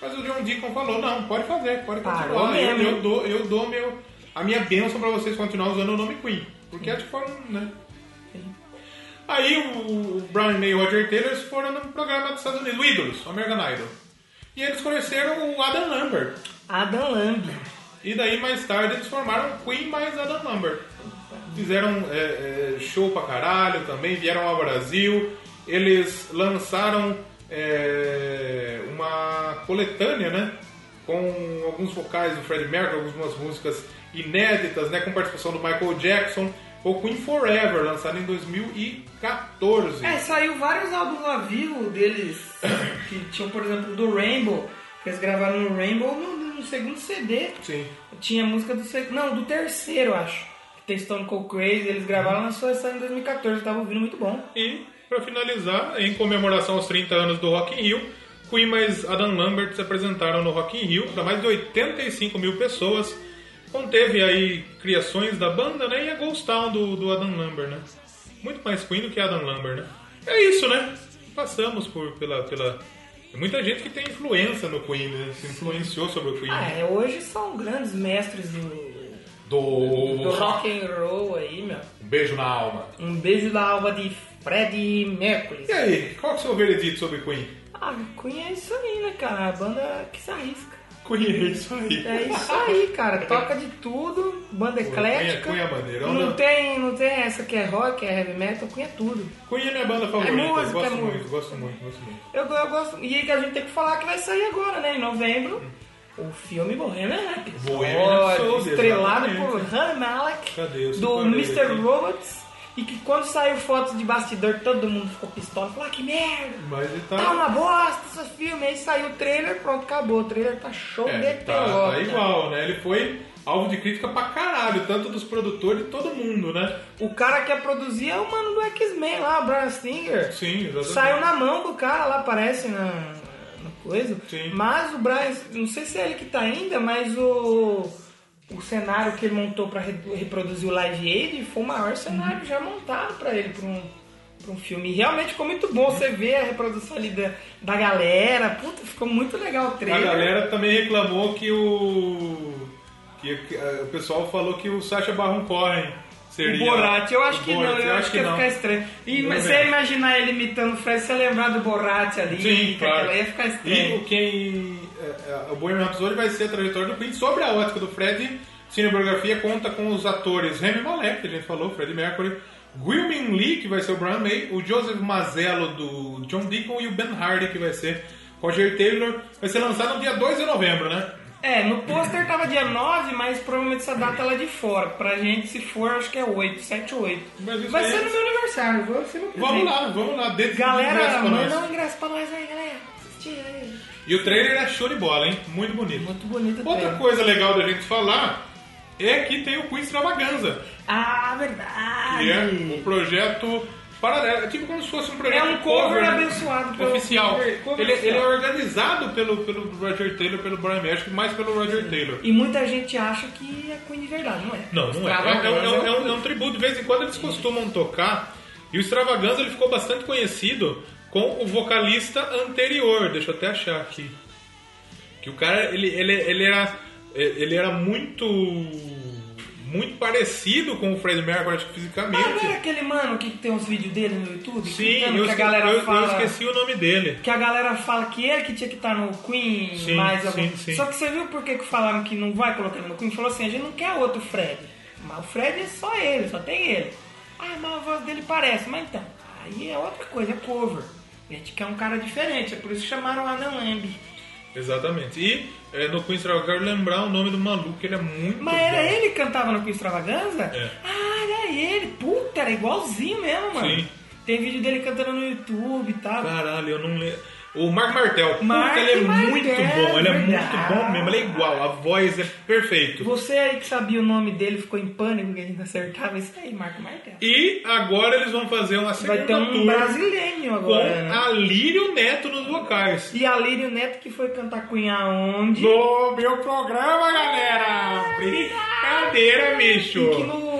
[SPEAKER 2] Mas o John Deacon falou, não, pode fazer, pode
[SPEAKER 1] Parou
[SPEAKER 2] continuar. Eu,
[SPEAKER 1] mesmo.
[SPEAKER 2] eu dou, eu dou meu, a minha bênção pra vocês continuarem usando o nome Queen. Porque é de forma, né? Aí o Brian May e o Roger Taylor foram num programa dos Estados Unidos, o Ídolos, o American Idol. E eles conheceram o Adam Lambert.
[SPEAKER 1] Adam Lamb.
[SPEAKER 2] E daí mais tarde eles formaram Queen mais Adam Lambert. Fizeram é, é, show pra caralho também, vieram ao Brasil. Eles lançaram é, uma coletânea, né? Com alguns vocais do Freddie Mercury, algumas músicas inéditas, né? Com participação do Michael Jackson. O Queen Forever, lançado em 2014.
[SPEAKER 1] É, saiu vários álbuns ao vivo deles. que tinham, por exemplo, do Rainbow. Que eles gravaram no Rainbow no, no segundo CD.
[SPEAKER 2] Sim.
[SPEAKER 1] Tinha música do segundo. Não, do terceiro, acho. Que tem Stone Cold Crazy. Eles gravaram na sua edição em 2014. Eu tava ouvindo muito bom.
[SPEAKER 2] E, pra finalizar, em comemoração aos 30 anos do Rock in Rio, Queen mais Adam Lambert se apresentaram no Rock in Rio para mais de 85 mil pessoas. Conteve aí criações da banda, né? E a Ghost Town do, do Adam Lambert, né? Muito mais Queen do que Adam Lambert, né? É isso, né? Passamos por pela... pela... tem Muita gente que tem influência no Queen, né? Se influenciou sobre o Queen.
[SPEAKER 1] Ah, é, hoje são grandes mestres do,
[SPEAKER 2] Do...
[SPEAKER 1] do rock and roll aí, meu.
[SPEAKER 2] beijo na alma.
[SPEAKER 1] Um beijo na alma de Fred Mercury.
[SPEAKER 2] E aí, qual que é o seu veredito sobre Queen?
[SPEAKER 1] Ah, Queen é isso aí, né, cara? A banda que se arrisca.
[SPEAKER 2] Queen é isso aí.
[SPEAKER 1] É isso aí, cara. Toca de tudo, banda
[SPEAKER 2] é-
[SPEAKER 1] eclética.
[SPEAKER 2] Cunha maneira,
[SPEAKER 1] Não
[SPEAKER 2] né?
[SPEAKER 1] tem, não tem essa que é rock, é heavy metal, Cunha é tudo.
[SPEAKER 2] Queen é minha banda favorita.
[SPEAKER 1] música,
[SPEAKER 2] gosto
[SPEAKER 1] é
[SPEAKER 2] muito,
[SPEAKER 1] música.
[SPEAKER 2] gosto muito, gosto muito.
[SPEAKER 1] Eu, eu gosto. E aí que a gente tem que falar que vai sair agora, né? Em novembro, o filme Bohemian Rhapsody.
[SPEAKER 2] Bohemian Rhapsody,
[SPEAKER 1] Estrelado por
[SPEAKER 2] exatamente.
[SPEAKER 1] Hannah Malek,
[SPEAKER 2] Cadê? Eu
[SPEAKER 1] do
[SPEAKER 2] separei
[SPEAKER 1] Mr.
[SPEAKER 2] aqui.
[SPEAKER 1] Robots. E que quando saiu foto de bastidor, todo mundo ficou pistola. Falou, ah, que merda!
[SPEAKER 2] Mas ele tá.
[SPEAKER 1] Tá uma bosta esse filme. Aí saiu o trailer, pronto, acabou. O trailer tá show
[SPEAKER 2] é,
[SPEAKER 1] de
[SPEAKER 2] tá,
[SPEAKER 1] pelota.
[SPEAKER 2] tá igual, né? Ele foi alvo de crítica pra caralho, tanto dos produtores e todo mundo, né?
[SPEAKER 1] O cara que ia produzir é o mano do X-Men lá, o Brian Singer.
[SPEAKER 2] Sim, exatamente.
[SPEAKER 1] Saiu na mão do cara lá, parece, na, na coisa.
[SPEAKER 2] Sim.
[SPEAKER 1] Mas o Brian, não sei se é ele que tá ainda, mas o, o cenário que ele montou pra re- reproduzir o Live Aid foi o maior cenário já montado pra ele, pra um, pra um filme. E realmente ficou muito bom você ver a reprodução ali da, da galera. Puta, ficou muito legal o
[SPEAKER 2] A
[SPEAKER 1] trailer.
[SPEAKER 2] galera também reclamou que o. que que, eh, o pessoal falou que o Sacha Baron Cohen
[SPEAKER 1] O
[SPEAKER 2] seria.
[SPEAKER 1] Borat, eu acho
[SPEAKER 2] o
[SPEAKER 1] que
[SPEAKER 2] Borat,
[SPEAKER 1] não, eu acho que ia ficar estranho. E
[SPEAKER 2] Não
[SPEAKER 1] mas
[SPEAKER 2] lembro.
[SPEAKER 1] você imaginar ele imitando o Fred, você lembrar do Borat ali,
[SPEAKER 2] Sim,
[SPEAKER 1] que
[SPEAKER 2] claro.
[SPEAKER 1] aquela ia ficar
[SPEAKER 2] E
[SPEAKER 1] estranho.
[SPEAKER 2] o quem. eh, eh, O Bohemian Rhapsody vai ser a trajetória do Queen sobre a ótica do Fred. Cinebiografia conta com os atores Remy Malek, que a gente falou, Fred Mercury, Wilmin Lee, que vai ser o Brian May, o Joseph Mazzello do John Deacon e o Ben Hardy, que vai ser Roger Taylor. Vai ser lançado no dia 2 de novembro, né?
[SPEAKER 1] É, no pôster tava dia 9, mas provavelmente essa data é lá de fora. Pra gente, se for, acho que é 8, 7 ou 8.
[SPEAKER 2] Mas isso
[SPEAKER 1] Vai
[SPEAKER 2] aí- é
[SPEAKER 1] ser no meu aniversário, vou ser no
[SPEAKER 2] Vamos
[SPEAKER 1] presente.
[SPEAKER 2] lá, vamos lá, dentro
[SPEAKER 1] Galera,
[SPEAKER 2] do ingresso pra
[SPEAKER 1] manda
[SPEAKER 2] nós.
[SPEAKER 1] um ingresso pra nós aí, galera. Assistir aí.
[SPEAKER 2] E o trailer é show de bola, hein? Muito bonito.
[SPEAKER 1] Muito bonito o
[SPEAKER 2] Outra
[SPEAKER 1] trailer.
[SPEAKER 2] coisa legal da gente falar é que tem o Queen Extravaganza.
[SPEAKER 1] Ah, verdade.
[SPEAKER 2] que é um projeto paralelo. É tipo como se fosse um projeto
[SPEAKER 1] É um cover
[SPEAKER 2] né?
[SPEAKER 1] abençoado pelo-
[SPEAKER 2] oficial.
[SPEAKER 1] cover- cover
[SPEAKER 2] ele,
[SPEAKER 1] oficial.
[SPEAKER 2] ele é organizado pelo, pelo Roger Taylor, pelo Brian May, acho que mais pelo Roger Taylor.
[SPEAKER 1] E muita gente acha que é Queen de verdade, não é?
[SPEAKER 2] Não, não é. É,
[SPEAKER 1] Extravaganza
[SPEAKER 2] é um- é
[SPEAKER 1] é
[SPEAKER 2] um, é um tributo. De vez em quando eles costumam tocar. E o Extravaganza ele ficou bastante conhecido com o vocalista anterior. Deixa eu até achar aqui. Que o cara, ele, ele, ele era é, ele era muito muito parecido com o Fred Mercury acho que fisicamente.
[SPEAKER 1] Ah, não era aquele mano que tem uns vídeos dele no YouTube?
[SPEAKER 2] Sim,
[SPEAKER 1] Contando
[SPEAKER 2] eu,
[SPEAKER 1] que a
[SPEAKER 2] esque-
[SPEAKER 1] galera
[SPEAKER 2] eu- eu
[SPEAKER 1] fala...
[SPEAKER 2] esqueci o nome dele.
[SPEAKER 1] Que a galera fala que ele que tinha que estar no Queen,
[SPEAKER 2] Sim,
[SPEAKER 1] mais
[SPEAKER 2] sim,
[SPEAKER 1] algum.
[SPEAKER 2] sim.
[SPEAKER 1] Só que você viu por que que falaram que não vai colocar ele no Queen? Falou assim, a gente não quer outro Fred. Mas o Fred é só ele, só tem ele. Ah, mas a voz dele parece. Mas então, aí é outra coisa, é cover. A gente quer um cara diferente, é por isso que chamaram Adam Lamb.
[SPEAKER 2] Exatamente. E é, no Queen Strike, eu quero lembrar o nome do maluco, ele é muito.
[SPEAKER 1] Mas
[SPEAKER 2] bom.
[SPEAKER 1] era ele que cantava no Queen Extravaganza?
[SPEAKER 2] É.
[SPEAKER 1] Ah, era ele. Puta, era igualzinho mesmo, mano.
[SPEAKER 2] Sim.
[SPEAKER 1] Tem vídeo dele cantando no YouTube e tal.
[SPEAKER 2] Caralho, eu não lembro. O Mark Martel.
[SPEAKER 1] Mark
[SPEAKER 2] Puta, ele é
[SPEAKER 1] Martel,
[SPEAKER 2] muito bom, ele é
[SPEAKER 1] verdade.
[SPEAKER 2] muito bom mesmo, ele é igual, a voz é perfeito.
[SPEAKER 1] Você aí que sabia o nome dele ficou em pânico que a gente acertava. Isso aí, Marco Martel.
[SPEAKER 2] E agora eles vão fazer uma
[SPEAKER 1] Vai
[SPEAKER 2] segunda
[SPEAKER 1] ter um
[SPEAKER 2] tour
[SPEAKER 1] brasileiro
[SPEAKER 2] com
[SPEAKER 1] agora. né?
[SPEAKER 2] a Lírio Neto nos vocais.
[SPEAKER 1] E a Lírio Neto que foi cantar Cunha onde?
[SPEAKER 2] No meu programa, galera! Brincadeira, bicho!
[SPEAKER 1] E que no-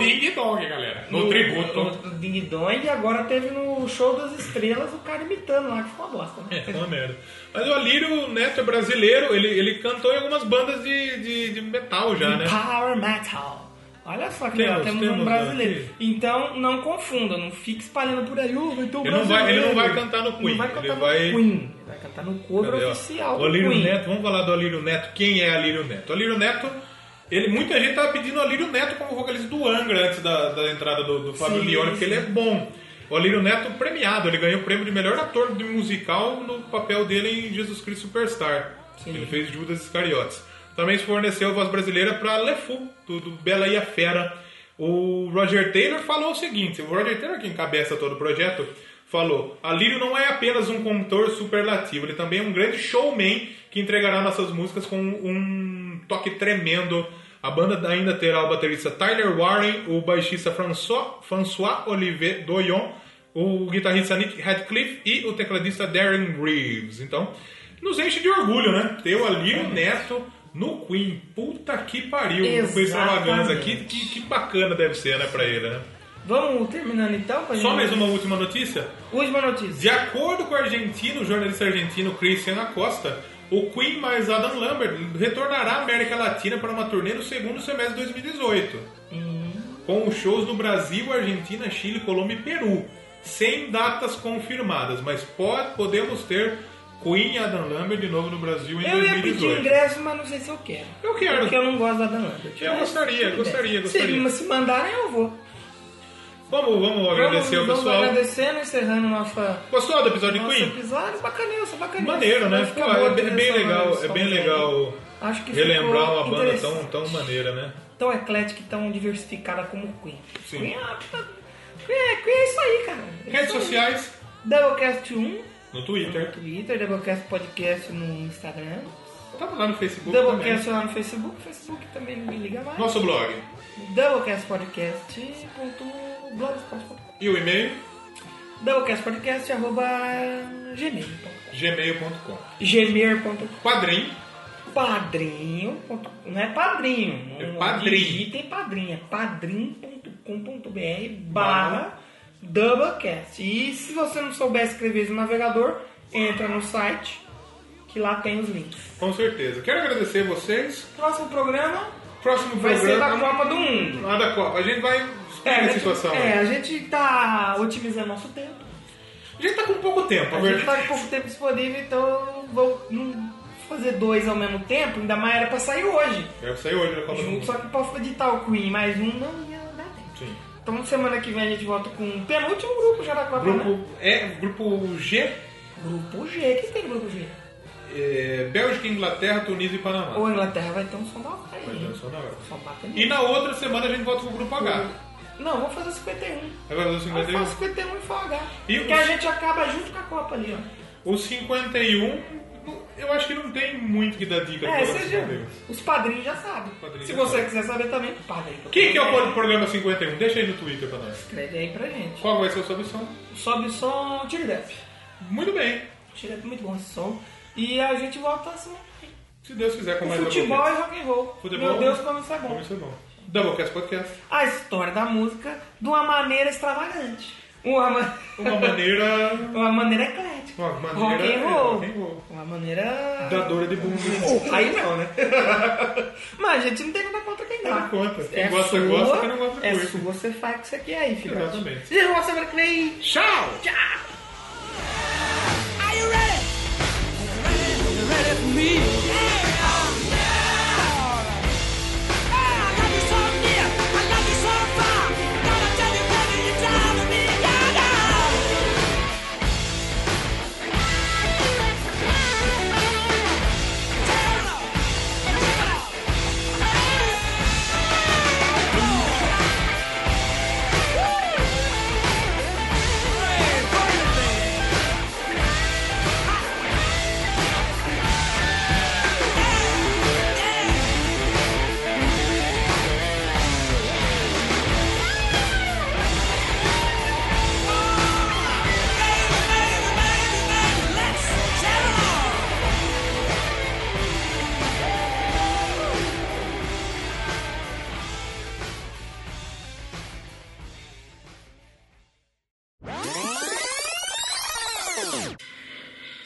[SPEAKER 2] Ding Dong, galera! No, tributo.
[SPEAKER 1] No, no Ding Dong e agora teve no Show das Estrelas o cara imitando lá, que ficou uma bosta, né?
[SPEAKER 2] É, é uma merda. Mas o Alírio Neto é brasileiro, ele, ele cantou em algumas bandas de, de, de metal já, né?
[SPEAKER 1] Power Metal. Olha só que
[SPEAKER 2] Temos,
[SPEAKER 1] legal, temos,
[SPEAKER 2] temos,
[SPEAKER 1] um brasileiro.
[SPEAKER 2] né?
[SPEAKER 1] Então não confunda, não fique espalhando por aí, "Oh, vai ter um
[SPEAKER 2] Ele não vai-
[SPEAKER 1] brasileiro."
[SPEAKER 2] ele não vai cantar no Queen,
[SPEAKER 1] Não vai
[SPEAKER 2] ele
[SPEAKER 1] cantar no
[SPEAKER 2] vai-
[SPEAKER 1] Queen. Ele vai cantar no cover
[SPEAKER 2] Cadê, ó?
[SPEAKER 1] oficial
[SPEAKER 2] O
[SPEAKER 1] do
[SPEAKER 2] Alírio
[SPEAKER 1] Queen.
[SPEAKER 2] Neto, vamos falar do Alírio Neto. Quem é Alírio Neto? Alírio Neto, ele, muita gente tava pedindo o Alírio Neto como vocalista do Angra antes da, da entrada do, do Fábio
[SPEAKER 1] Sim,
[SPEAKER 2] Leone, porque ele é bom. O Alírio Neto premiado, ele ganhou o prêmio de melhor ator de musical no papel dele em Jesus Cristo Superstar.
[SPEAKER 1] Sim.
[SPEAKER 2] Ele fez Judas Iscariotes. Também se forneceu a voz brasileira para Lefu, do, do Bela e a Fera. O Roger Taylor falou o seguinte: o Roger Taylor, que encabeça todo o projeto, falou: Alírio não é apenas um cantor superlativo, ele também é um grande showman que entregará nossas músicas com um toque tremendo. A banda ainda terá o baterista Tyler Warren, o baixista François, François Olivier Doyon o guitarrista Nick Radcliffe e o tecladista Darren Reeves. Então, nos enche de orgulho, né? Ter o Alírio Neto no Queen. Puta que pariu. Com esse extravaganza aqui.
[SPEAKER 1] Exatamente.
[SPEAKER 2] Que, que bacana deve ser, né, pra ele, né?
[SPEAKER 1] Vamos terminando então? pra
[SPEAKER 2] Só
[SPEAKER 1] gente-
[SPEAKER 2] mais um. uma última notícia.
[SPEAKER 1] Última notícia.
[SPEAKER 2] De acordo com o argentino, o jornalista argentino Christian Acosta, o Queen mais Adam Lambert retornará à América Latina para uma turnê no segundo semestre de 2018. com os shows no Brasil, Argentina, Chile, Colômbia e Peru, sem datas confirmadas, mas pode, podemos ter Queen e Adam Lambert de novo no Brasil em
[SPEAKER 1] Eu ia pedir
[SPEAKER 2] 2018.
[SPEAKER 1] ingresso, mas não sei se eu quero.
[SPEAKER 2] Eu quero.
[SPEAKER 1] Porque eu não gosto da Dan Lambert.
[SPEAKER 2] Eu
[SPEAKER 1] Mas
[SPEAKER 2] gostaria,
[SPEAKER 1] tudo
[SPEAKER 2] gostaria,
[SPEAKER 1] bem.
[SPEAKER 2] gostaria.
[SPEAKER 1] Se, se mandarem, eu vou.
[SPEAKER 2] Vamos, vamos agradecer ao
[SPEAKER 1] vamos,
[SPEAKER 2] pessoal.
[SPEAKER 1] Vamos agradecendo, encerrando nossa,
[SPEAKER 2] Gostou do episódio de
[SPEAKER 1] nosso
[SPEAKER 2] Queen?
[SPEAKER 1] episódio. Bacaneiro, bacaneiro.
[SPEAKER 2] Maneiro, né?
[SPEAKER 1] Fica
[SPEAKER 2] Pô,
[SPEAKER 1] boa
[SPEAKER 2] é, bem- é bem
[SPEAKER 1] trilha sonora
[SPEAKER 2] legal,
[SPEAKER 1] do
[SPEAKER 2] é bem
[SPEAKER 1] som, né?
[SPEAKER 2] legal
[SPEAKER 1] Acho que
[SPEAKER 2] relembrar
[SPEAKER 1] ficou
[SPEAKER 2] uma banda tão,
[SPEAKER 1] interessante.
[SPEAKER 2] tão maneira, né?
[SPEAKER 1] tão eclética e tão diversificada como o Queen.
[SPEAKER 2] Sim.
[SPEAKER 1] Queen é, uma- Queen é, Queen é isso aí, cara. É
[SPEAKER 2] Redes
[SPEAKER 1] isso aí.
[SPEAKER 2] sociais,
[SPEAKER 1] Doublecast 1
[SPEAKER 2] no
[SPEAKER 1] no
[SPEAKER 2] Twitter,
[SPEAKER 1] Twitter, Doublecast Podcast no Instagram,
[SPEAKER 2] tava tá lá no Facebook também.
[SPEAKER 1] Doublecast lá no Facebook, Facebook também não me liga mais.
[SPEAKER 2] Nosso blog
[SPEAKER 1] Doublecastpodcast.blogspot.com
[SPEAKER 2] e o e-mail,
[SPEAKER 1] Doublecastpodcast arroba gmail.
[SPEAKER 2] gmail.com.
[SPEAKER 1] gmail.com
[SPEAKER 2] Padrim,
[SPEAKER 1] Padrinho. ponto- Não é padrinho.
[SPEAKER 2] É
[SPEAKER 1] não-
[SPEAKER 2] padrim.
[SPEAKER 1] Digitem padrinho. É padrim.com.br barra Doublecast. E se você não souber escrever esse navegador, entra no site que lá tem os links.
[SPEAKER 2] com certeza. Quero agradecer vocês.
[SPEAKER 1] Próximo programa
[SPEAKER 2] Próximo
[SPEAKER 1] vai ser da
[SPEAKER 2] programa.
[SPEAKER 1] Copa do Mundo.
[SPEAKER 2] Ah, da Copa. A gente vai explicar a
[SPEAKER 1] gente-
[SPEAKER 2] situação. né?
[SPEAKER 1] é, a gente tá otimizando nosso tempo.
[SPEAKER 2] A gente tá com pouco tempo, a
[SPEAKER 1] A gente
[SPEAKER 2] verdade.
[SPEAKER 1] tá com pouco tempo disponível, então vou não fazer dois ao mesmo tempo. Ainda mais era pra sair hoje.
[SPEAKER 2] Eu saí hoje da Copa do
[SPEAKER 1] tá Junto,
[SPEAKER 2] Mundo.
[SPEAKER 1] só que pra editar o Queen mais um não ia dar tempo.
[SPEAKER 2] Sim.
[SPEAKER 1] Então semana que vem a gente volta com o penúltimo grupo já da Copa, né?
[SPEAKER 2] Grupo, é, grupo G,
[SPEAKER 1] Grupo G. Quem tem grupo G?
[SPEAKER 2] é, Bélgica, Inglaterra, Tunísia e Panamá.
[SPEAKER 1] Ou a Inglaterra vai ter um som da hora aí,
[SPEAKER 2] Mas
[SPEAKER 1] hein?
[SPEAKER 2] não só na hora.
[SPEAKER 1] Só batendo.
[SPEAKER 2] E na outra semana a gente volta com o grupo H.
[SPEAKER 1] Não, vamos fazer 51.
[SPEAKER 2] Aí vai fazer o
[SPEAKER 1] Vamos
[SPEAKER 2] 51.
[SPEAKER 1] fazer 51 e um fala H.
[SPEAKER 2] E
[SPEAKER 1] Porque
[SPEAKER 2] os-
[SPEAKER 1] a gente acaba junto com a Copa ali, ó.
[SPEAKER 2] O 51, eu acho que não tem muito que dar dica. né?
[SPEAKER 1] É,
[SPEAKER 2] pra
[SPEAKER 1] vocês já,
[SPEAKER 2] saber.
[SPEAKER 1] os padrinhos já sabem.
[SPEAKER 2] Padrinhos
[SPEAKER 1] Se
[SPEAKER 2] já
[SPEAKER 1] você
[SPEAKER 2] sabem.
[SPEAKER 1] quiser saber também, padrinho.
[SPEAKER 2] Quem que é o programa 51? Deixa aí no Twitter pra nós.
[SPEAKER 1] Escreve aí pra gente.
[SPEAKER 2] Qual vai ser a sua missão?
[SPEAKER 1] Sobe o som, tira o rap.
[SPEAKER 2] Muito bem.
[SPEAKER 1] Tira rap, é muito bom esse som. E a gente volta assim.
[SPEAKER 2] Se Deus quiser, com
[SPEAKER 1] Com
[SPEAKER 2] mais
[SPEAKER 1] futebol e
[SPEAKER 2] Doublecast.
[SPEAKER 1] rock and roll.
[SPEAKER 2] Futebol.
[SPEAKER 1] Meu Deus, como isso é bom.
[SPEAKER 2] Como isso é bom. Doublecast Podcast.
[SPEAKER 1] A história da música de uma maneira extravagante. Uma, ma-
[SPEAKER 2] Uma maneira...
[SPEAKER 1] uma maneira eclética.
[SPEAKER 2] Uma maneira-
[SPEAKER 1] rock and
[SPEAKER 2] é,
[SPEAKER 1] roll.
[SPEAKER 2] rock and roll.
[SPEAKER 1] Uma maneira...
[SPEAKER 2] Dadora de bunda.
[SPEAKER 1] Aí não, né? Mas a gente não tem nada contra quem dá.
[SPEAKER 2] Nada contra. Quem gosta, gosta, quem não gosta,
[SPEAKER 1] é
[SPEAKER 2] curte.
[SPEAKER 1] sua, você faz o que você quer aí, filho.
[SPEAKER 2] Exatamente.
[SPEAKER 1] E uma semana que vem.
[SPEAKER 2] Tchau!
[SPEAKER 4] Are you ready? Are you ready for me?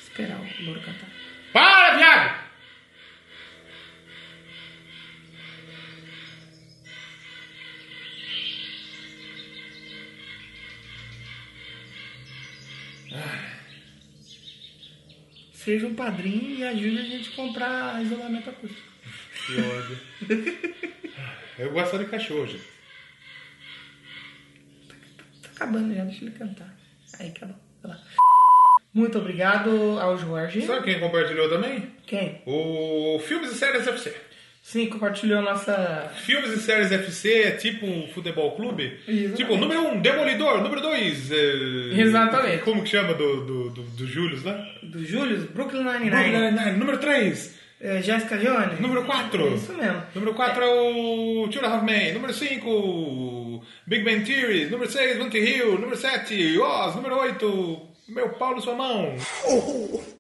[SPEAKER 1] Esperar o Louro cantar.
[SPEAKER 2] Para, viado!
[SPEAKER 1] Seja um padrinho e ajude a gente a comprar isolamento acústico.
[SPEAKER 2] Que ódio. Eu gosto de cachorro, gente.
[SPEAKER 1] Tá acabando já, deixa ele cantar. Aí, acabou. Vai lá. Muito obrigado ao Jorge.
[SPEAKER 2] Sabe quem compartilhou também?
[SPEAKER 1] Quem?
[SPEAKER 2] O Filmes e Séries FC.
[SPEAKER 1] Sim, compartilhou nossa.
[SPEAKER 2] Filmes e Séries FC é tipo um futebol clube.
[SPEAKER 1] Exatamente.
[SPEAKER 2] Tipo, número 1, um, Demolidor. Número 2, é...
[SPEAKER 1] Exatamente.
[SPEAKER 2] Como que chama do, do, do, do Július, né?
[SPEAKER 1] Do Júlio, Brooklyn
[SPEAKER 2] Número
[SPEAKER 1] Nine-Nine.
[SPEAKER 2] nine, Número 3,
[SPEAKER 1] É, Jéssica Jones.
[SPEAKER 2] número 4.
[SPEAKER 1] Isso mesmo.
[SPEAKER 2] Número 4 é o Two and a Half Men. Número 5, Big Bang Theory. Número 6, Monty Hill. Número 7, Oz. Número 8, Meu Pau na Sua Mão.